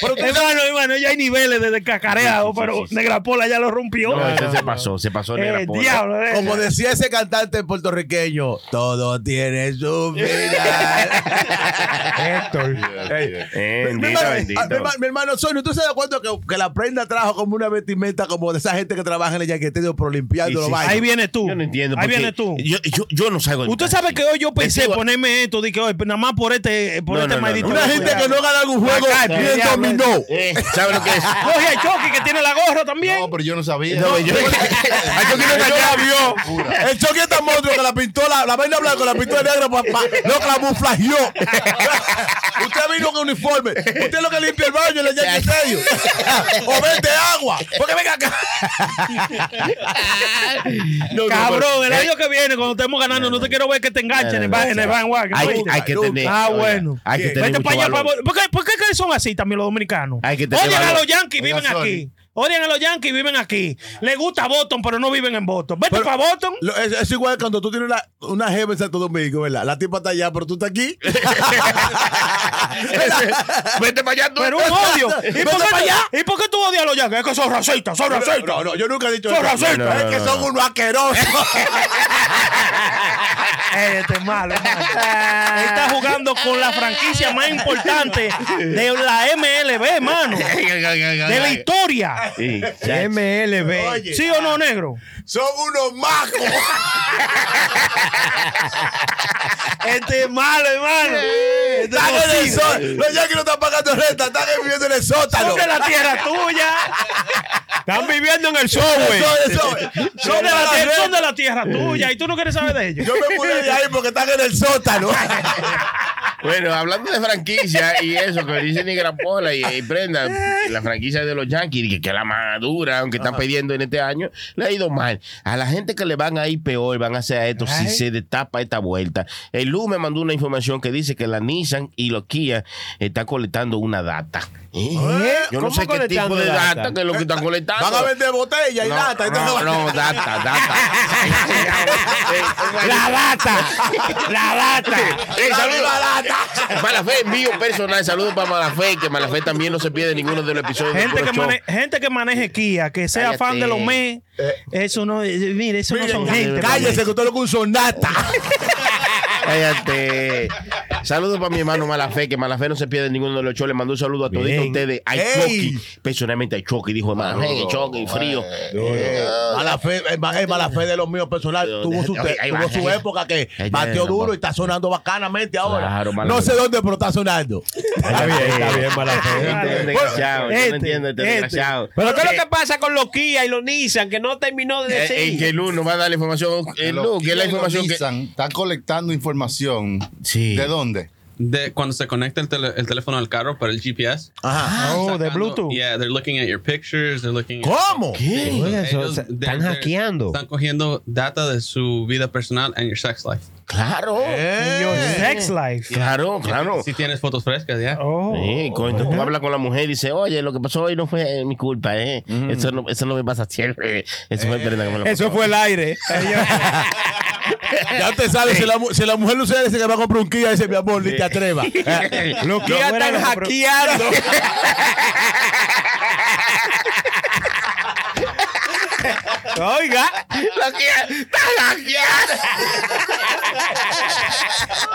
[SPEAKER 3] Pero usted
[SPEAKER 4] hermano, hermano, ya hay niveles de cacareado,
[SPEAKER 2] Sí, sí, sí,
[SPEAKER 4] pero
[SPEAKER 2] sí.
[SPEAKER 4] Negra Pola ya lo rompió.
[SPEAKER 2] No, ese se pasó, se pasó negra
[SPEAKER 4] Eh,
[SPEAKER 2] pola.
[SPEAKER 4] diablo, eh.
[SPEAKER 3] Como decía ese cantante puertorriqueño, todo tiene su final.
[SPEAKER 5] Héctor.
[SPEAKER 2] Eh,
[SPEAKER 3] mi,
[SPEAKER 2] Bendito,
[SPEAKER 3] hermano,
[SPEAKER 2] bendito.
[SPEAKER 3] ah, mi hermano- mi hermano Sonny, ¿tú se da cuenta que, que la prenda trajo como una vestimenta como de esa gente que trabaja en el yaqueteo pero limpiando los
[SPEAKER 2] Sí, sí,
[SPEAKER 3] baños?
[SPEAKER 4] Ahí vienes tú.
[SPEAKER 2] Yo no entiendo.
[SPEAKER 4] Ahí
[SPEAKER 2] por qué.
[SPEAKER 4] vienes tú.
[SPEAKER 2] Yo, yo, yo no salgo de mi
[SPEAKER 4] Usted
[SPEAKER 2] casa.
[SPEAKER 4] sabe que hoy yo pensé
[SPEAKER 2] Vestido-
[SPEAKER 4] ponerme esto, dije, oye, nada más por este, por
[SPEAKER 2] No,
[SPEAKER 4] este
[SPEAKER 2] no, no,
[SPEAKER 4] maldito.
[SPEAKER 2] no.
[SPEAKER 3] Una gente que no gana algún juego
[SPEAKER 4] Acá,
[SPEAKER 3] y el
[SPEAKER 4] diablo.
[SPEAKER 3] dominó.
[SPEAKER 2] Eh, ¿Sabe lo que es?
[SPEAKER 4] Coge a Chucky que tiene la gorra también.
[SPEAKER 1] No, pero yo no sabía.
[SPEAKER 2] No, yo. Ay, yo quiero callar, vio.
[SPEAKER 3] El choque es tan monstruo que la pintó la, la vaina blanca, con la pintó de negro, papá. Lo camuflajeó. Usted vino con uniforme. Usted es lo que limpia el baño en el yaqueteo. o vende agua. Porque venga acá.
[SPEAKER 2] No, no,
[SPEAKER 4] Cabrón,
[SPEAKER 2] pero-
[SPEAKER 4] el año que viene, cuando estemos ganando, no te quiero ver que te enganchen
[SPEAKER 2] No,
[SPEAKER 4] en
[SPEAKER 2] no,
[SPEAKER 4] Van-
[SPEAKER 2] no,
[SPEAKER 4] en
[SPEAKER 2] no.
[SPEAKER 4] el Van Wagner.
[SPEAKER 2] Hay,
[SPEAKER 4] ¿oíste?
[SPEAKER 2] hay que tener.
[SPEAKER 4] Ah,
[SPEAKER 2] oiga,
[SPEAKER 4] bueno.
[SPEAKER 2] Hay que tener.
[SPEAKER 4] Vete
[SPEAKER 2] mucho
[SPEAKER 4] para allá,
[SPEAKER 2] valor.
[SPEAKER 4] para- ¿Por qué, por qué que son así también los dominicanos?
[SPEAKER 2] Hay que tener
[SPEAKER 4] Odian a
[SPEAKER 2] valor.
[SPEAKER 4] los Yankees,
[SPEAKER 1] Oiga,
[SPEAKER 4] viven
[SPEAKER 1] Sony.
[SPEAKER 4] aquí. Odian a los Yankees, viven aquí. Le gusta Boston, pero no viven en Boston. Vete
[SPEAKER 3] Pero-
[SPEAKER 4] para Boston.
[SPEAKER 3] Lo- es, es igual cuando tú tienes una, una jeva en Santo Domingo, ¿verdad? La tipa está allá, pero tú estás aquí.
[SPEAKER 2] Vete para allá tú.
[SPEAKER 4] Pero un odio. ¿Y
[SPEAKER 3] Vete
[SPEAKER 4] por, qué
[SPEAKER 3] para allá.
[SPEAKER 4] tú, ¿Y por qué tú odias a los Yankees? Es que son racistas, son racistas.
[SPEAKER 3] No, no, yo nunca he dicho
[SPEAKER 4] Son
[SPEAKER 3] eso.
[SPEAKER 4] racistas.
[SPEAKER 2] No, no, no,
[SPEAKER 3] es que
[SPEAKER 2] no,
[SPEAKER 3] son
[SPEAKER 2] no.
[SPEAKER 3] unos asquerosos.
[SPEAKER 4] Ey, este es malo. hermano. Él está jugando con la franquicia más importante de la MLB, hermano. De la historia.
[SPEAKER 2] Sí, ya.
[SPEAKER 5] MLB.
[SPEAKER 3] Oye,
[SPEAKER 4] ¿Sí o no, negro?
[SPEAKER 3] son unos majos.
[SPEAKER 4] Este es malo, hermano. Este
[SPEAKER 3] Están
[SPEAKER 4] es
[SPEAKER 3] en el
[SPEAKER 4] posible.
[SPEAKER 3] sótano. Los yankees no están pagando renta, están viviendo en el sótano.
[SPEAKER 4] Son de la tierra tuya.
[SPEAKER 5] Están viviendo en el subway.
[SPEAKER 3] Son- son-
[SPEAKER 4] Son de la,
[SPEAKER 3] las
[SPEAKER 4] tierra, son
[SPEAKER 3] rentas.
[SPEAKER 4] de la tierra tuya. Y tú no quieres saber de ellos.
[SPEAKER 3] Yo me mudé de ahí porque están en el sótano.
[SPEAKER 2] Bueno, hablando de franquicia y eso que dice Nigrapola y, y Brenda, la franquicia de los Yankees, que, que es la más dura, aunque están pidiendo en este año, le ha ido mal. A la gente que le van a ir peor, van a hacer a esto si se destapa esta vuelta. El Lu me mandó una información que dice que la Nissan y los Kia están colectando una data. ¿Eh?
[SPEAKER 3] Ah,
[SPEAKER 2] Yo no
[SPEAKER 5] ¿Cómo
[SPEAKER 2] sé qué tipo
[SPEAKER 5] colectando
[SPEAKER 2] de data,
[SPEAKER 5] data?
[SPEAKER 2] que es lo que están colectando.
[SPEAKER 3] Van a vender botella y
[SPEAKER 2] No,
[SPEAKER 3] lata.
[SPEAKER 2] No, no, data, data.
[SPEAKER 5] La data. La data.
[SPEAKER 2] Eh, saludos.
[SPEAKER 3] ¡Arriba lata!
[SPEAKER 2] Malafé, envío personal. Saludos para Malafé, que Malafé también no se pierde ninguno de los episodios. de
[SPEAKER 4] Gente
[SPEAKER 2] Puro
[SPEAKER 4] que,
[SPEAKER 2] Show.
[SPEAKER 4] mane- gente que maneje Kia, que sea
[SPEAKER 2] Cállate.
[SPEAKER 4] fan de los mes, eso no, eh, mire, eso no son gente.
[SPEAKER 3] Cállese que usted lo que un sonata.
[SPEAKER 2] Cállate. Saludos para mi hermano Malafé, que Malafé no se pierde ninguno de los shows. Le mando un saludo a todos
[SPEAKER 5] Bien.
[SPEAKER 2] ustedes. A
[SPEAKER 3] Ey.
[SPEAKER 2] Chucky, personalmente a Chucky, dijo Malafé, Chucky, frío.
[SPEAKER 3] Mala fe, eh, ma- eh, mala fe de los míos personal.
[SPEAKER 2] Pero
[SPEAKER 3] Tuvo su,
[SPEAKER 2] déjate,
[SPEAKER 3] te-
[SPEAKER 2] ahí
[SPEAKER 3] tuvo
[SPEAKER 2] va,
[SPEAKER 3] su
[SPEAKER 2] ahí.
[SPEAKER 3] época que
[SPEAKER 2] Ahí
[SPEAKER 3] batió
[SPEAKER 2] está,
[SPEAKER 3] duro
[SPEAKER 2] papá.
[SPEAKER 3] y está sonando bacanamente ahora.
[SPEAKER 2] Claro, mala
[SPEAKER 3] no
[SPEAKER 2] fe.
[SPEAKER 3] sé dónde, pero está sonando.
[SPEAKER 5] Está bien, está bien, mala fe.
[SPEAKER 2] Este es desgraciado, yo
[SPEAKER 4] Ah, Este,
[SPEAKER 2] no entiendo este,
[SPEAKER 4] este.
[SPEAKER 2] desgraciado.
[SPEAKER 5] Pero ¿qué es lo que pasa con los Kia y los Nissan que no terminó de
[SPEAKER 2] Eh, eh,
[SPEAKER 5] decir?
[SPEAKER 2] que Lu nos va a dar la información. Eh, Lu, ¿qué es la información que.?
[SPEAKER 1] Están colectando información.
[SPEAKER 2] Sí.
[SPEAKER 1] ¿De dónde?
[SPEAKER 7] De, cuando se conecta el, tele- el teléfono al carro para el GPS.
[SPEAKER 3] Ajá.
[SPEAKER 4] Oh, de
[SPEAKER 7] sacando-
[SPEAKER 4] Bluetooth.
[SPEAKER 7] Yeah, they're looking at your pictures, they're looking at-
[SPEAKER 3] ¿Cómo?
[SPEAKER 5] Oiga, eso,
[SPEAKER 7] Ellos-
[SPEAKER 5] se-
[SPEAKER 7] they're-
[SPEAKER 5] están
[SPEAKER 7] they're-
[SPEAKER 5] hackeando.
[SPEAKER 7] Están cogiendo data de su vida personal and your sex life.
[SPEAKER 2] Claro.
[SPEAKER 4] In Your sex life.
[SPEAKER 2] Claro, claro.
[SPEAKER 7] Si tienes fotos frescas, ya.
[SPEAKER 4] Oh.
[SPEAKER 2] Sí, cuando tú hablas con la mujer y dices, oye, lo que pasó hoy no fue eh, mi culpa, ¿eh? Eso, no, eso no me pasa siempre. Eso fue Brenda que me lo
[SPEAKER 5] Eso
[SPEAKER 2] pasó".
[SPEAKER 5] fue el aire.
[SPEAKER 3] Ya usted sabe, si, la, mu- si la mujer lucera dice que va a comprar un Kia, dice, mi amor, ni te atrevas.
[SPEAKER 5] Los que ya
[SPEAKER 4] bueno,
[SPEAKER 5] están
[SPEAKER 4] no, pero-
[SPEAKER 5] hackeando.
[SPEAKER 4] Oiga.
[SPEAKER 2] Lo que- ¡Está hackeado!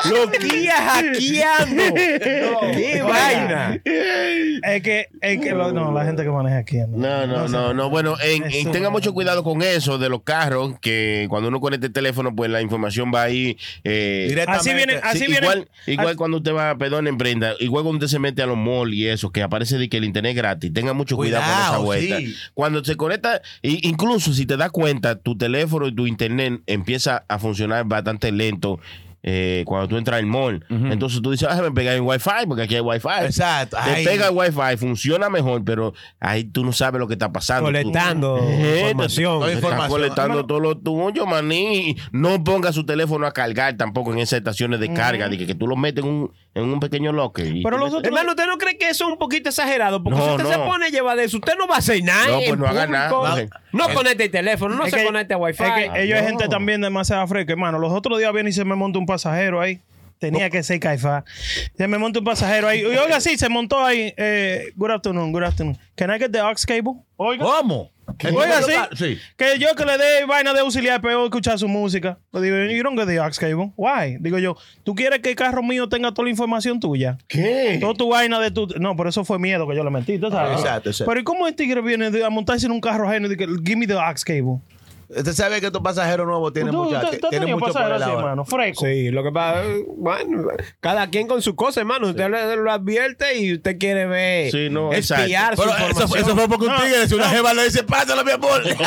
[SPEAKER 5] Los guías hackeando. ¡Qué vaina!
[SPEAKER 4] Es que, es que lo- no, la gente que maneja aquí.
[SPEAKER 2] No, no, no, no. Bueno, en- en-
[SPEAKER 4] Eso
[SPEAKER 2] tenga
[SPEAKER 4] no.
[SPEAKER 2] mucho cuidado con eso de los carros, que cuando uno conecta el teléfono, pues la información va ahí. eh,
[SPEAKER 4] Así viene,
[SPEAKER 2] Sí,
[SPEAKER 4] así viene.
[SPEAKER 2] igual igual cuando usted va, perdón, emprenda, igual cuando usted se mete a los malls y eso, que aparece de que el internet es gratis, tenga mucho cuidado,
[SPEAKER 3] Cuidado,
[SPEAKER 2] con esa vuelta.
[SPEAKER 3] sí.
[SPEAKER 2] Cuando se conecta, i- incluso si te das cuenta, tu teléfono y tu internet empieza a funcionar bastante lento. eh, cuando tú entras al mall, entonces tú dices, ah, me pegar en Wi-Fi porque aquí hay Wi-Fi.
[SPEAKER 3] Exacto.
[SPEAKER 2] Te
[SPEAKER 3] Ay.
[SPEAKER 2] pega el Wi-Fi, funciona mejor, pero ahí tú no sabes lo que está pasando. Tú-
[SPEAKER 5] Colectando
[SPEAKER 2] Eh, te-
[SPEAKER 5] información.
[SPEAKER 2] te Está
[SPEAKER 3] Información.
[SPEAKER 2] colectando todo lo tuyo, maní. No ponga su teléfono a cargar tampoco en esas estaciones de carga. de que, que tú lo metes en un, en un pequeño locker. y
[SPEAKER 4] Pero
[SPEAKER 2] tú
[SPEAKER 4] los
[SPEAKER 2] metes-
[SPEAKER 4] otros.
[SPEAKER 5] Hermano, ¿usted no cree que eso es un poquito exagerado? Porque
[SPEAKER 2] No,
[SPEAKER 5] si usted
[SPEAKER 2] no.
[SPEAKER 5] se pone a llevar de eso, usted no va a hacer nada.
[SPEAKER 2] No, pues
[SPEAKER 5] en
[SPEAKER 2] no haga
[SPEAKER 5] público.
[SPEAKER 2] nada.
[SPEAKER 5] No conecte el teléfono, no
[SPEAKER 4] Es
[SPEAKER 5] se
[SPEAKER 4] que-
[SPEAKER 5] conecte a Wi-Fi.
[SPEAKER 4] Es que ellos hay
[SPEAKER 2] no.
[SPEAKER 4] gente también demasiado fresca, hermano. Los otros días viene y se me monta un pasajero ahí. Tenía que ser Caifá. Se me monta un pasajero ahí. Y oiga, sí, se montó ahí. Eh, good afternoon, good afternoon. Can I get the aux cable? Oiga.
[SPEAKER 3] ¿Cómo?
[SPEAKER 4] Oiga, sí.
[SPEAKER 3] ah, Sí.
[SPEAKER 4] Que yo que le dé vaina de auxiliar, pero escuchar su música. Le digo, you don't get the aux cable. Why? Digo yo, ¿tú quieres que el carro mío tenga toda la información tuya?
[SPEAKER 2] ¿Qué?
[SPEAKER 4] Toda tu vaina de tu... No, por eso fue miedo que yo le metí, ¿tú sabes?
[SPEAKER 3] Exacto, exacto.
[SPEAKER 4] Pero ¿y cómo el tigre viene de- a montarse en un carro ajeno y dice, give me the aux cable?
[SPEAKER 3] Usted sabe que estos pasajeros nuevos tienen
[SPEAKER 4] ¿Tú,
[SPEAKER 3] mucha.
[SPEAKER 4] usted- usted ha
[SPEAKER 3] Tienen
[SPEAKER 4] tenido
[SPEAKER 3] mucho por
[SPEAKER 4] pasajeros
[SPEAKER 3] el
[SPEAKER 4] así,
[SPEAKER 3] ahora.
[SPEAKER 4] hermano? Fresco.
[SPEAKER 5] Sí, lo que pasa, bueno, cada quien con su cosa, hermano. Usted lo, lo advierte y usted quiere ver,
[SPEAKER 2] Sí, no,
[SPEAKER 5] espiar su
[SPEAKER 3] Pero eso,
[SPEAKER 5] información.
[SPEAKER 3] fue- eso fue porque un tigre, si una jeva le dice, pásalo, mi amor.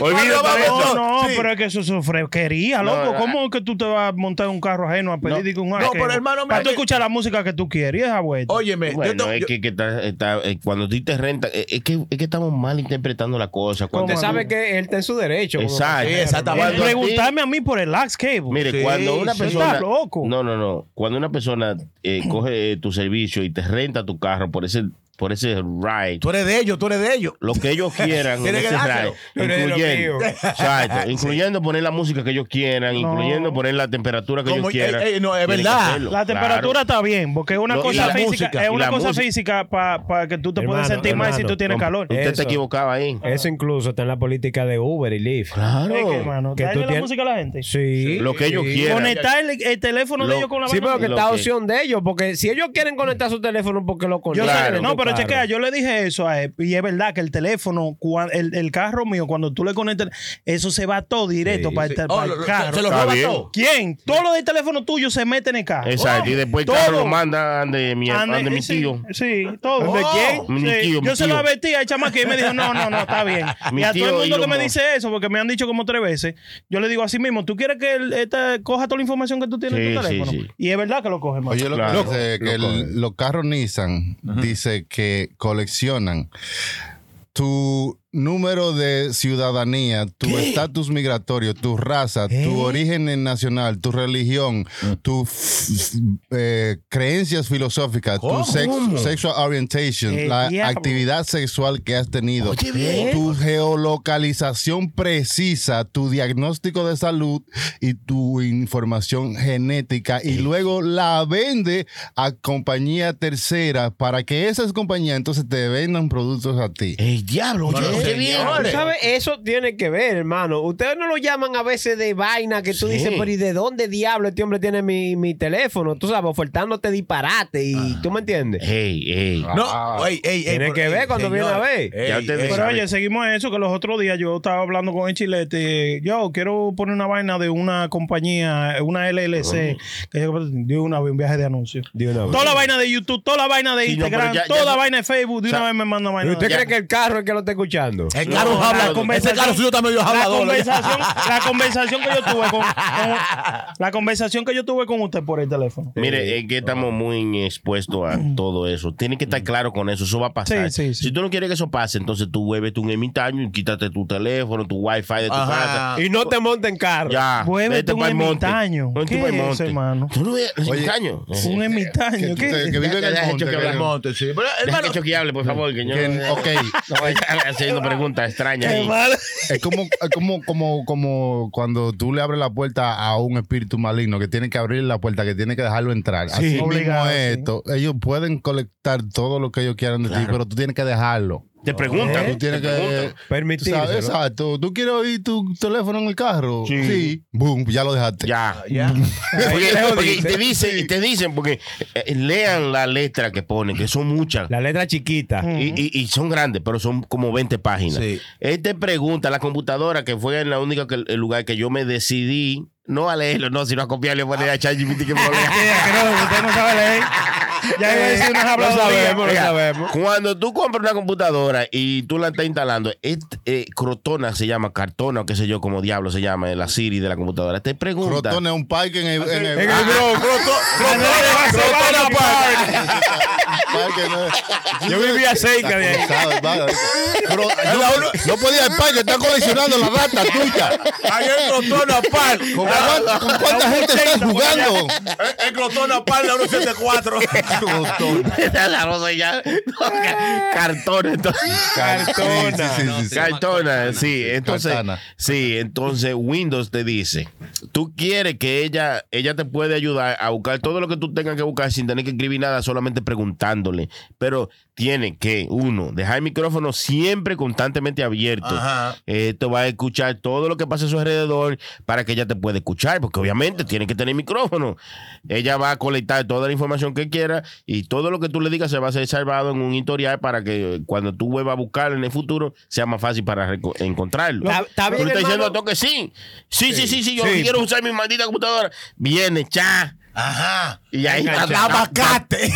[SPEAKER 2] Olvídate
[SPEAKER 3] Vamos,
[SPEAKER 2] de
[SPEAKER 3] vamos.
[SPEAKER 2] eso.
[SPEAKER 4] No, no,
[SPEAKER 3] sí. eh.
[SPEAKER 4] pero es que eso es fresquería,
[SPEAKER 2] No,
[SPEAKER 4] loco.
[SPEAKER 2] no,
[SPEAKER 4] ¿Cómo es que tú te vas a montar en un carro ajeno a pedir digo, un aux
[SPEAKER 3] no,
[SPEAKER 4] cable?
[SPEAKER 3] pero, hermano, mira
[SPEAKER 4] Para tú
[SPEAKER 3] que-
[SPEAKER 4] escuchar la música que tú quieres, esa vuelta.
[SPEAKER 3] Óyeme, yo
[SPEAKER 2] Bueno,
[SPEAKER 3] to-
[SPEAKER 2] es
[SPEAKER 3] yo-
[SPEAKER 2] que, que está- está- eh, cuando a ti te renta, eh, es, que, es que estamos mal interpretando la cosa. Cuando-
[SPEAKER 5] Usted sabe que él está en su derecho. como
[SPEAKER 2] Exacto.
[SPEAKER 3] Sí, exactamente.
[SPEAKER 2] Cuando a ti-
[SPEAKER 4] Eh, preguntarme a mí por el aux cable.
[SPEAKER 2] Mire,
[SPEAKER 3] Sí,
[SPEAKER 2] cuando una
[SPEAKER 4] sí,
[SPEAKER 2] persona.
[SPEAKER 4] está loco.
[SPEAKER 2] No, no, no. Cuando una persona eh, coge eh, tu servicio y te renta tu carro por ese, por ese ride,
[SPEAKER 3] tú eres de ellos, tú eres de ellos.
[SPEAKER 2] lo que ellos quieran en
[SPEAKER 3] Tiene que
[SPEAKER 2] ese
[SPEAKER 3] dárselo.
[SPEAKER 5] Pero es
[SPEAKER 2] ride,
[SPEAKER 5] lo
[SPEAKER 2] incluyendo,
[SPEAKER 5] mío.
[SPEAKER 2] exacto, incluyendo poner la música que ellos quieran,
[SPEAKER 4] No.
[SPEAKER 2] incluyendo poner la temperatura que
[SPEAKER 3] Como-
[SPEAKER 2] ellos quieran.
[SPEAKER 3] ey, ey, no, es
[SPEAKER 2] Tienen que
[SPEAKER 3] verdad.
[SPEAKER 2] hacerlo,
[SPEAKER 4] La
[SPEAKER 2] claro.
[SPEAKER 4] temperatura está bien, porque es una
[SPEAKER 2] Lo- y
[SPEAKER 4] cosa
[SPEAKER 2] la
[SPEAKER 4] física,
[SPEAKER 3] música,
[SPEAKER 4] es
[SPEAKER 2] y
[SPEAKER 4] una
[SPEAKER 2] la
[SPEAKER 4] cosa
[SPEAKER 2] música.
[SPEAKER 4] física para que tú te puedas
[SPEAKER 5] Hermano,
[SPEAKER 4] sentir mal si
[SPEAKER 5] hermano,
[SPEAKER 4] tú tienes
[SPEAKER 2] Compa-
[SPEAKER 4] calor.
[SPEAKER 2] Usted
[SPEAKER 5] Eso.
[SPEAKER 2] te equivocaba ahí.
[SPEAKER 5] que- Eso incluso está en la política de Uber y Lyft.
[SPEAKER 2] Claro.
[SPEAKER 4] Es que, hermano,
[SPEAKER 5] Que
[SPEAKER 4] dale
[SPEAKER 5] tú
[SPEAKER 4] la
[SPEAKER 5] tienes-
[SPEAKER 4] música a la gente.
[SPEAKER 5] Sí.
[SPEAKER 2] Lo que ellos quieran.
[SPEAKER 4] Conectar el, el teléfono
[SPEAKER 2] Lo-
[SPEAKER 4] de ellos con la
[SPEAKER 5] Sí,
[SPEAKER 4] vaina.
[SPEAKER 5] pero que
[SPEAKER 2] Lo
[SPEAKER 5] está
[SPEAKER 2] que-
[SPEAKER 5] opción de ellos, porque si ellos quieren conectar su teléfono, porque lo
[SPEAKER 4] Yo sé-
[SPEAKER 5] conectan.
[SPEAKER 2] Claro.
[SPEAKER 4] no, pero
[SPEAKER 5] Claro.
[SPEAKER 4] chequea, yo le dije eso a él, y es verdad que el teléfono, cua- el, el carro mío, cuando tú le conectas, eso se va todo directo para, el,
[SPEAKER 3] Oh,
[SPEAKER 4] para el
[SPEAKER 3] lo- lo-
[SPEAKER 4] carro.
[SPEAKER 3] se los
[SPEAKER 2] Está
[SPEAKER 3] roba
[SPEAKER 2] bien.
[SPEAKER 3] todo.
[SPEAKER 4] ¿Quién? Todo lo del teléfono tuyo se mete en el carro.
[SPEAKER 2] Exacto. Y
[SPEAKER 4] Todo.
[SPEAKER 2] después el carro
[SPEAKER 4] Oh, Todo. Ah,
[SPEAKER 2] lo manda de mi,
[SPEAKER 4] Ande- eh,
[SPEAKER 2] ande mi
[SPEAKER 4] sí,
[SPEAKER 2] tío.
[SPEAKER 4] Sí, todo. Oh,
[SPEAKER 3] ¿Ande
[SPEAKER 2] quién?
[SPEAKER 4] Sí,
[SPEAKER 2] Mi tío, mi
[SPEAKER 4] Yo se lo
[SPEAKER 2] tío.
[SPEAKER 4] advertí al chamaquín y me dijo, no, no, no, está bien.
[SPEAKER 2] Mi
[SPEAKER 4] y a todo
[SPEAKER 2] tío
[SPEAKER 4] el mundo que
[SPEAKER 2] Elon
[SPEAKER 4] me
[SPEAKER 2] Musk.
[SPEAKER 4] dice eso, porque me han dicho como tres veces, yo le digo así mismo, ¿tú quieres que él esta, coja toda la información que tú tienes en tu
[SPEAKER 2] Sí, sí,
[SPEAKER 4] teléfono?
[SPEAKER 2] sí.
[SPEAKER 4] Y es verdad que lo coge, hermano.
[SPEAKER 1] Oye, lo
[SPEAKER 2] Claro,
[SPEAKER 1] que dice que el- los carros Nissan dice que coleccionan tu número de ciudadanía, tu estatus migratorio, tu raza, tu origen en nacional, tu religión, tus eh, creencias filosóficas,
[SPEAKER 3] ¿Cómo?
[SPEAKER 1] tu sex- sexual orientation,
[SPEAKER 4] El
[SPEAKER 1] la
[SPEAKER 4] diablo.
[SPEAKER 1] actividad sexual que has tenido, tu geolocalización precisa, tu diagnóstico de salud y tu información genética y luego la vende a compañía tercera para que esas compañías entonces te vendan productos a ti.
[SPEAKER 2] El diablo, oye,
[SPEAKER 3] Bueno,
[SPEAKER 2] qué
[SPEAKER 3] señores.
[SPEAKER 2] bien.
[SPEAKER 5] Tú sabes, Eso tiene que ver, hermano. Ustedes no lo llaman a veces de vaina que tú
[SPEAKER 2] Sí.
[SPEAKER 5] dices, pero ¿y de dónde diablo este hombre tiene mi, mi teléfono? Tú sabes, ofertándote disparate y tú me entiendes.
[SPEAKER 2] Ey, ey.
[SPEAKER 3] No,
[SPEAKER 4] Ah.
[SPEAKER 3] ey, ey, ey,
[SPEAKER 5] Tiene
[SPEAKER 3] pero,
[SPEAKER 5] que
[SPEAKER 3] ey,
[SPEAKER 5] ver cuando viene a
[SPEAKER 3] señor.
[SPEAKER 5] ver.
[SPEAKER 3] Ey,
[SPEAKER 2] Ya ustedes
[SPEAKER 3] ey,
[SPEAKER 4] Pero
[SPEAKER 2] sabe.
[SPEAKER 4] oye, seguimos en eso, que los otros días yo estaba hablando con el chilete. Yo quiero poner una vaina de una compañía, una LLC, que yo de una vez un viaje de anuncio. Toda la vaina de YouTube, toda la vaina de
[SPEAKER 2] Sí, no, pero
[SPEAKER 4] Instagram,
[SPEAKER 2] ya- ya
[SPEAKER 4] toda la
[SPEAKER 2] no-
[SPEAKER 4] vaina de Facebook, de
[SPEAKER 2] O sea,
[SPEAKER 4] una vez me manda
[SPEAKER 5] ¿Y
[SPEAKER 4] vaina.
[SPEAKER 5] usted
[SPEAKER 4] de-
[SPEAKER 5] cree que el carro es el que lo está escuchando? hablando.
[SPEAKER 3] Es
[SPEAKER 2] No,
[SPEAKER 3] caro
[SPEAKER 2] la
[SPEAKER 3] habla. Ese
[SPEAKER 4] conversación-
[SPEAKER 3] caro suyo también yo
[SPEAKER 4] la
[SPEAKER 3] hablador.
[SPEAKER 4] conversación, la conversación que yo tuve con, con- la conversación que yo tuve con usted por el teléfono.
[SPEAKER 2] Mire, es que estamos muy expuestos a todo eso. Tienes que estar claro con eso. Eso va a pasar.
[SPEAKER 4] Sí, sí, sí.
[SPEAKER 2] Si tú no quieres que eso pase, entonces tú vuelves un ermitaño y quítate tu teléfono, tu wifi de tu
[SPEAKER 3] Ajá.
[SPEAKER 2] casa.
[SPEAKER 5] Y no te monten carro.
[SPEAKER 2] Ya.
[SPEAKER 4] Vuélvete
[SPEAKER 2] vete
[SPEAKER 4] un
[SPEAKER 2] pa'l monte.
[SPEAKER 4] ermitaño.
[SPEAKER 2] Vete
[SPEAKER 4] ¿Qué
[SPEAKER 2] pa'l
[SPEAKER 4] es eso,
[SPEAKER 2] monte.
[SPEAKER 4] hermano?
[SPEAKER 2] ¿Tú no eres ermitaño?
[SPEAKER 4] Un ermitaño.
[SPEAKER 1] Que,
[SPEAKER 4] ¿qué?
[SPEAKER 1] que- que vive en el
[SPEAKER 2] Ya, ya,
[SPEAKER 1] monte.
[SPEAKER 2] ya, ya,
[SPEAKER 1] que-
[SPEAKER 2] ya, ya.
[SPEAKER 3] Monte, sí. Pero,
[SPEAKER 2] Deja
[SPEAKER 3] hermano,
[SPEAKER 2] que Chucky hable, por favor. Que yo,
[SPEAKER 1] que- ok.
[SPEAKER 2] No vaya haciendo preguntas extrañas.
[SPEAKER 4] Qué
[SPEAKER 2] ahí.
[SPEAKER 4] mal.
[SPEAKER 1] Es como, es como, como, como cuando tú le abres la puerta a un espíritu maligno que tiene que abrir la puerta, que tiene que dejarlo entrar. Así mismo
[SPEAKER 4] Obligado,
[SPEAKER 1] es
[SPEAKER 4] sí.
[SPEAKER 1] esto. Ellos pueden colectar todo lo que ellos quieran de ti, pero tú tienes que dejarlo.
[SPEAKER 2] Te preguntan.
[SPEAKER 1] Tú tienes
[SPEAKER 2] ¿Eh? te
[SPEAKER 1] que
[SPEAKER 2] preguntan.
[SPEAKER 1] permitir. Exacto. ¿Tú quieres oír tu teléfono en el carro? Sí. Boom, ya lo dejaste.
[SPEAKER 2] Ya.
[SPEAKER 3] ya.
[SPEAKER 2] Porque- porque- y te dicen, y te dicen, porque eh, lean la letra que ponen, que son muchas.
[SPEAKER 5] La letra chiquita.
[SPEAKER 4] Mm.
[SPEAKER 2] Y, y- y son grandes, pero son como 20 páginas.
[SPEAKER 3] Sí.
[SPEAKER 2] Él te pregunta, la computadora, que fue en la única que- el lugar que yo me decidí, no a leerlo, no, sino a copiarle y poner a ChatGPT que me lo
[SPEAKER 5] Eh,
[SPEAKER 4] Qué
[SPEAKER 2] lea.
[SPEAKER 4] asqueroso, usted no sabe leer. Ya iba a decir unas
[SPEAKER 5] Lo
[SPEAKER 4] habladorías.
[SPEAKER 5] sabemos, lo
[SPEAKER 2] Oiga,
[SPEAKER 5] sabemos.
[SPEAKER 2] Cuando tú compras una computadora y tú la estás instalando, es- eh, crotona se llama, cartona, o qué sé yo, como diablo se llama, eh, la Siri de la computadora. Te pregunta.
[SPEAKER 1] Crotón es un parque en el. En el,
[SPEAKER 5] En el Bronx, Croto-
[SPEAKER 4] Ah,
[SPEAKER 5] Croto- Crotona Park.
[SPEAKER 1] parque, no.
[SPEAKER 5] Yo vivía cerca de ahí.
[SPEAKER 1] Sabes, vale. Cro- no, no podía el parque, está coleccionando la rata tuya.
[SPEAKER 3] Ahí en Crotona Park.
[SPEAKER 1] ¿Con cuánta, con cuánta gente estás jugando?
[SPEAKER 3] En Crotona Park, la 174.
[SPEAKER 1] Crotón.
[SPEAKER 2] la rosa ya. No, ca- cartona, entonces.
[SPEAKER 1] Cartona. Sí, sí, sí, sí.
[SPEAKER 7] llama
[SPEAKER 2] Cartona,
[SPEAKER 7] cartona.
[SPEAKER 2] sí. Entonces,
[SPEAKER 1] Cartana.
[SPEAKER 2] sí, entonces Windows te dice, tú quieres que ella, ella te puede ayudar a buscar todo lo que tú tengas que buscar sin tener que escribir nada, solamente preguntándole. Pero tiene que, uno, dejar el micrófono siempre constantemente abierto.
[SPEAKER 3] Ajá.
[SPEAKER 2] Esto va a escuchar todo lo que pasa a su alrededor para que ella te pueda escuchar, porque obviamente tiene que tener micrófono. Ella va a colectar toda la información que quiera y todo lo que tú le digas se va a ser salvado en un historial para que cuando tú vuelvas a buscar en el futuro sea más fácil para reco- encontrarlo.
[SPEAKER 5] Está- está
[SPEAKER 2] Tú
[SPEAKER 5] bien,
[SPEAKER 2] le estás diciendo a
[SPEAKER 5] hermano.
[SPEAKER 2] todo que sí. Sí, sí, sí, sí, yo no quiero usar mi maldita computadora. Viene, cha.
[SPEAKER 3] Ajá.
[SPEAKER 2] Y ahí
[SPEAKER 5] Venga, cha.
[SPEAKER 3] Abacate.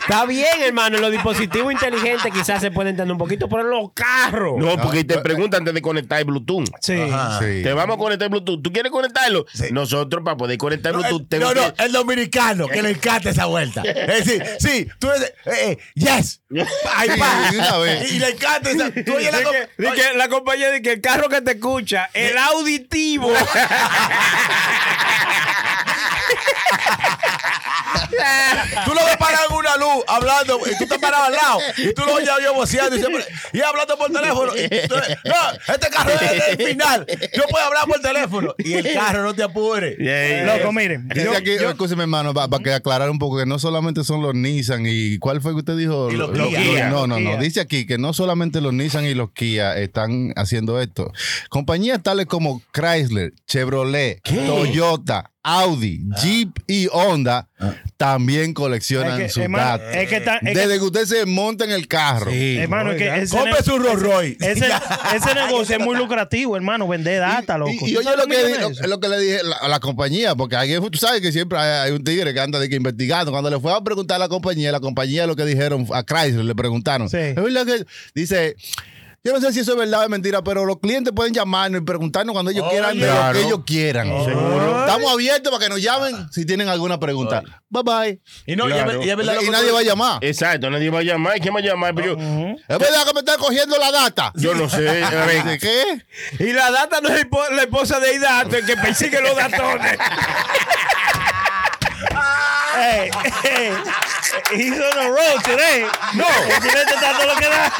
[SPEAKER 5] Está bien, hermano. Los dispositivos inteligentes quizás se pueden entender un poquito, pero los carros.
[SPEAKER 2] No, porque te preguntan antes de conectar el Bluetooth.
[SPEAKER 4] Sí.
[SPEAKER 3] Ajá.
[SPEAKER 1] Sí.
[SPEAKER 2] Te vamos a conectar Bluetooth. ¿Tú quieres conectarlo? Nosotros, para poder conectar
[SPEAKER 3] No,
[SPEAKER 2] Bluetooth,
[SPEAKER 3] el,
[SPEAKER 2] tengo
[SPEAKER 3] no, no,
[SPEAKER 2] que-
[SPEAKER 3] el dominicano que le encanta esa vuelta. Es decir, sí, tú eres, eh, eh, yes, ahí va.
[SPEAKER 1] Sí, una vez.
[SPEAKER 3] Y le encanta esa. Tú oyes la
[SPEAKER 5] Di
[SPEAKER 3] com-
[SPEAKER 5] que- di que la compañía dice que el carro que te escucha, el auditivo.
[SPEAKER 3] Tú lo ves parado en una luz hablando y tú estás parado al lado. Y tú lo oyes yo voceando y, siempre- y hablando por teléfono. Y tú- no, este carro es el final. Yo puedo hablar por teléfono. Y el carro no te apure.
[SPEAKER 4] Loco, miren.
[SPEAKER 1] Dice aquí, escúcheme, hermano, para que aclarar un poco que no solamente son los Nissan y ¿cuál fue que usted dijo?
[SPEAKER 3] Y los
[SPEAKER 1] Lo-
[SPEAKER 3] Kia.
[SPEAKER 1] lo- no, no,
[SPEAKER 4] Kia.
[SPEAKER 1] no. Dice aquí que no solamente los Nissan y los Kia están haciendo esto. Compañías tales como Chrysler, Chevrolet, Toyota, Audi, Jeep y Honda también coleccionan
[SPEAKER 4] Es que,
[SPEAKER 1] sus
[SPEAKER 4] hermano,
[SPEAKER 1] datos.
[SPEAKER 4] es que está- es que-
[SPEAKER 1] Desde que usted se monta en el carro.
[SPEAKER 4] Hermano, es que ese,
[SPEAKER 3] Compre
[SPEAKER 4] ne-
[SPEAKER 3] su Rolls Royce.
[SPEAKER 4] ese, ese negocio es muy lucrativo, hermano. Vender data, loco.
[SPEAKER 1] Y-
[SPEAKER 4] ¿Tú
[SPEAKER 1] Y, oye
[SPEAKER 4] sabes
[SPEAKER 1] lo que,
[SPEAKER 4] millones
[SPEAKER 1] di-
[SPEAKER 4] de
[SPEAKER 1] lo,
[SPEAKER 4] eso?
[SPEAKER 1] lo que le dije la- a la compañía, porque alguien, tú sabes que siempre hay, hay un tigre que anda de que investigando. Cuando le fue a preguntar a la compañía, la compañía lo que dijeron a Chrysler, le preguntaron.
[SPEAKER 4] Sí.
[SPEAKER 1] Es verdad que dice. Yo no sé si eso es verdad o es mentira, pero los clientes pueden llamarnos y preguntarnos cuando ellos quieran de
[SPEAKER 2] claro.
[SPEAKER 1] lo que ellos quieran. Seguro. Estamos abiertos para que nos llamen si tienen alguna pregunta. Bye bye.
[SPEAKER 3] Y, no, y es ver- y es verdad lo
[SPEAKER 1] Y
[SPEAKER 3] que
[SPEAKER 1] nadie
[SPEAKER 3] tú- Eh.
[SPEAKER 1] va a llamar.
[SPEAKER 2] Exacto, nadie va a llamar. ¿Quién va a llamar? Pero yo,
[SPEAKER 1] Es verdad que me están cogiendo la data.
[SPEAKER 2] yo no sé. a ver,
[SPEAKER 1] Dice, ¿Qué?
[SPEAKER 5] y la data no es el po- la esposa de Idato, el que persigue los datones.
[SPEAKER 4] Hey, hey, he's on the road today. No. El chilete está todo lo que da.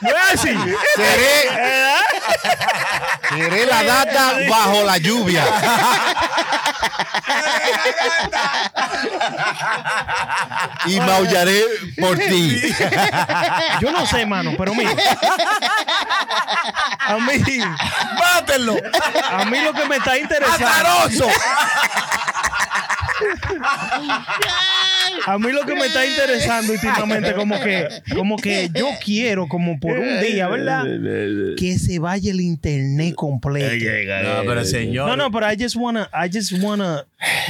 [SPEAKER 5] No es así.
[SPEAKER 1] Seré, ¿Eh? seré la data bajo la lluvia. y maullaré por ti.
[SPEAKER 4] Yo no sé, hermano, pero mira. A mí,
[SPEAKER 3] ¡Mátenlo!
[SPEAKER 4] a mí lo que me está interesando.
[SPEAKER 3] ¡Azaroso!
[SPEAKER 4] A mí lo que me está interesando últimamente, como que, como que yo quiero, como por un día, ¿verdad? Que se vaya el internet completo.
[SPEAKER 3] No, pero señor.
[SPEAKER 4] No, no, pero I just wanna, I just wanna.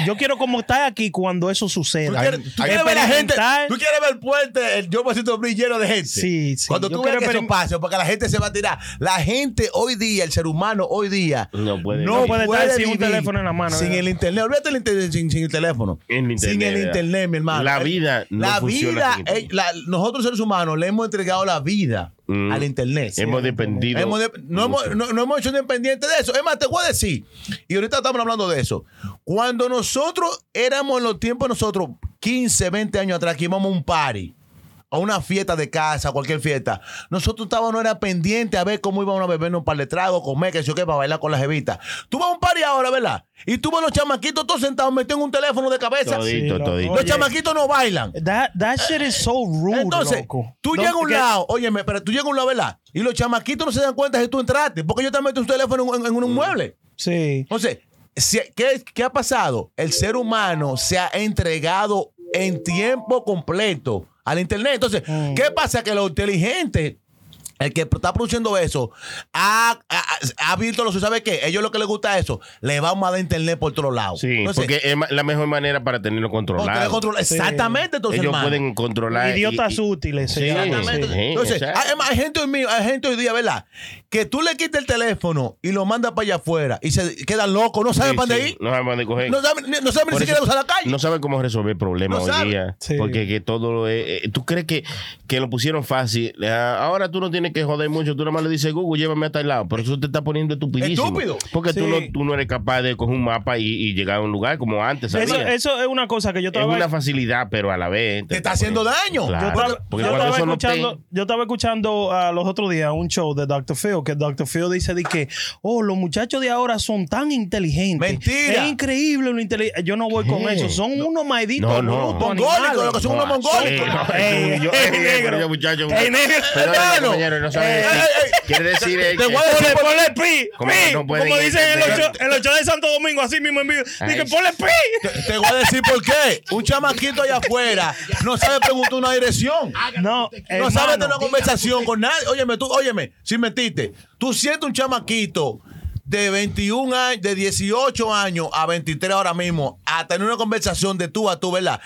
[SPEAKER 4] Yo quiero como estar aquí cuando eso
[SPEAKER 3] ¿Tú
[SPEAKER 4] suceda.
[SPEAKER 3] quieres, tú quieres ver la gente?
[SPEAKER 4] experimentar.
[SPEAKER 3] ¿Tú quieres ver el puente? El yo pasito brillo lleno de gente.
[SPEAKER 4] Sí, sí.
[SPEAKER 3] Cuando
[SPEAKER 4] Yo
[SPEAKER 3] tú veas
[SPEAKER 4] quiero
[SPEAKER 3] que eso
[SPEAKER 4] experim-
[SPEAKER 3] pase, porque la gente se va a tirar. La gente hoy día, el ser humano hoy día,
[SPEAKER 2] No puede.
[SPEAKER 3] no
[SPEAKER 4] puede
[SPEAKER 3] puede,
[SPEAKER 4] estar sin un
[SPEAKER 3] vivir
[SPEAKER 4] teléfono en la mano,
[SPEAKER 3] Sin
[SPEAKER 4] ¿verdad?
[SPEAKER 3] el internet. Olvídate el internet, sin, sin el teléfono.
[SPEAKER 2] En el
[SPEAKER 3] sin
[SPEAKER 2] internet,
[SPEAKER 3] el
[SPEAKER 2] ¿verdad?
[SPEAKER 3] internet, mi hermano.
[SPEAKER 2] La
[SPEAKER 3] El-
[SPEAKER 2] vida no
[SPEAKER 3] la
[SPEAKER 2] funciona
[SPEAKER 3] vida,
[SPEAKER 2] sin internet.
[SPEAKER 3] eh, la- nosotros seres humanos le hemos entregado la vida
[SPEAKER 2] Mm.
[SPEAKER 3] al internet.
[SPEAKER 2] Hemos dependido.
[SPEAKER 3] Hemos de- no, hemos, no, no hemos hecho independiente de eso. Es más, te voy a decir, y ahorita estamos hablando de eso. Cuando nosotros éramos en los tiempos de nosotros, 15, 20 años atrás, que íbamos a un party, a una fiesta de casa, cualquier fiesta, nosotros estábamos, no era pendiente a ver cómo íbamos a beber un par de tragos, comer, que sé yo qué, para bailar con las jevitas. Tú vas a un party ahora, ¿verdad? Y tú ves los chamaquitos todos sentados, metidos en un teléfono de cabeza.
[SPEAKER 2] Todito,
[SPEAKER 4] Sí,
[SPEAKER 2] todito.
[SPEAKER 3] Los
[SPEAKER 4] Oye.
[SPEAKER 3] chamaquitos no bailan.
[SPEAKER 4] That, that shit is so rude,
[SPEAKER 3] Entonces,
[SPEAKER 4] loco.
[SPEAKER 3] tú
[SPEAKER 4] Don't
[SPEAKER 3] llegas a un
[SPEAKER 4] forget-
[SPEAKER 3] lado, óyeme, pero tú llegas a un lado, ¿verdad? Y los chamaquitos no se dan cuenta si tú entraste, porque yo te meto un teléfono en, en-
[SPEAKER 4] Mm.
[SPEAKER 3] en un mueble.
[SPEAKER 4] Sí.
[SPEAKER 3] Entonces, si- ¿qué, qué ha pasado? El ser humano se ha entregado en tiempo completo al Internet. Entonces,
[SPEAKER 4] Mm.
[SPEAKER 3] ¿qué pasa? Que lo inteligente... El que está produciendo eso ha, ha, ha abierto los ¿sabe qué? Ellos lo que les gusta es eso. Le vamos a dar internet por todos lados.
[SPEAKER 2] Sí,
[SPEAKER 3] Entonces,
[SPEAKER 2] porque es ma- la mejor manera para tenerlo
[SPEAKER 3] no,
[SPEAKER 2] controlado.
[SPEAKER 3] tenés control- Exactamente, entonces,
[SPEAKER 2] Ellos
[SPEAKER 3] hermano.
[SPEAKER 2] pueden controlar. y-
[SPEAKER 4] Idiotas
[SPEAKER 2] y-
[SPEAKER 4] útiles. se
[SPEAKER 2] Sí,
[SPEAKER 4] llama,
[SPEAKER 2] exactamente.
[SPEAKER 4] sí.
[SPEAKER 2] Sí,
[SPEAKER 3] Entonces,
[SPEAKER 2] exacto.
[SPEAKER 3] hay, hay gente hoy mío- hay gente hoy día, ¿verdad? Que tú le quites el teléfono y lo mandas para allá afuera y se quedan locos, no saben
[SPEAKER 2] Sí,
[SPEAKER 3] para
[SPEAKER 2] sí,
[SPEAKER 3] dónde ir,
[SPEAKER 2] No saben para dónde coger.
[SPEAKER 3] no saben, ni- no saben
[SPEAKER 2] Por
[SPEAKER 3] ni siquiera
[SPEAKER 2] eso,
[SPEAKER 3] usar la calle.
[SPEAKER 2] No saben cómo resolver problemas
[SPEAKER 3] No
[SPEAKER 2] hoy
[SPEAKER 3] saben.
[SPEAKER 2] día.
[SPEAKER 4] Sí.
[SPEAKER 2] Porque que todo lo es. eh, ¿Tú crees que, que lo pusieron fácil? Ah, Ahora tú no tienes que joder mucho. Tú nada más le dices, Google, llévame a tal lado. Pero eso te está poniendo estupidísimo.
[SPEAKER 3] Estúpido.
[SPEAKER 2] Porque tú,
[SPEAKER 4] Sí.
[SPEAKER 2] no, tú no eres capaz de coger un mapa y, y llegar a un lugar como antes.
[SPEAKER 4] Eso,
[SPEAKER 2] ¿sabías?
[SPEAKER 4] eso es una cosa que yo
[SPEAKER 2] es
[SPEAKER 4] estaba
[SPEAKER 2] una facilidad, pero a la vez.
[SPEAKER 3] Te está haciendo daño.
[SPEAKER 2] Claro,
[SPEAKER 4] Yo estaba,
[SPEAKER 2] porque
[SPEAKER 4] yo
[SPEAKER 2] cuando
[SPEAKER 4] estaba
[SPEAKER 2] eso no te-
[SPEAKER 4] escuchando, yo estaba escuchando ah, los otros días un show de Dr. Phil, que Dr. Phil dice de que, oh, los muchachos de ahora son tan inteligentes.
[SPEAKER 3] Mentira.
[SPEAKER 4] Es increíble lo inteligente. Yo no voy con
[SPEAKER 2] ¿Qué?
[SPEAKER 4] eso. Son unos malditos
[SPEAKER 2] No, no.
[SPEAKER 4] brutos
[SPEAKER 3] Mongólicos, lo que
[SPEAKER 4] animales.
[SPEAKER 3] son unos
[SPEAKER 2] No,
[SPEAKER 3] mongólicos.
[SPEAKER 2] sí, no,
[SPEAKER 4] Ey,
[SPEAKER 2] yo-
[SPEAKER 4] ey,
[SPEAKER 2] ey,
[SPEAKER 4] negro.
[SPEAKER 2] pero yo, muchacho,
[SPEAKER 4] Ey, negro.
[SPEAKER 2] perdón,
[SPEAKER 3] Hermano.
[SPEAKER 2] compañero, no sabe
[SPEAKER 4] Ey,
[SPEAKER 2] decir.
[SPEAKER 3] ey, ey.
[SPEAKER 2] Quiere decir eh,
[SPEAKER 3] Te
[SPEAKER 2] que-
[SPEAKER 3] voy a
[SPEAKER 4] Ponle,
[SPEAKER 3] decir por-
[SPEAKER 4] ponle pi,
[SPEAKER 2] Como que
[SPEAKER 4] pi.
[SPEAKER 2] no pueden
[SPEAKER 4] como dicen en el
[SPEAKER 2] entender.
[SPEAKER 4] ocho- el 8 de Santo Domingo, así mismo en vivo. Dije,
[SPEAKER 2] Ay.
[SPEAKER 4] ponle pi.
[SPEAKER 3] Te voy a decir por qué. Un chamaquito allá afuera no sabe preguntar una dirección. No
[SPEAKER 4] No,
[SPEAKER 3] sabe tener una
[SPEAKER 4] hermano.
[SPEAKER 3] conversación con nadie. Óyeme, tú, óyeme, si metiste, tú sientes un chamaquito de 21 años, de 18 años a 23 ahora mismo, a tener una conversación de tú a tú, ¿verdad?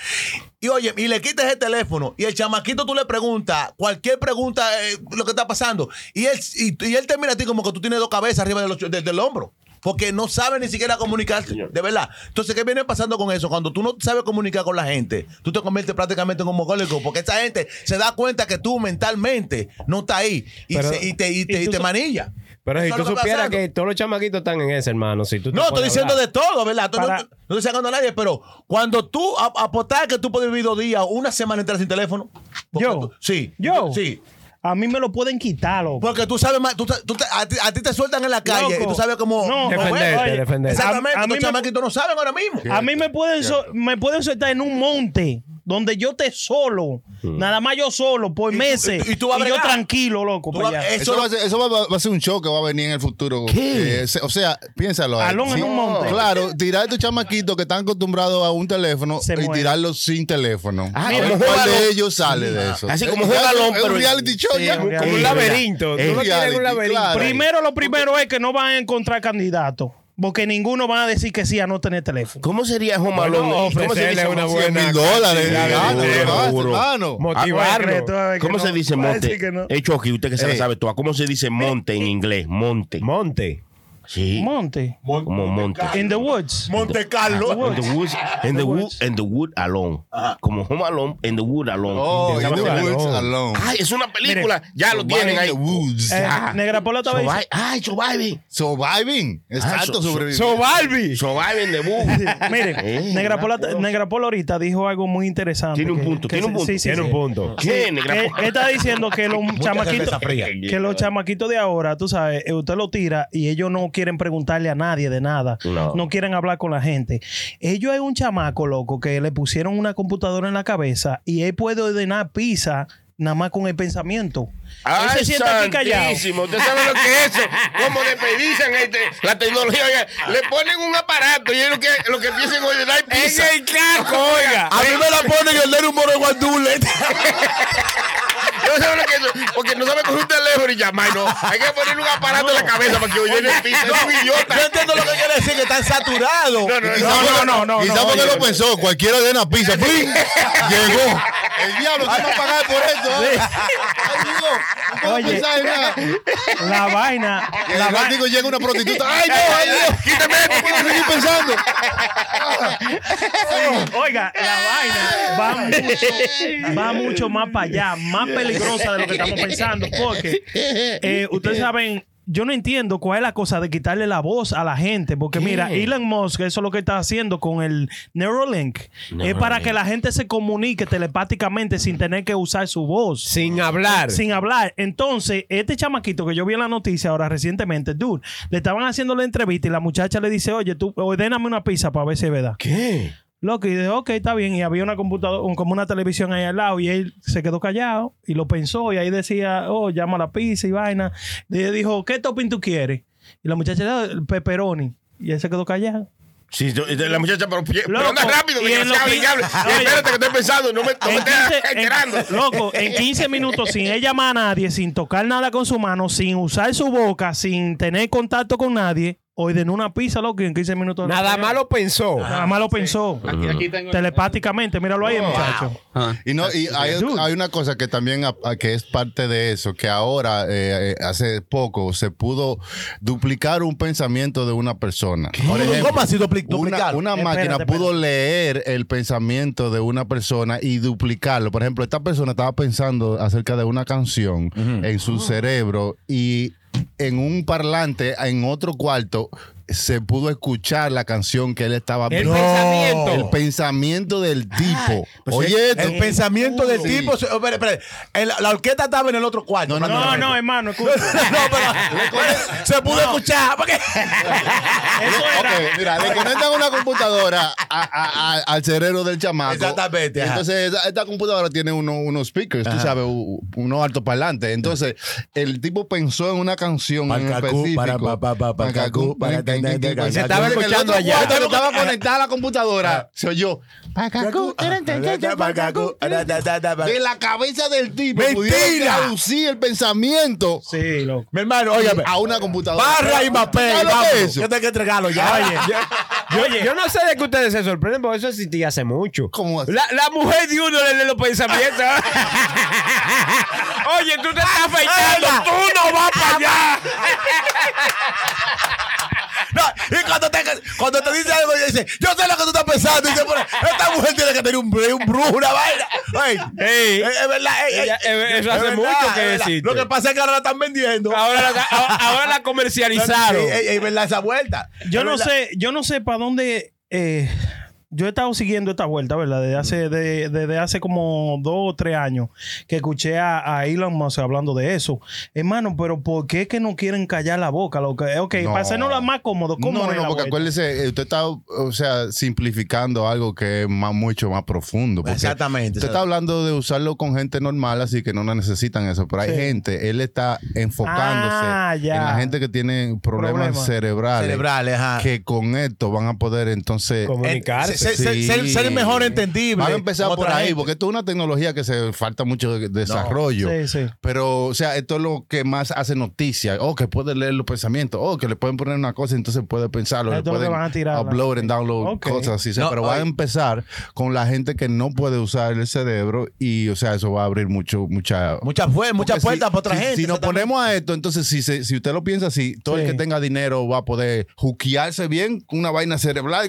[SPEAKER 3] Y oye, y le quitas el teléfono y el chamaquito tú le preguntas cualquier pregunta, eh, lo que está pasando. Y él, y, y él te mira a ti como que tú tienes dos cabezas arriba de los- de- del hombro. Porque no sabe ni siquiera comunicarse, de verdad. Entonces, ¿qué viene pasando con eso? Cuando tú no sabes comunicar con la gente, tú te conviertes prácticamente en un mongólico, porque esa gente se da cuenta que tú mentalmente no estás ahí y,
[SPEAKER 5] Pero-
[SPEAKER 3] se- y te, y te-
[SPEAKER 4] y tú
[SPEAKER 3] y te
[SPEAKER 4] sa-
[SPEAKER 3] manilla.
[SPEAKER 5] Pero si
[SPEAKER 3] Eso es
[SPEAKER 5] tú
[SPEAKER 3] lo que está
[SPEAKER 5] supieras
[SPEAKER 3] pasando.
[SPEAKER 5] que todos los chamaquitos están en ese, hermano. Si tú te
[SPEAKER 3] No, estoy
[SPEAKER 5] pones a
[SPEAKER 3] diciendo
[SPEAKER 5] hablar.
[SPEAKER 3] de todo, ¿verdad? Tú no-
[SPEAKER 4] Para-
[SPEAKER 3] No, estoy sacando a nadie, pero cuando tú a- apostar que tú puedes vivir dos días, una semana entera sin teléfono. porque
[SPEAKER 4] Yo.
[SPEAKER 3] tú- sí.
[SPEAKER 4] Yo.
[SPEAKER 3] Sí.
[SPEAKER 4] A mí me lo pueden quitar, loco.
[SPEAKER 3] Porque tú sabes más, tú, sa- tú te- a, ti, a ti te sueltan en la calle
[SPEAKER 4] Loco.
[SPEAKER 3] y tú sabes cómo.
[SPEAKER 4] No,
[SPEAKER 3] cómo es.
[SPEAKER 5] Defenderte,
[SPEAKER 4] oye,
[SPEAKER 5] defenderte.
[SPEAKER 3] Exactamente,
[SPEAKER 4] A, a
[SPEAKER 3] los
[SPEAKER 4] mí me-
[SPEAKER 3] chamaquitos no saben ahora mismo.
[SPEAKER 4] a mí me pueden, sol- me pueden soltar en un monte donde yo esté solo, nada más yo solo por
[SPEAKER 3] Y tú-
[SPEAKER 4] meses.
[SPEAKER 3] y tú vas a
[SPEAKER 4] yo
[SPEAKER 3] bregar.
[SPEAKER 4] tranquilo, loco.
[SPEAKER 3] Tú
[SPEAKER 4] pa'
[SPEAKER 3] vas-
[SPEAKER 4] allá.
[SPEAKER 3] eso
[SPEAKER 1] Eso,
[SPEAKER 3] lo-
[SPEAKER 1] va, a ser, eso va- va- va a ser un show que va a venir en el futuro. Eh, se- o sea, piénsalo. ahí.
[SPEAKER 4] Alón en un monte.
[SPEAKER 1] Claro, tirar a tus chamaquitos que están acostumbrados a un teléfono
[SPEAKER 4] Se
[SPEAKER 1] y
[SPEAKER 4] mueren.
[SPEAKER 1] tirarlos sin teléfono.
[SPEAKER 2] Ah,
[SPEAKER 1] a ver
[SPEAKER 2] como
[SPEAKER 1] cuál
[SPEAKER 2] juega
[SPEAKER 1] de
[SPEAKER 2] lo-
[SPEAKER 1] ellos sale de eso.
[SPEAKER 2] Así
[SPEAKER 1] Es-
[SPEAKER 2] como
[SPEAKER 1] es
[SPEAKER 2] juega
[SPEAKER 1] algo-
[SPEAKER 2] lo-
[SPEAKER 1] Es
[SPEAKER 2] pero-
[SPEAKER 1] un reality Eh, show
[SPEAKER 2] Sí,
[SPEAKER 1] ya.
[SPEAKER 2] es un
[SPEAKER 1] Como
[SPEAKER 5] Como un
[SPEAKER 2] Sí,
[SPEAKER 5] laberinto.
[SPEAKER 2] ¿verdad?
[SPEAKER 5] Tú no
[SPEAKER 1] Es
[SPEAKER 5] tienes un
[SPEAKER 1] reality,
[SPEAKER 5] laberinto.
[SPEAKER 1] claro.
[SPEAKER 4] Primero, lo primero es que no van a encontrar candidatos. Porque ninguno va a decir que sí a no tener teléfono.
[SPEAKER 2] ¿Cómo sería Home Alone?
[SPEAKER 5] Bueno,
[SPEAKER 2] ¿Cómo se dice,
[SPEAKER 5] ofrecerle una buena.
[SPEAKER 1] 100 mil dólares.
[SPEAKER 5] cantidad de
[SPEAKER 1] ganas,
[SPEAKER 5] dinero.
[SPEAKER 1] ganas,
[SPEAKER 2] Seguro.
[SPEAKER 1] hermano.
[SPEAKER 4] Ah,
[SPEAKER 5] Motivarlo.
[SPEAKER 2] ¿Cómo se dice monte? Eh, Chucky, usted que se la
[SPEAKER 1] Ey.
[SPEAKER 2] sabe toda. ¿Cómo se
[SPEAKER 4] Eh,
[SPEAKER 2] dice monte en inglés? Monte.
[SPEAKER 5] Monte.
[SPEAKER 2] Sí.
[SPEAKER 4] Monte.
[SPEAKER 2] Como monte.
[SPEAKER 4] In the woods.
[SPEAKER 3] Monte
[SPEAKER 1] Ah,
[SPEAKER 3] Carlo.
[SPEAKER 2] In the woods, in the wood, in the wood alone. Como Home Alone, in the wood alone.
[SPEAKER 1] Oh,
[SPEAKER 2] Esa va
[SPEAKER 1] in
[SPEAKER 2] a
[SPEAKER 1] the
[SPEAKER 2] ser la-
[SPEAKER 1] woods
[SPEAKER 5] alone.
[SPEAKER 1] alone.
[SPEAKER 2] Ay, es una película. ya lo
[SPEAKER 1] Surviving
[SPEAKER 2] tienen ahí.
[SPEAKER 1] in the woods.
[SPEAKER 4] Eh,
[SPEAKER 2] Ah.
[SPEAKER 4] Negra Paula estaba
[SPEAKER 2] Survive- Ay, surviving.
[SPEAKER 1] Surviving. Exacto,
[SPEAKER 2] Ah, so- so-
[SPEAKER 1] sobrevivir.
[SPEAKER 5] Sobalbi.
[SPEAKER 2] Surviving the woods.
[SPEAKER 4] Mire,
[SPEAKER 2] Eh,
[SPEAKER 4] Negra
[SPEAKER 2] Negra
[SPEAKER 4] Pola, Negra Pola ahorita dijo algo muy interesante.
[SPEAKER 2] Tiene un
[SPEAKER 4] que-
[SPEAKER 2] punto,
[SPEAKER 4] que
[SPEAKER 2] tiene
[SPEAKER 4] se-
[SPEAKER 2] un punto,
[SPEAKER 4] sí, sí,
[SPEAKER 5] Tiene
[SPEAKER 4] sí.
[SPEAKER 5] un punto.
[SPEAKER 2] ¿Qué?
[SPEAKER 4] Que-
[SPEAKER 2] Negra
[SPEAKER 4] él está diciendo que los chamaquitos
[SPEAKER 3] cerveza fría.
[SPEAKER 4] que los chamaquitos de ahora, tú sabes, eh, usted lo tira y ellos no quieren preguntarle a nadie de nada,
[SPEAKER 2] No.
[SPEAKER 4] quieren hablar con la gente. Ellos hay un chamaco loco que le pusieron una computadora en la cabeza y él puede ordenar pizza nada más con el pensamiento. Él
[SPEAKER 2] Ay,
[SPEAKER 4] se sienta aquí callado.
[SPEAKER 2] santísimo. Usted sabe lo que es eso. Como desperdician este, la tecnología. Oiga, le ponen un aparato y es lo que, lo que empiezan a ordenar pizza.
[SPEAKER 5] el casco, oiga.
[SPEAKER 3] A mí me la ponen el leer un moro de guandule.
[SPEAKER 2] Yo no sé lo que es eso, Porque no sabe coger un teléfono y llamar, no. Hay que ponerle un aparato en la cabeza para que ordene pizza. Es un idiota.
[SPEAKER 3] Yo entiendo lo que quiere decir, que están saturados.
[SPEAKER 2] No, no, no.
[SPEAKER 4] no, no, no,
[SPEAKER 1] Quizá porque- Quizá
[SPEAKER 4] no,
[SPEAKER 1] porque
[SPEAKER 4] oye.
[SPEAKER 1] lo pensó. Cualquiera de una pizza. ¡Bling! Llegó. El diablo, ¿quién va a pagar por esto? eh? Ay, Dios. No puedo
[SPEAKER 4] Oye.
[SPEAKER 1] pensar en nada.
[SPEAKER 4] La vaina.
[SPEAKER 1] Y
[SPEAKER 4] la
[SPEAKER 1] al
[SPEAKER 4] vai-
[SPEAKER 1] ratico llega una prostituta. ¡Ay, no! ¡Ay, Dios!
[SPEAKER 2] Quítame esto.
[SPEAKER 1] ¿Cómo seguir pensando?
[SPEAKER 4] Oiga, la vaina va mucho, va mucho más para allá, más peligrosa de lo que estamos pensando, porque eh, ustedes saben, yo no entiendo cuál es la cosa de quitarle la voz a la gente, porque mira, Elon Musk, eso es lo que está haciendo con el Neuralink, es para que la gente se comunique telepáticamente sin tener que usar su voz.
[SPEAKER 5] Sin hablar.
[SPEAKER 4] Sin hablar. Entonces, este chamaquito que yo vi en la noticia ahora recientemente, dude, le estaban haciendo la entrevista y la muchacha le dice, oye, tú ordéname una pizza para ver si es verdad.
[SPEAKER 5] ¿Qué?
[SPEAKER 4] Loco, y dije, ok, está bien. Y había una computadora, un- como una televisión ahí al lado, y él se quedó callado y lo pensó. Y ahí decía, oh, llama a la pizza y vaina. Y él dijo, ¿qué topping tú quieres? Y la muchacha le dijo, pepperoni. Y él se quedó callado.
[SPEAKER 2] Sí, yo- la muchacha, pero, pero
[SPEAKER 4] Loco,
[SPEAKER 2] anda rápido,
[SPEAKER 4] y en lo
[SPEAKER 2] desgraciado,
[SPEAKER 4] que-
[SPEAKER 2] diablo.
[SPEAKER 4] Oye.
[SPEAKER 2] Espérate que estoy pensando, no me, no me
[SPEAKER 4] En
[SPEAKER 2] estés
[SPEAKER 4] 15 en-
[SPEAKER 2] enterando.
[SPEAKER 4] loco, en 15 minutos sin ella llamar a nadie, sin tocar nada con su mano, sin usar su boca, sin tener contacto con nadie, o en una pizza, loco, y en 15 minutos.
[SPEAKER 5] Nada más lo pensó.
[SPEAKER 4] Nada más lo pensó.
[SPEAKER 7] Aquí, aquí tengo.
[SPEAKER 4] Telepáticamente, míralo ahí, muchacho.
[SPEAKER 7] Ah.
[SPEAKER 1] Y, no, y hay,
[SPEAKER 4] Dude.
[SPEAKER 1] hay una cosa que también a- a- que es parte de eso, que ahora, eh, eh, hace poco, se pudo duplicar un pensamiento de una persona. Por ejemplo,
[SPEAKER 3] ¿Cómo así dupli-
[SPEAKER 1] una,
[SPEAKER 3] duplicar?
[SPEAKER 1] una
[SPEAKER 4] Espérate,
[SPEAKER 1] máquina pudo
[SPEAKER 4] espérate.
[SPEAKER 1] leer el pensamiento de una persona y duplicarlo. Por ejemplo, esta persona estaba pensando acerca de una canción en su cerebro y en un parlante, en otro cuarto, se pudo escuchar la canción que él estaba
[SPEAKER 5] El
[SPEAKER 1] pensando.
[SPEAKER 5] pensamiento.
[SPEAKER 1] El pensamiento del tipo.
[SPEAKER 3] pues
[SPEAKER 1] Oye, esto.
[SPEAKER 3] El pensamiento del
[SPEAKER 1] Sí.
[SPEAKER 3] tipo. se- espere, espere. El- la orquesta estaba en el otro cuarto.
[SPEAKER 1] No,
[SPEAKER 4] No, no, hermano,
[SPEAKER 3] No,
[SPEAKER 4] escucha.
[SPEAKER 3] pero se pudo escuchar. porque-
[SPEAKER 4] Eso era.
[SPEAKER 1] Ok, mira, le conectan una computadora a- a- a- al cerebro del chamaco.
[SPEAKER 3] Exactamente,
[SPEAKER 1] Y
[SPEAKER 3] ajá.
[SPEAKER 1] Entonces, esa- esta computadora tiene uno- unos speakers, tú sabes, u- u- unos altoparlantes. Entonces, el tipo pensó en una canción en
[SPEAKER 3] Palcacú,
[SPEAKER 1] específico.
[SPEAKER 3] para, pa, pa, pa, palcacú, para,
[SPEAKER 1] tin, tin, tin, tin,
[SPEAKER 3] para,
[SPEAKER 1] tin.
[SPEAKER 5] se estaba
[SPEAKER 1] Entonces, en el
[SPEAKER 5] escuchando
[SPEAKER 1] otro
[SPEAKER 5] allá.
[SPEAKER 1] cuarto que estaba conectada a la
[SPEAKER 3] Ah.
[SPEAKER 1] computadora, se oyó. palcacú, tin, tin, tin, tin, palcacú. De la cabeza del tipo pudieron
[SPEAKER 3] ¡Mentira!
[SPEAKER 1] traducir el pensamiento
[SPEAKER 4] Sí, loco.
[SPEAKER 3] Mi hermano, óyame.
[SPEAKER 1] a una computadora.
[SPEAKER 3] Barra y papel.
[SPEAKER 1] ¿Sabes lo que
[SPEAKER 3] vamos.
[SPEAKER 1] es eso?
[SPEAKER 3] Yo tengo que entregarlo ya.
[SPEAKER 5] Oye, yo no sé de qué ustedes se sorprenden, porque eso existía hace mucho.
[SPEAKER 1] ¿Cómo así?
[SPEAKER 5] La, la mujer de uno le lee los pensamientos. Oye, tú te estás afeitando.
[SPEAKER 3] Anda.
[SPEAKER 5] tú no vas para
[SPEAKER 3] Ah,
[SPEAKER 5] allá.
[SPEAKER 3] No, y cuando te, cuando te dice algo, ella dice, yo sé lo que tú estás pensando. Y se pone, esta mujer tiene que tener un, bre- un brujo, una vaina. Ey,
[SPEAKER 5] Ey.
[SPEAKER 3] es, es verdad. ey, ey,
[SPEAKER 5] Ella- eh, eso hace mucho que
[SPEAKER 3] es verdad.
[SPEAKER 5] existe.
[SPEAKER 3] Lo que pasa es que ahora la están vendiendo.
[SPEAKER 5] Ahora la, a- ahora la comercializaron.
[SPEAKER 3] Es verdad esa vuelta.
[SPEAKER 4] yo
[SPEAKER 3] Es
[SPEAKER 4] no
[SPEAKER 3] verdad.
[SPEAKER 4] sé, yo no sé para dónde. eh, yo he estado siguiendo esta vuelta, ¿verdad? Desde hace, de- desde hace como dos o tres años que escuché a, a Elon Musk hablando de eso. Hermano, pero ¿por qué es que no quieren callar la boca? Lo que, ok,
[SPEAKER 1] No.
[SPEAKER 4] para hacernos la más cómodo. ¿cómo
[SPEAKER 1] No,
[SPEAKER 4] es
[SPEAKER 1] no,
[SPEAKER 4] la
[SPEAKER 1] no, porque
[SPEAKER 4] vuelta?
[SPEAKER 1] acuérdese, eh, usted está, o sea, simplificando algo que es más, mucho más profundo. porque
[SPEAKER 3] Exactamente,
[SPEAKER 1] Usted
[SPEAKER 3] exactamente.
[SPEAKER 1] está hablando de usarlo con gente normal, así que no la necesitan eso. Pero hay
[SPEAKER 4] Sí.
[SPEAKER 1] gente, él está enfocándose
[SPEAKER 4] Ah, ya.
[SPEAKER 1] en la gente que tiene problemas
[SPEAKER 4] Problema.
[SPEAKER 1] cerebrales.
[SPEAKER 3] Cerebrales, ajá.
[SPEAKER 1] Que con esto van a poder entonces.
[SPEAKER 5] Comunicarse.
[SPEAKER 3] Eh, se- se- se- ser- ser mejor entendible
[SPEAKER 1] Van a empezar
[SPEAKER 3] con
[SPEAKER 1] por
[SPEAKER 3] otra
[SPEAKER 1] ahí,
[SPEAKER 3] gente.
[SPEAKER 1] porque esto es una tecnología que se falta mucho de- desarrollo.
[SPEAKER 4] Sí, sí.
[SPEAKER 1] Pero, o sea, esto es lo que más hace noticia. Oh, que puede leer los pensamientos. Oh, que le pueden poner una cosa, entonces puede
[SPEAKER 4] Esto
[SPEAKER 1] pensarlo. Le
[SPEAKER 4] es lo que
[SPEAKER 1] pueden
[SPEAKER 4] van a tirar,
[SPEAKER 1] upload
[SPEAKER 4] la-
[SPEAKER 1] and download
[SPEAKER 4] Ok.
[SPEAKER 1] cosas así. o sea,
[SPEAKER 3] No,
[SPEAKER 1] pero va a
[SPEAKER 3] ay.
[SPEAKER 1] empezar con la gente que no puede usar el cerebro y, o sea, eso va a abrir mucho, mucha...
[SPEAKER 3] Muchas fue- muchas
[SPEAKER 1] Porque si-
[SPEAKER 3] puertas para otra
[SPEAKER 1] si-
[SPEAKER 3] gente.
[SPEAKER 1] Si nos
[SPEAKER 3] exactamente.
[SPEAKER 1] ponemos a esto, entonces si, se- si usted lo piensa así, todo el
[SPEAKER 4] Sí.
[SPEAKER 1] que tenga dinero va a poder juquearse bien con una vaina cerebral.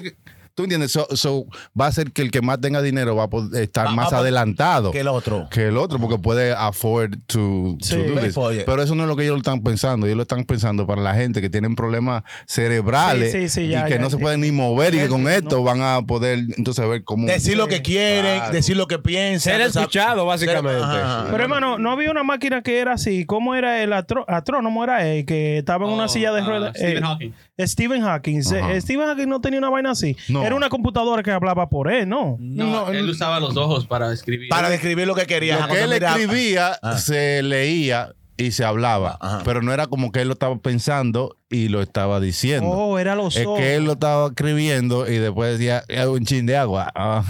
[SPEAKER 1] ¿Tú entiendes? So, so, va a ser que el que más tenga dinero va a poder estar
[SPEAKER 3] Va-
[SPEAKER 1] más
[SPEAKER 3] va a-
[SPEAKER 1] adelantado
[SPEAKER 3] que el otro.
[SPEAKER 1] que el otro porque puede afford to, to
[SPEAKER 4] Sí.
[SPEAKER 1] do this.
[SPEAKER 3] Oye.
[SPEAKER 1] Pero eso no es lo que ellos lo están pensando. Ellos lo están pensando para la gente que tienen problemas cerebrales
[SPEAKER 4] Sí, sí, sí,
[SPEAKER 1] y
[SPEAKER 4] ya,
[SPEAKER 1] que
[SPEAKER 4] ya
[SPEAKER 1] no se
[SPEAKER 4] entiendo.
[SPEAKER 1] pueden ni mover y que con
[SPEAKER 4] No.
[SPEAKER 1] esto van a poder entonces ver cómo...
[SPEAKER 3] Decir lo que quieren,
[SPEAKER 1] Claro.
[SPEAKER 3] decir lo que piensan.
[SPEAKER 5] Ser
[SPEAKER 3] o sea,
[SPEAKER 5] escuchado, básicamente.
[SPEAKER 3] Ajá,
[SPEAKER 1] Ah,
[SPEAKER 3] ajá.
[SPEAKER 4] Pero hermano, no había una máquina que era así. ¿Cómo era el atro- astrónomo? Era él que estaba en una
[SPEAKER 7] Oh,
[SPEAKER 4] silla de
[SPEAKER 7] ah,
[SPEAKER 4] ruedas.
[SPEAKER 7] Stephen
[SPEAKER 4] Eh,
[SPEAKER 7] Hawking.
[SPEAKER 4] Stephen Hawking. Se-
[SPEAKER 1] Ajá.
[SPEAKER 4] Stephen Hawking no tenía una vaina así.
[SPEAKER 1] No,
[SPEAKER 4] Era una computadora que hablaba por él, ¿no?
[SPEAKER 7] No,
[SPEAKER 1] No,
[SPEAKER 7] él
[SPEAKER 1] no.
[SPEAKER 7] usaba los ojos para escribir.
[SPEAKER 3] Para describir lo que quería.
[SPEAKER 1] Lo
[SPEAKER 3] Ajá,
[SPEAKER 1] que él
[SPEAKER 3] cuando mira-
[SPEAKER 1] escribía
[SPEAKER 3] Ah.
[SPEAKER 1] se leía y se hablaba,
[SPEAKER 3] Ajá.
[SPEAKER 1] pero no era como que él lo estaba pensando y lo estaba diciendo.
[SPEAKER 4] Oh, era los
[SPEAKER 1] Es
[SPEAKER 4] ojos.
[SPEAKER 1] que él lo estaba escribiendo y después decía "Eh, un chin de agua. Ah.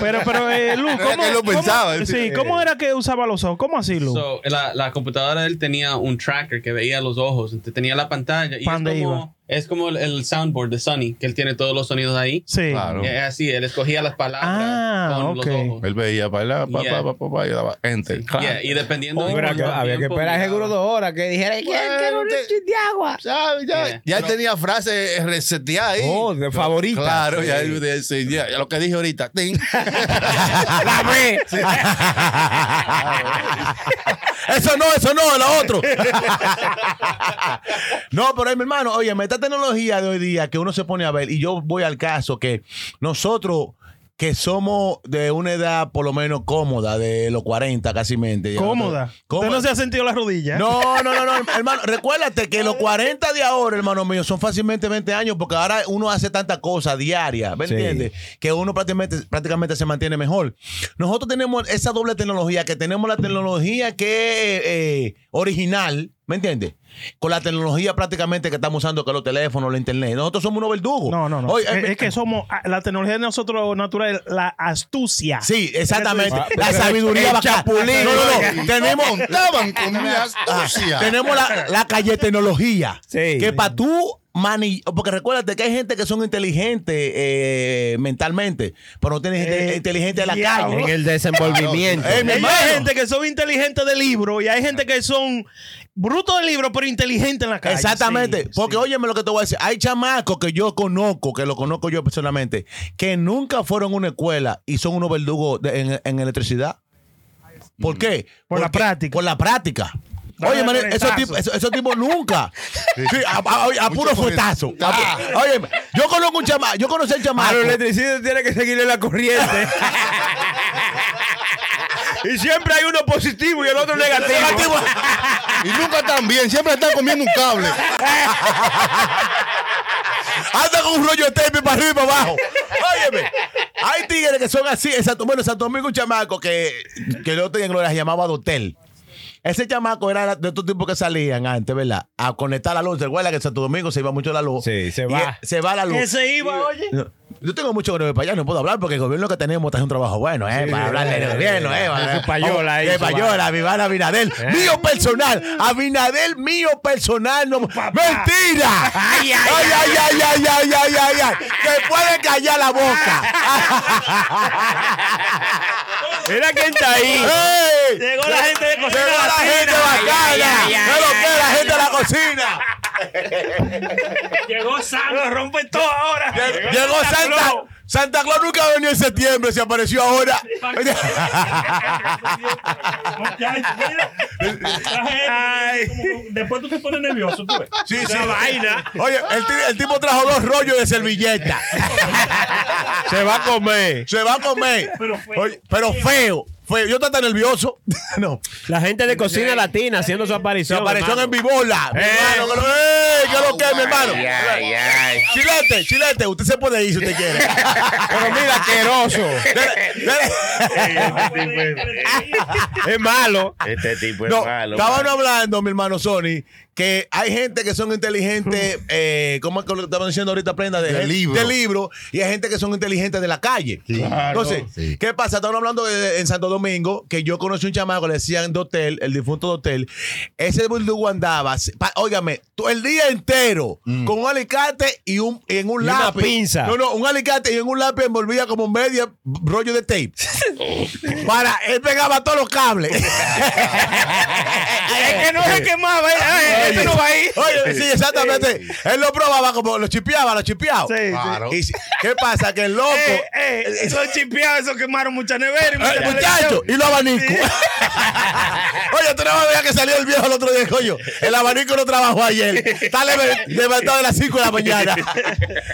[SPEAKER 4] Pero, pero, eh, Lu,
[SPEAKER 1] No era
[SPEAKER 4] ¿cómo,
[SPEAKER 1] que él lo
[SPEAKER 4] cómo-
[SPEAKER 1] pensaba, es
[SPEAKER 4] sí,
[SPEAKER 1] decir,
[SPEAKER 4] ¿cómo era que usaba los ojos? ¿Cómo así, Lu?
[SPEAKER 7] So, la, la computadora de él tenía un tracker que veía los ojos, entonces tenía la pantalla. Y es
[SPEAKER 4] ¿Pa' dónde iba?
[SPEAKER 7] como, es como el, el soundboard de Sony, que él tiene todos los sonidos ahí.
[SPEAKER 4] sí.
[SPEAKER 1] Claro.
[SPEAKER 7] Y es así, él escogía las palabras
[SPEAKER 4] Ah,
[SPEAKER 7] con
[SPEAKER 4] ok.
[SPEAKER 7] los ojos.
[SPEAKER 1] él veía para allá, pa,
[SPEAKER 7] Yeah.
[SPEAKER 1] pa, pa, pa, pa, y daba enter.
[SPEAKER 7] Yeah, y dependiendo de
[SPEAKER 5] Pero
[SPEAKER 7] cuánto
[SPEAKER 5] había que
[SPEAKER 7] tiempo
[SPEAKER 5] esperar
[SPEAKER 7] miraba.
[SPEAKER 5] seguro dos horas que dijera que era un
[SPEAKER 1] Bueno,
[SPEAKER 5] chiste de agua.
[SPEAKER 1] Ya, ya,
[SPEAKER 7] Yeah.
[SPEAKER 1] ya
[SPEAKER 7] Pero-
[SPEAKER 1] tenía frases reseteadas ahí.
[SPEAKER 5] Oh, de favorita.
[SPEAKER 1] Claro, ya, sí, ya, ya lo que dije ahorita. ting.
[SPEAKER 5] ¡La ve!
[SPEAKER 3] Eso no, eso no, lo otro. no, pero eh, mi hermano, oye, esta tecnología de hoy día que uno se pone a ver, y yo voy al caso que nosotros que somos de una edad por lo menos cómoda, de los 40 casi mente. ya
[SPEAKER 4] Cómoda.
[SPEAKER 3] nosotros- cómoda.
[SPEAKER 4] ¿Usted no se ha sentido la rodilla?
[SPEAKER 3] No, no, no, no, hermano, recuérdate que los 40 de ahora, hermano mío, son fácilmente 20 años porque ahora uno hace tanta cosa diaria, ¿me
[SPEAKER 5] Sí.
[SPEAKER 3] entiendes? Que uno prácticamente, prácticamente se mantiene mejor. Nosotros tenemos esa doble tecnología, que tenemos la tecnología que es original, ¿me entiendes? Con la tecnología prácticamente que estamos usando, que los teléfonos, la internet. Nosotros somos unos verdugos.
[SPEAKER 4] No, no, no.
[SPEAKER 3] Oye,
[SPEAKER 4] es,
[SPEAKER 3] eh,
[SPEAKER 4] es que somos ah, la tecnología de nosotros natural, la astucia.
[SPEAKER 3] Sí, exactamente.
[SPEAKER 5] Ah,
[SPEAKER 3] La
[SPEAKER 5] pero
[SPEAKER 3] sabiduría
[SPEAKER 5] el
[SPEAKER 3] bacana.
[SPEAKER 5] chapulín.
[SPEAKER 3] No, no, no. Tenemos,
[SPEAKER 1] Contaban con mi
[SPEAKER 3] Ah,
[SPEAKER 1] astucia.
[SPEAKER 3] tenemos la, la calle tecnología.
[SPEAKER 5] Sí.
[SPEAKER 3] que para tú mani porque recuérdate que hay gente que son inteligentes eh, mentalmente, pero no tienen gente
[SPEAKER 4] Eh,
[SPEAKER 3] inteligente de la
[SPEAKER 4] diablo.
[SPEAKER 5] En
[SPEAKER 3] calle.
[SPEAKER 5] el desenvolvimiento.
[SPEAKER 3] Eh, mi
[SPEAKER 4] Hay
[SPEAKER 3] hermano.
[SPEAKER 4] gente que son inteligentes de libro y hay gente que son brutos de libro, pero inteligentes en la calle.
[SPEAKER 3] Exactamente,
[SPEAKER 4] Sí,
[SPEAKER 3] porque
[SPEAKER 4] sí.
[SPEAKER 3] óyeme lo que te voy a decir, hay chamacos que yo conozco, que lo conozco yo personalmente, que nunca fueron a una escuela y son unos verdugos de- en, en electricidad. ¿Por qué?
[SPEAKER 4] Mm. Por la
[SPEAKER 3] Porque-
[SPEAKER 4] práctica.
[SPEAKER 3] Por la práctica.
[SPEAKER 4] Dale
[SPEAKER 3] Oye, man,
[SPEAKER 4] coletazo.
[SPEAKER 3] esos tipos esos- esos tipos nunca. Sí, a, a- a
[SPEAKER 1] Mucho
[SPEAKER 3] puro
[SPEAKER 1] colet-
[SPEAKER 3] fuetazo.
[SPEAKER 4] Ah.
[SPEAKER 3] Oye, yo conozco un chamaco, yo conocí el chamaco.
[SPEAKER 5] A los electricistas tiene que seguirle la corriente. y siempre hay uno positivo y el otro negativo.
[SPEAKER 1] Y nunca están bien, siempre están comiendo un cable.
[SPEAKER 3] Anda con un rollo de tape para arriba y para abajo. Óyeme. Hay tigres que son así. en Santo- bueno, en Santo Domingo un chamaco que, que yo tenía en Gloria se llamaba Dotel. Ese chamaco era de estos tipos que salían antes, ¿verdad? A conectar la luz. ¿Te acuerdas que en Santo Domingo se iba mucho la luz?
[SPEAKER 5] Sí, se
[SPEAKER 3] Y,
[SPEAKER 5] va.
[SPEAKER 3] eh, se va la luz.
[SPEAKER 4] Que se iba, oye.
[SPEAKER 3] No, Yo tengo mucho breve para allá, no puedo hablar porque el gobierno que tenemos está haciendo un trabajo bueno, ¿eh? para hablar del gobierno, ¿eh? para-
[SPEAKER 5] Eso payola,
[SPEAKER 3] Oh,
[SPEAKER 5] eso,
[SPEAKER 3] que payola, viva la Abinadel.
[SPEAKER 4] Eh.
[SPEAKER 3] Mío personal, Abinadel mío personal. No, ¡Mentira! ¡Ay, ay, ay, ay, ay, ay, ay, ay! ay. ¡Que puede callar la boca!
[SPEAKER 5] Mira quién está ahí.
[SPEAKER 3] ¡Ey!
[SPEAKER 4] Llegó la gente de cocina
[SPEAKER 3] Llegó la
[SPEAKER 4] latina.
[SPEAKER 3] gente
[SPEAKER 4] Ay,
[SPEAKER 3] bacana.
[SPEAKER 4] ay, ay,
[SPEAKER 3] ¡Es lo
[SPEAKER 4] ay,
[SPEAKER 3] que es la
[SPEAKER 4] ay,
[SPEAKER 3] gente de la cocina!
[SPEAKER 4] Llegó Sam, lo rompen todo ahora.
[SPEAKER 3] Llegó Santa.
[SPEAKER 4] Claus.
[SPEAKER 3] Santa Claus nunca venía en septiembre, se apareció ahora.
[SPEAKER 8] Muchacho, mira, la gente, como- después tú te pones nervioso, tú ves.
[SPEAKER 3] Sí, sí.
[SPEAKER 4] vaina.
[SPEAKER 3] Oye, el, ti- el tipo trajo dos rollos de servilleta.
[SPEAKER 5] Se va a comer.
[SPEAKER 3] Se va a comer.
[SPEAKER 8] Pero feo.
[SPEAKER 3] Oye, pero feo. feo. Yo estaba tan nervioso. no.
[SPEAKER 5] La gente de cocina latina haciendo su
[SPEAKER 3] Se
[SPEAKER 5] aparición.
[SPEAKER 3] apareció
[SPEAKER 5] hermano. Eh.
[SPEAKER 3] en Vibola. Mi hermano, que lo- ¡Ey! ¿Qué es lo que es, mi hermano? Chilete, chilete. Usted se puede ir si usted quiere.
[SPEAKER 5] Pero mira, asqueroso.
[SPEAKER 3] Dele- dele.
[SPEAKER 5] es malo.
[SPEAKER 2] Este tipo es
[SPEAKER 5] pues,
[SPEAKER 3] No,
[SPEAKER 2] malo.
[SPEAKER 3] estaban
[SPEAKER 2] mano.
[SPEAKER 3] hablando, mi hermano Sony, que hay gente que son inteligentes, eh, ¿cómo es que lo estaban diciendo ahorita, prenda? De,
[SPEAKER 1] De
[SPEAKER 3] gente-
[SPEAKER 1] libro.
[SPEAKER 3] de libro, y hay gente que son inteligentes de la calle. Entonces,
[SPEAKER 1] Sí.
[SPEAKER 3] ¿qué pasa? Estaban hablando de- en Santo Domingo, que yo conocí un chamaco, le decían Dotel, el difunto Dotel. Ese verdugo andaba, pa- óigame, tú- el día entero,
[SPEAKER 1] Mm.
[SPEAKER 3] con un alicate y, un, y en un
[SPEAKER 5] Y una
[SPEAKER 3] lápiz.
[SPEAKER 5] pinza.
[SPEAKER 3] No, no, un alicate y en un lápiz envolvía como media rollo de tape. Para, él pegaba todos los cables.
[SPEAKER 4] Es que no se quemaba. eh. Ay, Este no va ahí.
[SPEAKER 3] Eh, Oye, sí, exactamente. Él lo probaba como lo chipeaba, lo chipeaba.
[SPEAKER 4] Sí, sí.
[SPEAKER 1] Claro.
[SPEAKER 3] Y si- ¿Qué pasa? Que el loco.
[SPEAKER 4] Eh, eh, esos chipeados, esos quemaron mucha nevera. y mucha
[SPEAKER 3] ¡Ey,
[SPEAKER 4] televisión.
[SPEAKER 3] Eh, muchacho! Y los abanicos. Oye, tú no me veas que salió el viejo el otro día, coño. El abanico no trabajó ayer. Está leve- levantado a las 5 de la mañana.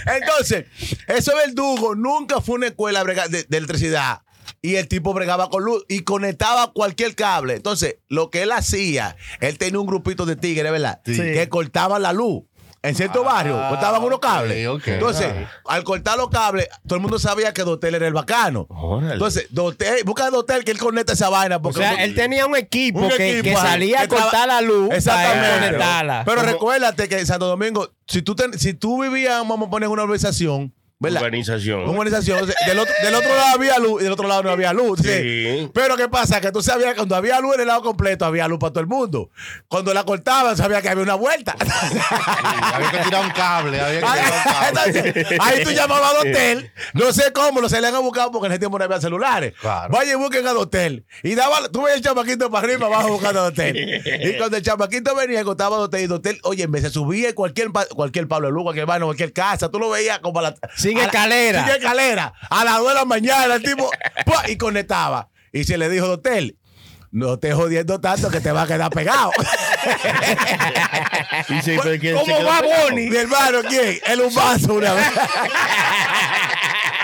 [SPEAKER 3] Entonces, ese verdugo nunca fue una escuela brega- de, de electricidad. Y el tipo bregaba con luz y conectaba cualquier cable. Entonces, lo que él hacía, él tenía un grupito de tigres, ¿verdad?
[SPEAKER 4] Sí.
[SPEAKER 3] Que cortaban la luz. En cierto barrio, cortaban unos cables.
[SPEAKER 1] Ah, ok, ok.
[SPEAKER 3] Entonces, al cortar los cables, todo el mundo sabía que Dotel era el bacano.
[SPEAKER 2] Órale.
[SPEAKER 3] Entonces, Dotel, busca a Dotel que él conecta esa vaina.
[SPEAKER 5] O
[SPEAKER 3] Porque
[SPEAKER 5] sea, él tenía un equipo,
[SPEAKER 3] Un
[SPEAKER 5] que,
[SPEAKER 3] equipo,
[SPEAKER 5] que
[SPEAKER 3] ajá,
[SPEAKER 5] salía
[SPEAKER 3] que
[SPEAKER 5] a cortar
[SPEAKER 3] estaba-
[SPEAKER 5] la luz.
[SPEAKER 3] Exactamente.
[SPEAKER 5] Para él conectarla.
[SPEAKER 3] Pero recuérdate que en Santo Domingo, si tú, ten- si tú vivías, vamos a poner una urbanización, ¿verdad?
[SPEAKER 2] Urbanización.
[SPEAKER 3] Una urbanización. o sea, del, otro, del otro lado había luz y del otro lado no había luz.
[SPEAKER 2] Sí.
[SPEAKER 3] sí. Pero ¿qué pasa? Que tú sabías que cuando había luz en el lado completo, había luz para todo el mundo. Cuando la cortaban, sabía que había una vuelta.
[SPEAKER 1] Había que tirar un cable, había que tirar un cable.
[SPEAKER 3] Entonces, ahí tú llamabas a Dotel. No sé cómo, lo se le han buscado porque en ese tiempo no había celulares.
[SPEAKER 1] Claro.
[SPEAKER 3] Vaya y busquen a Dotel. Y daba, tú veías el chamaquito para arriba, abajo buscando a Dotel. Y cuando el chamaquito venía, encontraba a Dotel. Y Dotel, oye, me se subía en cualquier, pa- cualquier Pablo de Lugo, cualquier mano, cualquier casa. Tú lo veías como a la.
[SPEAKER 5] Sin
[SPEAKER 3] a la-
[SPEAKER 5] escalera.
[SPEAKER 3] sin escalera. A las 2 de la mañana, el tipo. ¡pua! Y conectaba. Y se le dijo a Dotel. No te jodiendo tanto que te va a quedar pegado.
[SPEAKER 2] Y se-
[SPEAKER 3] Pues,
[SPEAKER 2] que- se
[SPEAKER 3] ¿Cómo
[SPEAKER 2] quedó
[SPEAKER 3] va
[SPEAKER 2] pegado.
[SPEAKER 3] Bonnie? Mi hermano, ¿quién? El humbazo una vez.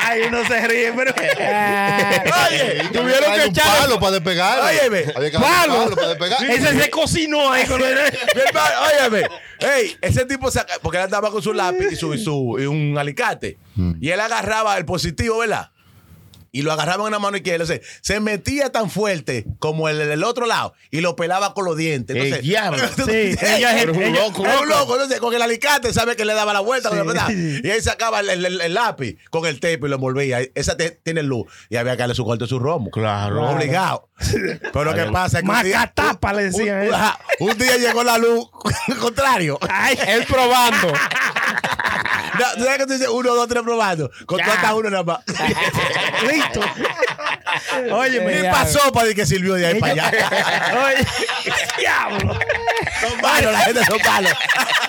[SPEAKER 4] Ay, uno se ríe, pero.
[SPEAKER 3] Oye, tuvieron
[SPEAKER 1] Había
[SPEAKER 3] que
[SPEAKER 1] un
[SPEAKER 3] echarle.
[SPEAKER 1] palo para despegar.
[SPEAKER 3] Óyeme,
[SPEAKER 1] había que
[SPEAKER 5] palo.
[SPEAKER 1] palo. palo para despegar.
[SPEAKER 4] Ese se cocinó ahí con el.
[SPEAKER 3] Mi hermano, óyeme. Ey, ese tipo saca, porque él andaba con su lápiz y su, y su- y un alicate. Y él agarraba el positivo, ¿verdad? Y lo agarraba en una mano izquierda. O sea, se metía tan fuerte como el del otro lado y lo pelaba con los dientes. Entonces,
[SPEAKER 2] El diablo.
[SPEAKER 4] Sí, ella es
[SPEAKER 2] Pero es un
[SPEAKER 4] ella-
[SPEAKER 2] loco.
[SPEAKER 3] Era un loco, entonces con el alicate, sabe que le daba la vuelta, con la verdad. Y ahí sacaba el, el- el- el lápiz con el tape y lo envolvía. Esa te- tiene luz. Y había que darle su corte su romo.
[SPEAKER 2] Claro.
[SPEAKER 3] Obligado. Pero ¿qué pasa? Que un día-
[SPEAKER 4] Macatapa le decían
[SPEAKER 3] un-
[SPEAKER 4] eso.
[SPEAKER 3] ajá, un día llegó la luz, contrario.
[SPEAKER 5] Ay, él probando.
[SPEAKER 3] No, ¿Tú sabes que tú dices uno, dos, tres probando? Con
[SPEAKER 5] Ya.
[SPEAKER 3] hasta uno nada más.
[SPEAKER 4] Listo. Oye,
[SPEAKER 5] Eh,
[SPEAKER 3] Ni
[SPEAKER 5] ya.
[SPEAKER 3] pasó para decir que sirvió de ahí para allá.
[SPEAKER 4] Oye, diablo.
[SPEAKER 3] Son palos, la gente son palos.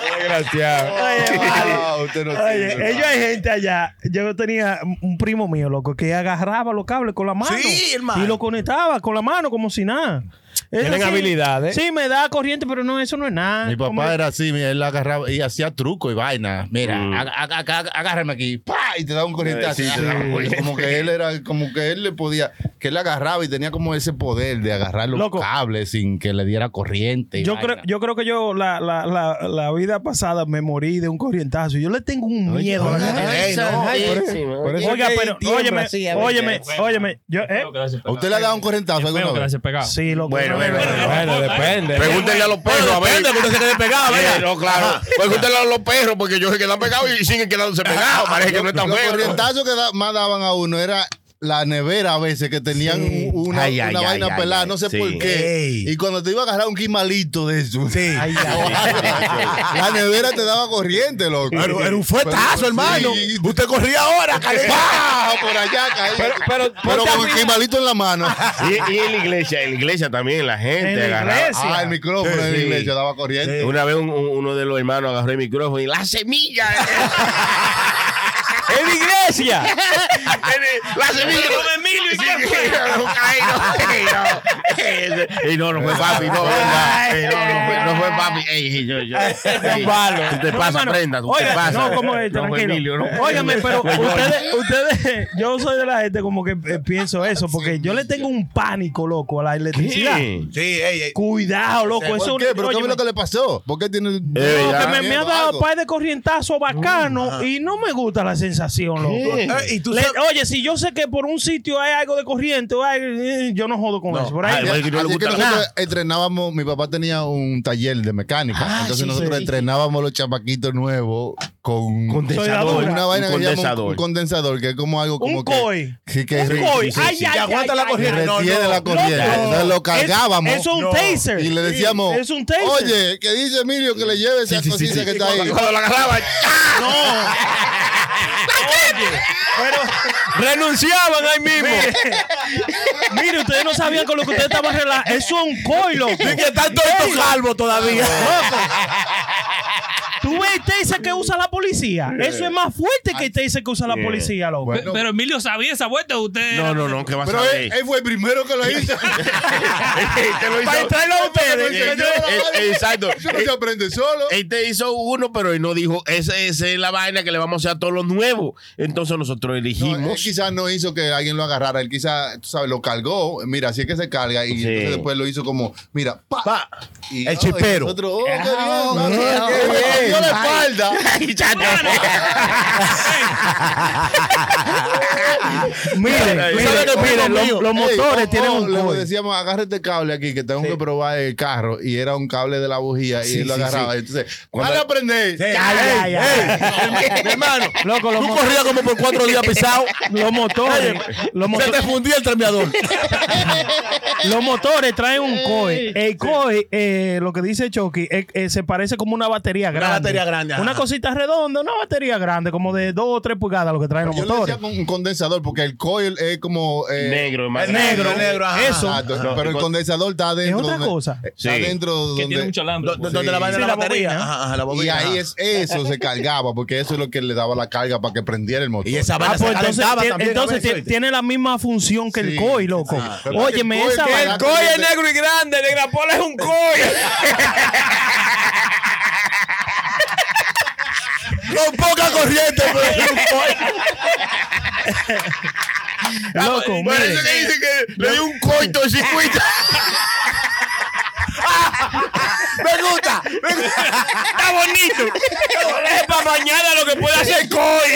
[SPEAKER 5] Desgraciado.
[SPEAKER 4] Oye, vale.
[SPEAKER 1] Ah, usted no
[SPEAKER 4] Oye,
[SPEAKER 1] tiene,
[SPEAKER 4] ellos hay gente allá. Yo tenía un primo mío, loco, que agarraba los cables con la mano
[SPEAKER 3] Sí, hermano.
[SPEAKER 4] y lo conectaba con la mano como si nada. Eso
[SPEAKER 5] Tienen
[SPEAKER 4] sí,
[SPEAKER 5] habilidades.
[SPEAKER 4] Sí, me da corriente, pero no, eso no Ah, es nada.
[SPEAKER 1] Mi
[SPEAKER 4] Como-
[SPEAKER 1] papá era así, mira, él agarraba y hacía truco y vaina. Mira, aga- aga- aga- agárrame aquí, ¡pa! y te daba un corrientazo.
[SPEAKER 2] Mm. Sí, te daba un corrientazo.
[SPEAKER 1] Como que él era, como que él le podía, que él agarraba y tenía como ese poder de agarrar los
[SPEAKER 4] Loco.
[SPEAKER 1] cables sin que le diera corriente. y
[SPEAKER 4] Yo
[SPEAKER 1] vaina.
[SPEAKER 4] creo, yo creo que yo la, la, la, la vida pasada me morí de un corrientazo. Yo le tengo un miedo. a la-
[SPEAKER 2] Ay,
[SPEAKER 3] Ey, no,
[SPEAKER 2] ay,
[SPEAKER 5] eh,
[SPEAKER 4] eh,
[SPEAKER 3] por
[SPEAKER 2] sí, man.
[SPEAKER 5] por eso-
[SPEAKER 4] Oiga,
[SPEAKER 5] que
[SPEAKER 4] pero
[SPEAKER 5] tiembla
[SPEAKER 4] óyeme,
[SPEAKER 5] así, a ver.
[SPEAKER 4] óyeme, óyeme. Yo, ¿eh?
[SPEAKER 8] Espero que la se
[SPEAKER 1] ¿A
[SPEAKER 8] pegado.
[SPEAKER 1] usted le ha dado un corrientazo
[SPEAKER 8] Espero que
[SPEAKER 1] alguna
[SPEAKER 8] la
[SPEAKER 1] vez?
[SPEAKER 8] se pegado.
[SPEAKER 4] Sí, loco.
[SPEAKER 2] Bueno, bueno, bueno.
[SPEAKER 5] Bueno, depende.
[SPEAKER 2] Pues
[SPEAKER 9] Pregúntenle a los perros, a ver.
[SPEAKER 3] Depende, porque se quede pegado,
[SPEAKER 9] Eh,
[SPEAKER 3] vaya.
[SPEAKER 9] no, claro.
[SPEAKER 2] Pues
[SPEAKER 9] Pregúntenle a los perros, porque ellos se quedan pegados y siguen quedándose pegados. Parece que no están
[SPEAKER 1] Los
[SPEAKER 9] feos. ¿no?
[SPEAKER 1] corrientazos que da- más daban a uno era la nevera a veces que tenían
[SPEAKER 4] Sí.
[SPEAKER 1] un- una,
[SPEAKER 2] Ay, ay,
[SPEAKER 1] una
[SPEAKER 2] ay,
[SPEAKER 1] vaina
[SPEAKER 2] ay,
[SPEAKER 1] pelada,
[SPEAKER 2] ay.
[SPEAKER 1] no sé
[SPEAKER 2] Sí.
[SPEAKER 1] por qué.
[SPEAKER 3] Ey.
[SPEAKER 1] Y cuando te iba a agarrar un quimalito de eso,
[SPEAKER 3] Sí.
[SPEAKER 1] la nevera te daba corriente, loco.
[SPEAKER 3] Era, era un fuetazo,
[SPEAKER 1] Pero-
[SPEAKER 3] hermano.
[SPEAKER 1] Sí.
[SPEAKER 3] Usted corría ahora, cabrón.
[SPEAKER 1] ¡Pah! Por allá cae.
[SPEAKER 5] Pero, pero,
[SPEAKER 1] Pero
[SPEAKER 5] ponte a
[SPEAKER 1] con el
[SPEAKER 5] pensar-
[SPEAKER 1] quimalito en la mano.
[SPEAKER 2] Y, y en la iglesia, en la iglesia también la gente
[SPEAKER 4] En la
[SPEAKER 2] agarraba.
[SPEAKER 4] iglesia.
[SPEAKER 1] Ah, el micrófono en la
[SPEAKER 2] Sí.
[SPEAKER 1] iglesia daba corriente.
[SPEAKER 2] Una vez un- un- uno de los hermanos agarró el micrófono y la semilla. eh,
[SPEAKER 5] ¡En la iglesia!
[SPEAKER 2] la semilla. Sí, que- Ay, no, ey, no. Ey, ese- ey, no, no fue papi, no, venga. Ey, no, no fue, no fue papi. Ey, ey, yo, yo. Ey, tú te pasas,
[SPEAKER 4] hermano,
[SPEAKER 2] prenda, tú
[SPEAKER 4] oiga,
[SPEAKER 2] te pasas.
[SPEAKER 4] No, como es,
[SPEAKER 2] No fue
[SPEAKER 4] tranquilo.
[SPEAKER 2] Emilio, no fue-
[SPEAKER 4] Óigame, pero
[SPEAKER 2] Fue Goyo.
[SPEAKER 4] ustedes, ustedes, yo soy de la gente como que eh, pienso eso, porque yo le tengo un pánico, loco, a la electricidad.
[SPEAKER 2] Sí.
[SPEAKER 3] Sí, ey, ey.
[SPEAKER 4] Cuidado, loco, eso
[SPEAKER 1] ¿Por qué? ¿Pero qué
[SPEAKER 4] óyeme,
[SPEAKER 1] fue lo que le pasó? ¿Por qué tiene.?
[SPEAKER 2] Eh,
[SPEAKER 4] no,
[SPEAKER 2] ya.
[SPEAKER 4] que me, me ha dado
[SPEAKER 1] algo?
[SPEAKER 4] un par de corrientazos bacanos y no me gusta la sensación, loco.
[SPEAKER 2] ¿Qué?
[SPEAKER 3] Eh, y tú
[SPEAKER 4] Le-
[SPEAKER 3] sabes-
[SPEAKER 4] oye, si yo sé que por un sitio hay algo de corriente, o hay- eh, yo no jodo con eso. Por
[SPEAKER 2] Ah,
[SPEAKER 4] ahí,
[SPEAKER 2] igual que no le
[SPEAKER 1] Así que
[SPEAKER 2] gusta
[SPEAKER 1] nosotros
[SPEAKER 2] nada.
[SPEAKER 1] entrenábamos, mi papá tenía un taller de mecánica, entonces nosotros entrenábamos los chamaquitos nuevos con,
[SPEAKER 2] Condensador.
[SPEAKER 1] con una vaina
[SPEAKER 2] Un
[SPEAKER 1] que se llama
[SPEAKER 2] condensador.
[SPEAKER 1] un, un condensador, que es como algo como
[SPEAKER 4] un
[SPEAKER 1] que,
[SPEAKER 4] COI.
[SPEAKER 1] Sí, que
[SPEAKER 4] Un Ah,
[SPEAKER 1] re-
[SPEAKER 4] COI.
[SPEAKER 2] sí,
[SPEAKER 4] Ay,
[SPEAKER 2] sí.
[SPEAKER 4] ay,
[SPEAKER 3] Que
[SPEAKER 4] ay,
[SPEAKER 3] aguanta
[SPEAKER 4] ay,
[SPEAKER 3] la
[SPEAKER 4] ay.
[SPEAKER 3] corriente. No,
[SPEAKER 1] retiene
[SPEAKER 3] no.
[SPEAKER 1] la corriente.
[SPEAKER 4] Loco.
[SPEAKER 1] Entonces lo
[SPEAKER 4] Es-
[SPEAKER 1] cargábamos
[SPEAKER 4] Es, un
[SPEAKER 3] No.
[SPEAKER 4] taser.
[SPEAKER 1] y le decíamos,
[SPEAKER 4] Es un taser.
[SPEAKER 1] oye, que dice Emilio que le lleve esa cosita que está ahí.
[SPEAKER 9] Cuando la agarraba,
[SPEAKER 5] Renunciaban ahí mismo.
[SPEAKER 4] Mire, ustedes no sabían con lo que ustedes estaban relajando. Eso es un COI, loco.
[SPEAKER 3] Y que están todos estos calvos todavía.
[SPEAKER 4] Ah, Tú ves el taser que usa la policía. Eso es más fuerte que el taser que usa la policía, loco.
[SPEAKER 1] Bueno,
[SPEAKER 8] Pero Emilio sabía esa vuelta, usted.
[SPEAKER 2] No, no, no, que vas a
[SPEAKER 1] pero él,
[SPEAKER 2] ver.
[SPEAKER 1] él fue el primero que lo hizo.
[SPEAKER 2] Te lo hizo-
[SPEAKER 5] Para traerlo a
[SPEAKER 1] Porque
[SPEAKER 5] ustedes.
[SPEAKER 1] yo-
[SPEAKER 2] Eh, eh, Exacto.
[SPEAKER 1] Eso no se aprende solo.
[SPEAKER 2] Él te hizo uno, pero él no dijo, esa esa es la vaina que le vamos a hacer a todos los nuevos. Entonces nosotros
[SPEAKER 1] No, él
[SPEAKER 2] elegimos.
[SPEAKER 1] quizás no hizo que alguien lo agarrara, él quizás, tú sabes, lo cargó, mira, así es que se carga, y
[SPEAKER 2] Sí.
[SPEAKER 1] entonces después lo hizo como, mira, pa,
[SPEAKER 3] Pa.
[SPEAKER 1] Y,
[SPEAKER 3] El
[SPEAKER 1] oh,
[SPEAKER 3] chispero.
[SPEAKER 4] Ah,
[SPEAKER 1] y nosotros, oh, qué bien, qué bien,
[SPEAKER 9] dio la espalda.
[SPEAKER 4] Miren,
[SPEAKER 9] Ay,
[SPEAKER 4] miren,
[SPEAKER 9] ¿sabe qué fue
[SPEAKER 4] miren,
[SPEAKER 9] lo
[SPEAKER 4] los,
[SPEAKER 9] mío?
[SPEAKER 4] los motores
[SPEAKER 1] Ey,
[SPEAKER 4] tienen
[SPEAKER 1] oh,
[SPEAKER 4] un
[SPEAKER 1] le
[SPEAKER 4] código.
[SPEAKER 1] decíamos, agarra este cable aquí que tengo que probar el carro. Y era un cable de la bujía y
[SPEAKER 2] Sí,
[SPEAKER 1] él lo
[SPEAKER 2] sí,
[SPEAKER 1] agarraba.
[SPEAKER 2] sí.
[SPEAKER 1] Entonces,
[SPEAKER 2] Cuando-
[SPEAKER 1] ¿cuál aprendés?
[SPEAKER 3] Sí.
[SPEAKER 4] Ya, ya, ya.
[SPEAKER 9] Mi hermano,
[SPEAKER 4] Loco, los,
[SPEAKER 9] tú
[SPEAKER 4] mo-
[SPEAKER 9] corrías como por cuatro días pisado.
[SPEAKER 4] los motores, los,
[SPEAKER 9] Se
[SPEAKER 4] moto-
[SPEAKER 9] te fundía el tremeador.
[SPEAKER 4] los motores traen un COE. El COE, eh, lo que dice Chucky, eh, eh, se parece como una batería grande.
[SPEAKER 3] batería grande, ajá.
[SPEAKER 4] Una cosita redonda, una batería grande, como de 2 o 3 pulgadas lo que traen los
[SPEAKER 1] Yo le
[SPEAKER 4] motores.
[SPEAKER 1] decía con un condensador porque el coil es como. eh,
[SPEAKER 2] negro, más
[SPEAKER 3] El
[SPEAKER 2] grande.
[SPEAKER 3] negro, negro, ajá.
[SPEAKER 4] Eso.
[SPEAKER 1] exacto,
[SPEAKER 2] Ajá.
[SPEAKER 1] pero el
[SPEAKER 2] Igual-
[SPEAKER 1] condensador está adentro.
[SPEAKER 4] otra
[SPEAKER 1] donde-
[SPEAKER 4] cosa.
[SPEAKER 1] Está
[SPEAKER 2] Sí.
[SPEAKER 1] adentro
[SPEAKER 8] Que tiene
[SPEAKER 1] donde-
[SPEAKER 8] mucho alambre.
[SPEAKER 3] Do- do- Donde la vaina
[SPEAKER 4] Sí,
[SPEAKER 3] de la
[SPEAKER 4] la
[SPEAKER 3] batería.
[SPEAKER 4] bobina.
[SPEAKER 3] Ajá, ajá, la
[SPEAKER 1] Y
[SPEAKER 3] bobina,
[SPEAKER 1] ahí
[SPEAKER 3] ajá.
[SPEAKER 1] es eso se cargaba, porque eso es lo que le daba la carga para que prendiera el motor.
[SPEAKER 3] Y esa
[SPEAKER 4] Ah,
[SPEAKER 3] vaina
[SPEAKER 4] pues
[SPEAKER 3] se
[SPEAKER 4] entonces,
[SPEAKER 3] calentaba
[SPEAKER 4] tie-
[SPEAKER 3] también.
[SPEAKER 4] entonces
[SPEAKER 3] ¿no
[SPEAKER 4] tie-
[SPEAKER 3] ves?
[SPEAKER 4] tiene la misma función que
[SPEAKER 1] Sí,
[SPEAKER 4] el COI, loco.
[SPEAKER 1] exacto.
[SPEAKER 4] Óyeme,
[SPEAKER 1] El COI
[SPEAKER 4] esa
[SPEAKER 1] que
[SPEAKER 4] vaina-
[SPEAKER 1] da-
[SPEAKER 5] Coy es negro y grande, negra pola es un coy.
[SPEAKER 9] Con poca corriente, pero.
[SPEAKER 4] Loco,
[SPEAKER 9] Por
[SPEAKER 4] miren.
[SPEAKER 9] eso que dice que le dio un coito de circuito.
[SPEAKER 5] Me gusta. me gusta. Está bonito. Es para mañana lo que puede hacer coy.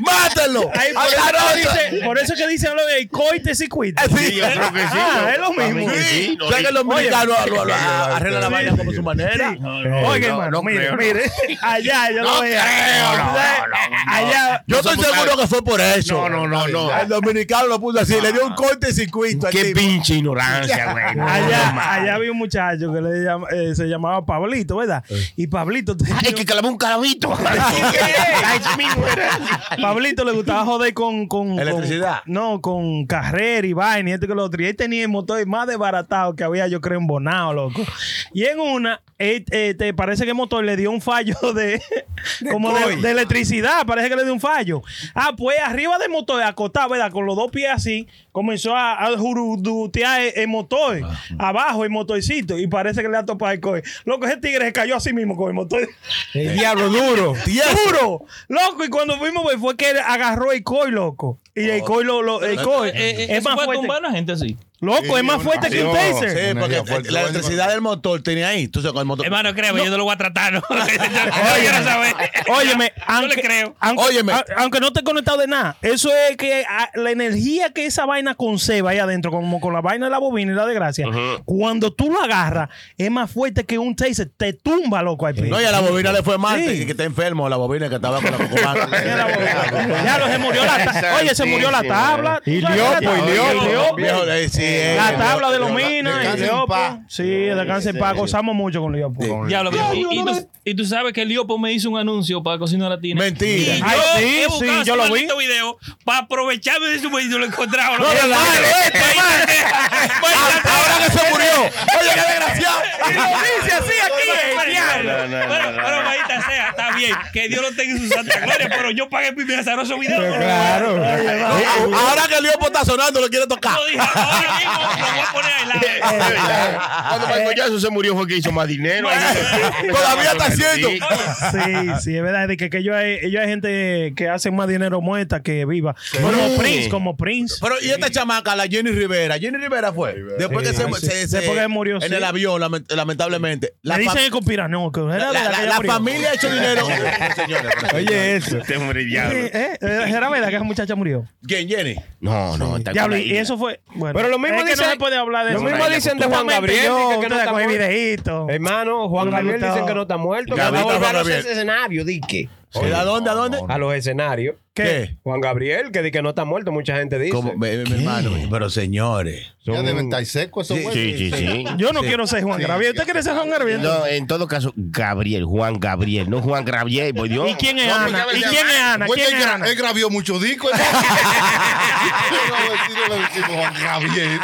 [SPEAKER 9] ¡Mátalo!
[SPEAKER 4] Ay, por, eso que dice, por eso que dicen lo de COI te circuito.
[SPEAKER 2] Sí, yo creo que sí.
[SPEAKER 4] Ah,
[SPEAKER 2] yo-
[SPEAKER 4] es lo
[SPEAKER 2] para mí
[SPEAKER 4] mismo. Ah,
[SPEAKER 2] que sí,
[SPEAKER 9] O
[SPEAKER 2] no,
[SPEAKER 9] sea que
[SPEAKER 2] y-
[SPEAKER 9] los mexicanos lo- lo-
[SPEAKER 3] Arregla la
[SPEAKER 4] Sí.
[SPEAKER 3] vaina como su manera.
[SPEAKER 4] Oiga,
[SPEAKER 2] no,
[SPEAKER 4] hermano,
[SPEAKER 2] no
[SPEAKER 4] mire,
[SPEAKER 2] creo, no.
[SPEAKER 4] mire. Allá, yo lo veo. Allá, allá.
[SPEAKER 9] Yo estoy
[SPEAKER 2] somos
[SPEAKER 9] seguro que fue por eso.
[SPEAKER 2] No, no, no, no.
[SPEAKER 3] El dominicano lo puso así, le dio un corte de circuito. al
[SPEAKER 2] Qué
[SPEAKER 3] tipo.
[SPEAKER 2] pinche ignorancia, güey. No, no, man.
[SPEAKER 4] Allá, allá había un muchacho que le llama- eh, se llamaba Pablito, ¿verdad? Y Pablito, tenía-
[SPEAKER 2] Ay, que clavó un carabito. Ay, sí mismo era.
[SPEAKER 4] Pablito le gustaba joder con, con
[SPEAKER 3] Electricidad.
[SPEAKER 4] con- no, con carrera y vaina y esto que lo otro. Y él tenía el motor más desbaratado que había, yo creo, en Bonao, loco. Y en una, él, eh, te parece que el motor le dio un fallo de, como de, de electricidad, parece que le dio un fallo. Ah, pues arriba del motor, acotado, ¿verdad? Con los dos pies así, comenzó a, a jurudutear el, el motor,
[SPEAKER 8] Ah,
[SPEAKER 4] abajo el motorcito, y parece que le ha topado el coche. Loco, ese tigre se cayó así mismo con el motor.
[SPEAKER 5] El diablo duro.
[SPEAKER 4] ¡Seguro! Loco, y cuando fuimos, pues, fue que él agarró el coy, loco. Y el coy, lo, lo- el coy
[SPEAKER 8] Oh. Eh, eh,
[SPEAKER 4] es
[SPEAKER 8] eso
[SPEAKER 4] más
[SPEAKER 8] fue
[SPEAKER 4] fuerte.
[SPEAKER 8] tumbar a la gente así.
[SPEAKER 4] Loco, es pues, más fuerte que un taser.
[SPEAKER 3] Sí,
[SPEAKER 1] Una
[SPEAKER 3] porque
[SPEAKER 1] energía fuerte,
[SPEAKER 3] la
[SPEAKER 1] bueno,
[SPEAKER 3] electricidad
[SPEAKER 1] bueno.
[SPEAKER 3] del motor tenía ahí. Entonces, con el motor.
[SPEAKER 8] Hermano, créeme, yo no lo voy a tratar. Ah, No, Yo quiero saber.
[SPEAKER 4] Óyeme,
[SPEAKER 8] no
[SPEAKER 4] aunque,
[SPEAKER 8] le creo.
[SPEAKER 4] Aunque,
[SPEAKER 9] Óyeme.
[SPEAKER 4] a- aunque no te he conectado de nada, eso es que a- la energía que esa vaina conserva ahí adentro, como con la vaina de la bobina y la desgracia, cuando tú lo agarras, es más fuerte que un taser. Te tumba, loco, al pie.
[SPEAKER 3] No, y a la bobina le fue mal,
[SPEAKER 4] Sí. Eh,
[SPEAKER 3] que, que está enfermo, la bobina que estaba con la
[SPEAKER 4] Mira la bobina.
[SPEAKER 3] cocomana.
[SPEAKER 4] Ya, lo- se murió la ta- Oye, se murió la tabla.
[SPEAKER 5] Y
[SPEAKER 4] Tú sabes
[SPEAKER 5] Liopo,
[SPEAKER 4] la
[SPEAKER 5] y
[SPEAKER 4] tabla.
[SPEAKER 5] Liopo.
[SPEAKER 3] Viejo, eh, sí, eh,
[SPEAKER 4] La tabla de los
[SPEAKER 1] Leo-
[SPEAKER 4] minas y
[SPEAKER 1] Descansa en
[SPEAKER 4] Leopo.
[SPEAKER 1] paz.
[SPEAKER 4] Sí, descanse en paz. Gozamos mucho con Leopo.
[SPEAKER 8] Ya lo viejo. Y, y tú, y tú sabes que Liopo me hizo un anuncio para Cocina Latina.
[SPEAKER 3] Mentira.
[SPEAKER 8] Y yo
[SPEAKER 4] Ay, sí,
[SPEAKER 8] he
[SPEAKER 4] sí,
[SPEAKER 8] buscado
[SPEAKER 4] yo
[SPEAKER 8] ese
[SPEAKER 4] lo vi.
[SPEAKER 8] maldito video para aprovecharme de su y lo he encontrado.
[SPEAKER 3] No,
[SPEAKER 8] Bueno,
[SPEAKER 3] hermano,
[SPEAKER 8] bueno, bueno,
[SPEAKER 9] Ahora que se murió. Oye, qué desgraciado.
[SPEAKER 8] dice así
[SPEAKER 4] eh,
[SPEAKER 8] aquí, el diablo.
[SPEAKER 2] no, no,
[SPEAKER 8] Pero,
[SPEAKER 2] no, no.
[SPEAKER 8] pero maldita sea, está bien. Que Dios lo tenga en su santa gloria. Pero yo pagué mi azaroso video. por lo
[SPEAKER 5] Claro.
[SPEAKER 4] eh,
[SPEAKER 3] eh,
[SPEAKER 9] Ahora que el Liopo está sonando, lo quiere tocar.
[SPEAKER 8] tanto dije, ahora mismo lo voy a poner ahí. la-
[SPEAKER 2] Cuando Michael Jackson se murió fue que hizo más dinero.
[SPEAKER 9] Todavía está haciendo.
[SPEAKER 2] Sí.
[SPEAKER 4] Sí, sí, es verdad. de que, que ellos, hay, ellos hay gente que hace más dinero muerta que viva. Como Prince, como Prince.
[SPEAKER 3] Pero, ¿y esta chamaca, la Jenny Rivera? Jenny Rivera fue. Después que
[SPEAKER 4] Sí,
[SPEAKER 3] se,
[SPEAKER 4] sí.
[SPEAKER 3] se- se-
[SPEAKER 4] Después que murió,
[SPEAKER 3] En
[SPEAKER 4] sí.
[SPEAKER 3] el avión, lament- lamentablemente. La,
[SPEAKER 4] Le
[SPEAKER 3] fa-
[SPEAKER 4] dicen que conspira, no, que era
[SPEAKER 3] la,
[SPEAKER 4] verdad
[SPEAKER 3] la-
[SPEAKER 4] que ella
[SPEAKER 3] la
[SPEAKER 4] murió.
[SPEAKER 3] familia ha hecho dinero. Señores,
[SPEAKER 5] Oye, eso.
[SPEAKER 2] Este hombre
[SPEAKER 4] Sí,
[SPEAKER 2] diablo.
[SPEAKER 4] eh, eh, era verdad que esa muchacha murió.
[SPEAKER 3] ¿Quién, Jenny?
[SPEAKER 2] No, no, está
[SPEAKER 4] Diablo,
[SPEAKER 2] con la
[SPEAKER 4] y
[SPEAKER 2] ira.
[SPEAKER 4] eso fue. Bueno,
[SPEAKER 5] Pero lo mismo
[SPEAKER 4] es que
[SPEAKER 5] dicen-
[SPEAKER 4] no se puede hablar de
[SPEAKER 5] lo
[SPEAKER 4] eso.
[SPEAKER 5] mismo dicen de Juan
[SPEAKER 4] Justamente
[SPEAKER 5] Gabriel,
[SPEAKER 4] yo,
[SPEAKER 5] que no Eh,
[SPEAKER 4] ustedes
[SPEAKER 5] está
[SPEAKER 4] con el
[SPEAKER 5] muerto.
[SPEAKER 4] videito.
[SPEAKER 5] Hermano, Juan
[SPEAKER 4] No le
[SPEAKER 5] Gabriel
[SPEAKER 4] gustaba.
[SPEAKER 5] dicen que no está muerto, que va
[SPEAKER 2] Gavita
[SPEAKER 5] a volver
[SPEAKER 3] Juan
[SPEAKER 5] a los
[SPEAKER 3] Gabriel.
[SPEAKER 5] escenarios, di que.
[SPEAKER 3] ¿De ¿A dónde? ¿A dónde?
[SPEAKER 5] A los escenarios.
[SPEAKER 4] ¿Qué?
[SPEAKER 5] Juan Gabriel, que di que no está muerto, mucha gente dice.
[SPEAKER 3] Como, mi, mi hermano, pero señores.
[SPEAKER 5] Son-
[SPEAKER 1] Ya de mental seco eso
[SPEAKER 3] Sí,
[SPEAKER 1] fue.
[SPEAKER 2] Sí, sí, sí.
[SPEAKER 4] Yo no quiero ser Juan
[SPEAKER 1] Sí.
[SPEAKER 4] Gabriel. ¿Usted quiere ser Juan Gabriel?
[SPEAKER 2] No, en todo caso, Gabriel, Juan Gabriel, no Juan Gabriel, por Dios.
[SPEAKER 4] ¿Y quién es
[SPEAKER 1] No, pues
[SPEAKER 4] Ana?
[SPEAKER 1] ya
[SPEAKER 4] ¿Y
[SPEAKER 1] verás.
[SPEAKER 4] quién es Ana?
[SPEAKER 1] Bueno,
[SPEAKER 4] ¿Quién
[SPEAKER 1] él,
[SPEAKER 4] es
[SPEAKER 1] gra-
[SPEAKER 4] Ana?
[SPEAKER 1] él grabió muchos discos. Yo no le decimos Juan Gabriel.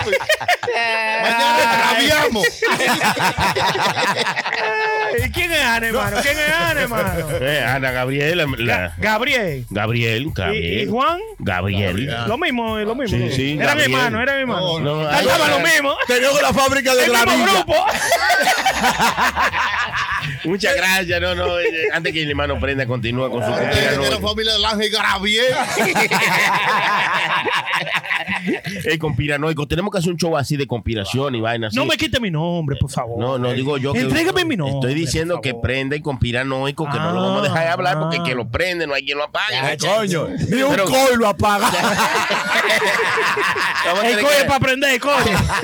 [SPEAKER 1] Mañana grabiamos.
[SPEAKER 4] ¿Y quién es Ana, hermano? ¿Quién es Ana, hermano?
[SPEAKER 2] Eh, Ana Gabriel, la- la-
[SPEAKER 4] Gabriel.
[SPEAKER 2] Gabriel, Gabriel.
[SPEAKER 4] ¿Y, y Juan?
[SPEAKER 2] Gabriel.
[SPEAKER 4] Lo mismo, lo mismo.
[SPEAKER 2] Sí, sí,
[SPEAKER 4] Era mi
[SPEAKER 2] Gabriel.
[SPEAKER 4] hermano, era mi hermano.
[SPEAKER 2] Ah. No, no,
[SPEAKER 4] Ahí
[SPEAKER 2] no,
[SPEAKER 4] estaba lo mismo.
[SPEAKER 9] Tenía con la fábrica de
[SPEAKER 4] El mismo
[SPEAKER 9] gravilla.
[SPEAKER 4] grupo.
[SPEAKER 2] Muchas gracias. No, no, eh, antes que el hermano prenda, continúa con su
[SPEAKER 1] Ustedes que
[SPEAKER 2] conspiranoico.
[SPEAKER 1] tienen familia del ángel Garabiel.
[SPEAKER 2] Eh, conspiranoico. Tenemos que hacer un show así de conspiración y vainas.
[SPEAKER 4] No
[SPEAKER 2] así.
[SPEAKER 4] me quite mi nombre, por favor.
[SPEAKER 2] No, no digo yo que.
[SPEAKER 4] Entrégame mi nombre,
[SPEAKER 2] Estoy diciendo
[SPEAKER 4] por
[SPEAKER 2] que
[SPEAKER 4] favor. Ah.
[SPEAKER 2] prenda y conspiranoico, que no lo vamos a dejar de hablar porque que lo prende, no hay quien lo apague.
[SPEAKER 3] Ay, coño, ni un
[SPEAKER 2] Pero-
[SPEAKER 3] coño lo apaga.
[SPEAKER 2] Vamos a
[SPEAKER 4] El
[SPEAKER 2] tener
[SPEAKER 4] coño
[SPEAKER 2] que-
[SPEAKER 4] es para aprender, coño. RB.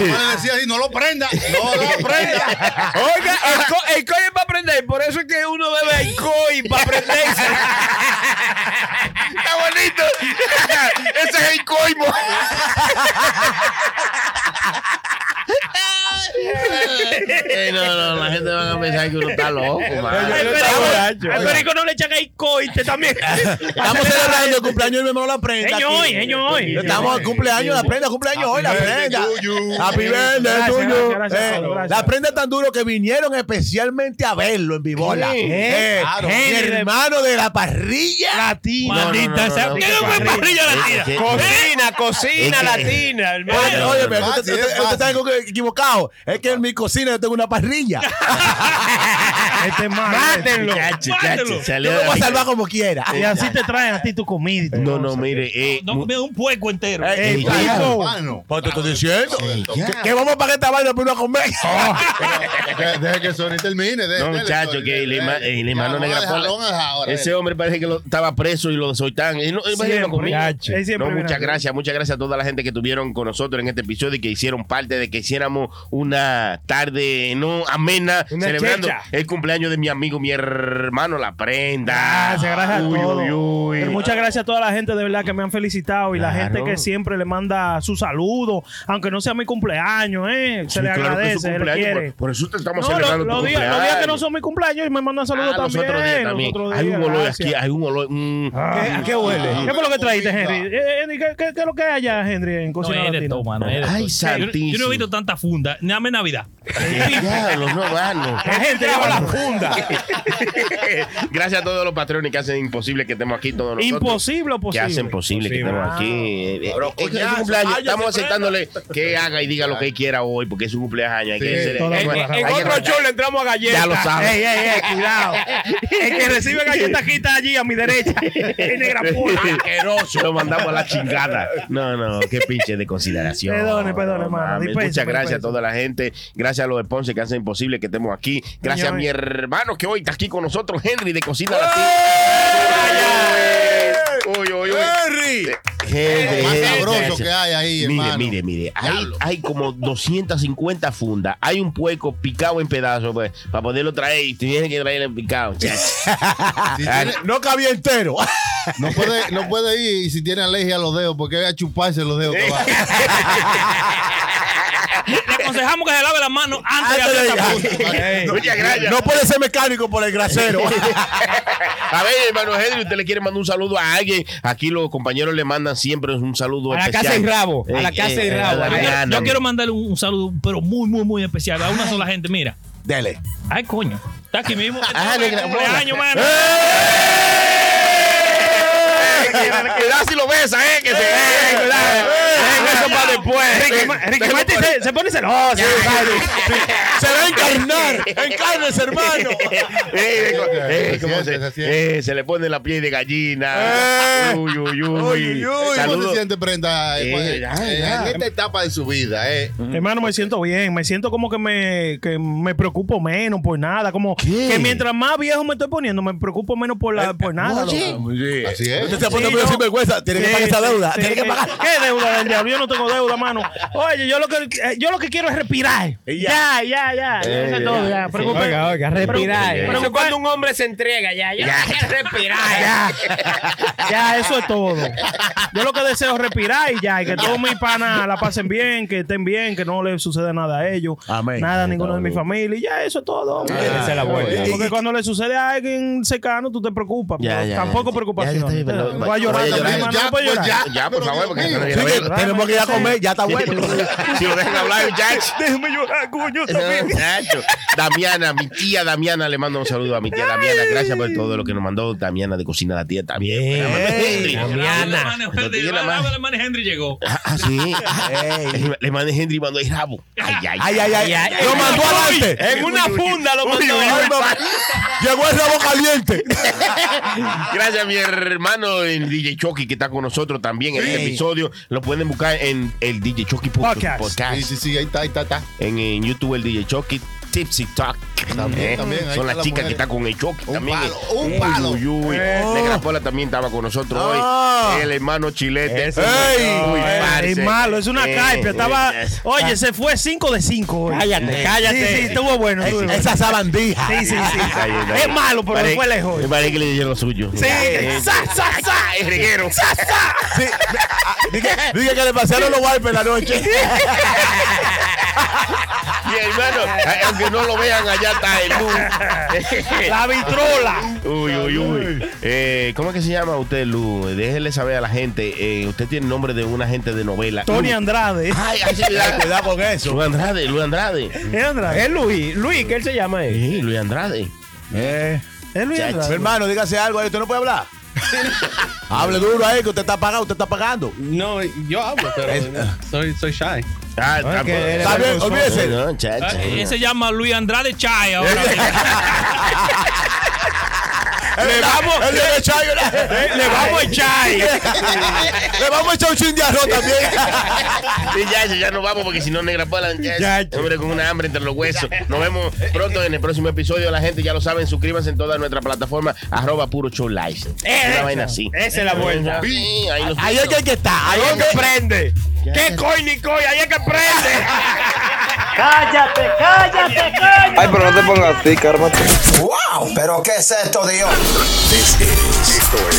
[SPEAKER 1] Yo le decía así, no lo prenda, no lo prenda.
[SPEAKER 5] Oiga, el, co- el coño es para aprender, por eso es que uno bebe el coño para aprenderse.
[SPEAKER 9] ¡Está bonito! ¡Ese es el coimo!
[SPEAKER 2] Eh, no, no, la gente va a pensar que uno está loco,
[SPEAKER 4] Al
[SPEAKER 2] man.
[SPEAKER 4] perico-
[SPEAKER 5] borracho.
[SPEAKER 4] Al perico no le echan ahí coite también.
[SPEAKER 3] Estamos celebrando el cumpleaños de mi hermano La Prenda.
[SPEAKER 4] Señor,
[SPEAKER 3] aquí.
[SPEAKER 4] señor.
[SPEAKER 3] Estamos al cumpleaños La Prenda, cumpleaños hoy La Prenda. Happy birthday
[SPEAKER 4] Gracias,
[SPEAKER 3] tuyo.
[SPEAKER 4] gracias, gracias,
[SPEAKER 3] Eh,
[SPEAKER 4] Pablo, gracias.
[SPEAKER 3] La Prenda tan duro que vinieron especialmente a verlo en Vibola.
[SPEAKER 4] Sí.
[SPEAKER 3] Eh,
[SPEAKER 4] Claro.
[SPEAKER 3] mi
[SPEAKER 4] Henry de-
[SPEAKER 3] hermano de la parrilla.
[SPEAKER 4] Latina. Maldita sea. ¿Qué es una parrilla latina?
[SPEAKER 2] Es que-
[SPEAKER 5] Cocina, cocina
[SPEAKER 2] Es que-
[SPEAKER 5] latina,
[SPEAKER 3] Oye,
[SPEAKER 5] hermano.
[SPEAKER 2] Bueno,
[SPEAKER 3] oye,
[SPEAKER 2] es
[SPEAKER 3] usted,
[SPEAKER 1] fácil, es
[SPEAKER 3] usted- usted está
[SPEAKER 1] fácil.
[SPEAKER 3] equivo- equivocado. Es que en mi cocina yo tengo una parrilla.
[SPEAKER 4] Este es malo.
[SPEAKER 5] Mátenlo.
[SPEAKER 2] Chacho, chacho,
[SPEAKER 8] Mátelo.
[SPEAKER 2] salió
[SPEAKER 3] Yo
[SPEAKER 2] de
[SPEAKER 3] me
[SPEAKER 2] la-
[SPEAKER 3] voy a salvar como quiera.
[SPEAKER 4] Y así te traen a ti tu comida. y tu
[SPEAKER 2] No, no,
[SPEAKER 4] cosa.
[SPEAKER 2] mire. eh,
[SPEAKER 8] No,
[SPEAKER 2] mu-
[SPEAKER 8] me da un puerco entero.
[SPEAKER 3] Eh,
[SPEAKER 2] Ey,
[SPEAKER 3] eh,
[SPEAKER 2] ya.
[SPEAKER 1] Hermano,
[SPEAKER 3] pues te estoy diciendo.
[SPEAKER 1] ya.
[SPEAKER 3] Que vamos a pagar esta vaina para una comer.
[SPEAKER 1] Deje- Deje que Sony termine. deje-
[SPEAKER 2] No,
[SPEAKER 1] dele,
[SPEAKER 2] muchacho,
[SPEAKER 1] Sony,
[SPEAKER 2] que
[SPEAKER 1] dele,
[SPEAKER 2] el herma-
[SPEAKER 1] dele.
[SPEAKER 2] el hermano
[SPEAKER 1] Ya,
[SPEAKER 2] Negra
[SPEAKER 1] vamos a dejarlo,
[SPEAKER 2] Pola-
[SPEAKER 1] vamos a dejar ahora, eh.
[SPEAKER 2] ese
[SPEAKER 1] dele.
[SPEAKER 2] hombre parece que lo, estaba preso y lo soltaron. Y no- y imagínate
[SPEAKER 4] Siempre.
[SPEAKER 2] conmigo.
[SPEAKER 4] Él siempre,
[SPEAKER 2] No, muchas
[SPEAKER 4] mira.
[SPEAKER 2] gracias, muchas gracias a toda la gente que estuvieron con nosotros en este episodio y que hicieron parte de que hiciéramos una tarde no amena
[SPEAKER 5] Una
[SPEAKER 2] celebrando
[SPEAKER 5] checha.
[SPEAKER 2] el cumpleaños de mi amigo, mi hermano, la prenda.
[SPEAKER 4] Gracias, gracias a
[SPEAKER 2] Uy,
[SPEAKER 4] todos.
[SPEAKER 2] uy, uy.
[SPEAKER 4] Pero muchas gracias a toda la gente de verdad que me han felicitado y la
[SPEAKER 2] Claro.
[SPEAKER 4] gente que siempre le manda su saludo, aunque no sea mi cumpleaños, ¿eh? Se
[SPEAKER 2] Sí,
[SPEAKER 4] le
[SPEAKER 2] claro que es
[SPEAKER 4] agradece,
[SPEAKER 2] su
[SPEAKER 4] se le
[SPEAKER 2] cumpleaños, pues,
[SPEAKER 4] quiere.
[SPEAKER 2] Por, por eso te estamos
[SPEAKER 4] No, lo-
[SPEAKER 2] celebrando
[SPEAKER 4] los,
[SPEAKER 2] tu
[SPEAKER 4] días, los días que no
[SPEAKER 2] cumpleaños.
[SPEAKER 4] son mi cumpleaños y me mandan
[SPEAKER 2] Ah, los
[SPEAKER 4] saludos también.
[SPEAKER 2] otros días
[SPEAKER 4] los
[SPEAKER 2] también.
[SPEAKER 4] otros
[SPEAKER 2] Hay un
[SPEAKER 4] días,
[SPEAKER 2] olor
[SPEAKER 4] gracias.
[SPEAKER 2] aquí, hay un olor. mm.
[SPEAKER 4] Ah,
[SPEAKER 3] qué huele?
[SPEAKER 4] ¿Qué fue lo que traíste, Henry? Eh, Henry, ¿qué, qué, qué es lo que hay allá, Henry, en
[SPEAKER 8] No,
[SPEAKER 4] cocina
[SPEAKER 8] es de
[SPEAKER 4] latina?
[SPEAKER 8] todo, mano, es de todo. pues. Yo-
[SPEAKER 2] Ay,
[SPEAKER 8] Yo, no
[SPEAKER 2] santísimo.
[SPEAKER 8] he visto tanta funda. Dame Navidad.
[SPEAKER 2] Diablo, no, mano.
[SPEAKER 4] La gente lleva la funda.
[SPEAKER 2] Gracias a todos los patrones que hacen imposible que estemos aquí todos nosotros.
[SPEAKER 4] Imposible o posible.
[SPEAKER 2] Que hacen posible que estemos aquí. Eh, eh,
[SPEAKER 3] Pero,
[SPEAKER 2] es que es
[SPEAKER 3] coñazo,
[SPEAKER 2] su cumpleaños.
[SPEAKER 3] cállate,
[SPEAKER 2] Estamos
[SPEAKER 3] prenda.
[SPEAKER 2] aceptándole que haga y diga lo que él quiera hoy, porque es su cumpleaños. Hay
[SPEAKER 1] Sí,
[SPEAKER 2] que ser-
[SPEAKER 4] toda la
[SPEAKER 2] hay-
[SPEAKER 4] razón.
[SPEAKER 2] hay
[SPEAKER 5] En
[SPEAKER 2] que
[SPEAKER 5] otro
[SPEAKER 2] tratar-
[SPEAKER 5] show le entramos a galletas.
[SPEAKER 2] Ya lo sabes.
[SPEAKER 4] Ey, ey, ey, cuidado. El que recibe galletas aquí está allí a mi derecha. El negra pura.
[SPEAKER 2] Asqueroso. Lo mandamos a la chingada. No, no, qué pinche de consideración.
[SPEAKER 4] Perdone, perdone,
[SPEAKER 2] No,
[SPEAKER 4] hermano.
[SPEAKER 2] mames.
[SPEAKER 4] Dispense,
[SPEAKER 2] Muchas gracias a
[SPEAKER 4] dispense.
[SPEAKER 2] toda la gente. Gracias a los sponsors que hacen imposible que estemos aquí. Gracias a mi hermano que hoy está aquí con nosotros, Henry de Cocina Latina. Uy, uy, uy.
[SPEAKER 3] Henry.
[SPEAKER 2] Henry,
[SPEAKER 1] Lo más
[SPEAKER 2] Henry,
[SPEAKER 1] sabroso
[SPEAKER 2] gracias.
[SPEAKER 1] que hay ahí,
[SPEAKER 2] Mire,
[SPEAKER 1] hermano.
[SPEAKER 2] mire, mire. Hay,
[SPEAKER 1] Diablo.
[SPEAKER 2] hay como 250 fundas. Hay un pueco picado en pedazos pues, para poderlo traer y tiene que traerlo picado. chacho.
[SPEAKER 1] Si tiene-
[SPEAKER 2] Ah,
[SPEAKER 3] No cabía entero.
[SPEAKER 1] no, puede, no puede ir y si tiene alergia a los dedos, porque va a chuparse los dedos. que va.
[SPEAKER 8] Le aconsejamos que se lave las manos antes de
[SPEAKER 3] Antes
[SPEAKER 8] hacer
[SPEAKER 3] de
[SPEAKER 8] esta
[SPEAKER 3] llegar.
[SPEAKER 8] funda.
[SPEAKER 3] No-
[SPEAKER 2] Muchas gracias.
[SPEAKER 3] No puede ser mecánico por el grasero.
[SPEAKER 2] A ver, hermano Henry, usted le quiere mandar un saludo a alguien. Aquí los compañeros le mandan siempre un saludo
[SPEAKER 5] A la
[SPEAKER 2] especial.
[SPEAKER 5] casa y rabo, a
[SPEAKER 2] Eh,
[SPEAKER 5] la casa y
[SPEAKER 2] eh,
[SPEAKER 5] rabo.
[SPEAKER 4] Ah,
[SPEAKER 2] a la
[SPEAKER 8] Yo quiero-
[SPEAKER 2] Ariana.
[SPEAKER 8] Yo quiero mandarle un un saludo, pero muy, muy, muy especial a una sola gente. Mira.
[SPEAKER 3] Dele.
[SPEAKER 8] Ay, coño. Está aquí mismo.
[SPEAKER 2] Ah, negra,
[SPEAKER 3] Eh,
[SPEAKER 8] Cumpleaños, mano.
[SPEAKER 2] Eh, que- Cuidado si lo besa, eh, que se eh, cuidado. Eh, eso para después. Eh.
[SPEAKER 4] Ricky, Ma- Ricky Martin se, se pone celoso.
[SPEAKER 3] Se va a encarnar. Encárnese, hermano.
[SPEAKER 2] Eh, eh, eh,
[SPEAKER 1] Se
[SPEAKER 2] ¿cómo
[SPEAKER 1] siente,
[SPEAKER 2] se,
[SPEAKER 1] se siente.
[SPEAKER 2] eh, se le pone la piel de gallina.
[SPEAKER 3] Eh.
[SPEAKER 2] Uy, uy, uy.
[SPEAKER 3] Uy, uy, uy.
[SPEAKER 1] ¿Cómo se
[SPEAKER 2] Saludos.
[SPEAKER 1] siente, prenda? eh,
[SPEAKER 2] Eh,
[SPEAKER 1] pues,
[SPEAKER 2] ay,
[SPEAKER 1] eh,
[SPEAKER 2] ya.
[SPEAKER 1] En esta etapa de su vida, eh.
[SPEAKER 4] Hermano, me siento bien. Me siento como que me, que me preocupo menos por nada. Como que mientras más viejo me estoy poniendo, me preocupo menos por,
[SPEAKER 3] Ah, Eh,
[SPEAKER 4] la,
[SPEAKER 3] pues
[SPEAKER 4] por nada. loco.
[SPEAKER 1] Así es.
[SPEAKER 3] Usted se pone
[SPEAKER 4] Sí,
[SPEAKER 3] medio
[SPEAKER 4] no.
[SPEAKER 3] sinvergüenza. Tiene que
[SPEAKER 4] Sí,
[SPEAKER 3] pagar esa
[SPEAKER 4] sí,
[SPEAKER 3] deuda.
[SPEAKER 4] sí.
[SPEAKER 3] Tiene que pagar.
[SPEAKER 4] ¿Qué deuda del diablo? Yo no tengo deuda, mano. Oye, yo lo que, eh, yo lo que quiero es respirar.
[SPEAKER 3] Y ya.
[SPEAKER 4] Ya, ya, ya. ya,
[SPEAKER 2] Eh,
[SPEAKER 4] eso es todo, ya. Preocupa-
[SPEAKER 5] Oiga, oiga, respirar. eh.
[SPEAKER 2] Pero-
[SPEAKER 5] Eso
[SPEAKER 4] pero-
[SPEAKER 5] cuando un hombre se entrega ya. Ya, no quiero respirar.
[SPEAKER 4] Ya, ya, eso es todo. Yo lo que deseo es respirar y ya, y que todos mis panas la pasen bien, que estén bien, que no les suceda nada a ellos,
[SPEAKER 3] Amén.
[SPEAKER 4] nada a ninguno de mi familia, y ya, eso es todo. hombre.
[SPEAKER 2] Ah,
[SPEAKER 5] Esa es la vuelta.
[SPEAKER 4] Porque cuando le sucede a alguien cercano, tú te preocupas,
[SPEAKER 2] Ya,
[SPEAKER 4] pero
[SPEAKER 2] ya,
[SPEAKER 4] tampoco
[SPEAKER 2] ya.
[SPEAKER 4] preocupación.
[SPEAKER 2] Ya, ya está bien, pero-
[SPEAKER 4] Voy a llorar
[SPEAKER 2] Voy a
[SPEAKER 4] también,
[SPEAKER 2] llorar.
[SPEAKER 4] mano, no puedo
[SPEAKER 1] pues
[SPEAKER 4] llorar.
[SPEAKER 1] ya.
[SPEAKER 2] ya, por favor, porque
[SPEAKER 1] Dios mío.
[SPEAKER 2] ya no viene a ver.
[SPEAKER 3] tenemos que ir a comer, ya está bueno.
[SPEAKER 2] Si lo dejan hablar, muchachos.
[SPEAKER 4] Déjeme llorar, coño, también.
[SPEAKER 2] Nacho. Damiana, mi tía Damiana, le mando un saludo a mi tía Damiana. Gracias por todo lo que nos mandó Damiana de Cocina la Tía también.
[SPEAKER 3] Bien. Diana.
[SPEAKER 2] Pero te llega más.
[SPEAKER 10] Manuel Henry llegó.
[SPEAKER 2] Ah, ah, sí. Le mandé Henry cuando hay rabo. Ay, ay,
[SPEAKER 3] Ay, ay, ay, Lo mandó adelante.
[SPEAKER 4] En una funda lo mandó.
[SPEAKER 3] Ay, mamá. Llegó el rabo caliente.
[SPEAKER 2] Gracias a mi hermano el DJ Chucky que está con nosotros también en este episodio. Lo pueden buscar en el DJ Chucky punto-
[SPEAKER 4] Podcast.
[SPEAKER 2] Ah.
[SPEAKER 1] Sí, sí, sí, ahí está, ahí está, está.
[SPEAKER 2] En, en YouTube el DJ Chucky. Tipsy Talk.
[SPEAKER 1] También,
[SPEAKER 2] Eh,
[SPEAKER 1] también, ahí
[SPEAKER 2] Son
[SPEAKER 1] está
[SPEAKER 2] las
[SPEAKER 1] la
[SPEAKER 2] chicas
[SPEAKER 1] mujer.
[SPEAKER 2] que están con el Chucky
[SPEAKER 1] Un
[SPEAKER 2] también.
[SPEAKER 1] palo, un
[SPEAKER 2] Uy,
[SPEAKER 1] palo.
[SPEAKER 2] Uy, uy.
[SPEAKER 4] Eh.
[SPEAKER 2] Negra Pola también estaba con nosotros
[SPEAKER 3] Ah.
[SPEAKER 2] hoy. El hermano Chilete.
[SPEAKER 3] Ese
[SPEAKER 2] Ey, uy, parce.
[SPEAKER 4] Es malo, es una
[SPEAKER 2] Eh,
[SPEAKER 4] caipia. Estaba.
[SPEAKER 2] eh,
[SPEAKER 4] Oye, se fue 5 de 5.
[SPEAKER 3] Cállate, cállate.
[SPEAKER 4] Sí, sí, estuvo bueno. estuvo bueno.
[SPEAKER 3] Esa sabandija.
[SPEAKER 4] Sí, sí, sí.
[SPEAKER 2] Está bien, está
[SPEAKER 4] Es
[SPEAKER 2] bien.
[SPEAKER 4] malo, pero
[SPEAKER 2] Parece-
[SPEAKER 4] fue lejos.
[SPEAKER 2] Me parece que le dieron lo suyo. Eh,
[SPEAKER 4] Sí, sa, sa, sa.
[SPEAKER 2] El reguero. Ah,
[SPEAKER 3] Dije, dije que le pasaron los wipes la noche.
[SPEAKER 2] Mi hermano, eh, aunque no lo vean, allá está el Lu.
[SPEAKER 4] La vitrola.
[SPEAKER 2] Uy, uy, uy. Eh, ¿Cómo es que se llama usted, Lu? Déjele saber a la gente. eh, usted tiene nombre de un agente de novela.
[SPEAKER 4] Tony
[SPEAKER 2] Lu.
[SPEAKER 4] Andrade.
[SPEAKER 2] Ay, ay, sí, cuidado, cuidado.
[SPEAKER 3] Cuidado con eso.
[SPEAKER 2] Lu Andrade, Lu Andrade.
[SPEAKER 4] Es Andrade.
[SPEAKER 3] Es Luis, Luis, ¿qué él se llama? él?
[SPEAKER 2] Sí, Luis Andrade.
[SPEAKER 3] Eh.
[SPEAKER 4] Es Luis
[SPEAKER 3] Mi
[SPEAKER 4] Andrade.
[SPEAKER 3] hermano, dígase algo ahí, usted no puede hablar. Hable duro ahí, que usted está pagado, usted está pagando.
[SPEAKER 7] No, yo hablo, pero
[SPEAKER 3] Es-
[SPEAKER 7] soy, soy shy.
[SPEAKER 2] Ah, está
[SPEAKER 3] que
[SPEAKER 2] por-
[SPEAKER 3] eres
[SPEAKER 2] está bien,
[SPEAKER 3] vergonzoso.
[SPEAKER 2] olvídese. No,
[SPEAKER 10] Ah,
[SPEAKER 2] chacha.
[SPEAKER 10] Él se llama Luis Andrade Chay ahora.
[SPEAKER 3] Le vamos, le, vamos a echar. le vamos a echar un chin de arroz también.
[SPEAKER 2] Sí, ya, ya, ya nos vamos porque si no, negra pola. Ya,
[SPEAKER 4] Ya.
[SPEAKER 2] hombre, con una hambre entre los huesos. Nos vemos pronto en el próximo episodio. La gente ya lo saben, suscríbanse en todas nuestras plataformas. Arroba puro show live. Una
[SPEAKER 4] esa.
[SPEAKER 2] vaina así.
[SPEAKER 4] Eh, Esa es la vuelta.
[SPEAKER 2] Sí, ahí nos
[SPEAKER 3] Ahí es que hay que estar. Ahí es que prende. ¿Qué coño, Nico? Ahí es que prende.
[SPEAKER 11] Ay, pero no te pongas así, cármate.
[SPEAKER 12] ¡Wow! ¿Pero qué es esto, Dios?
[SPEAKER 11] This is, esto es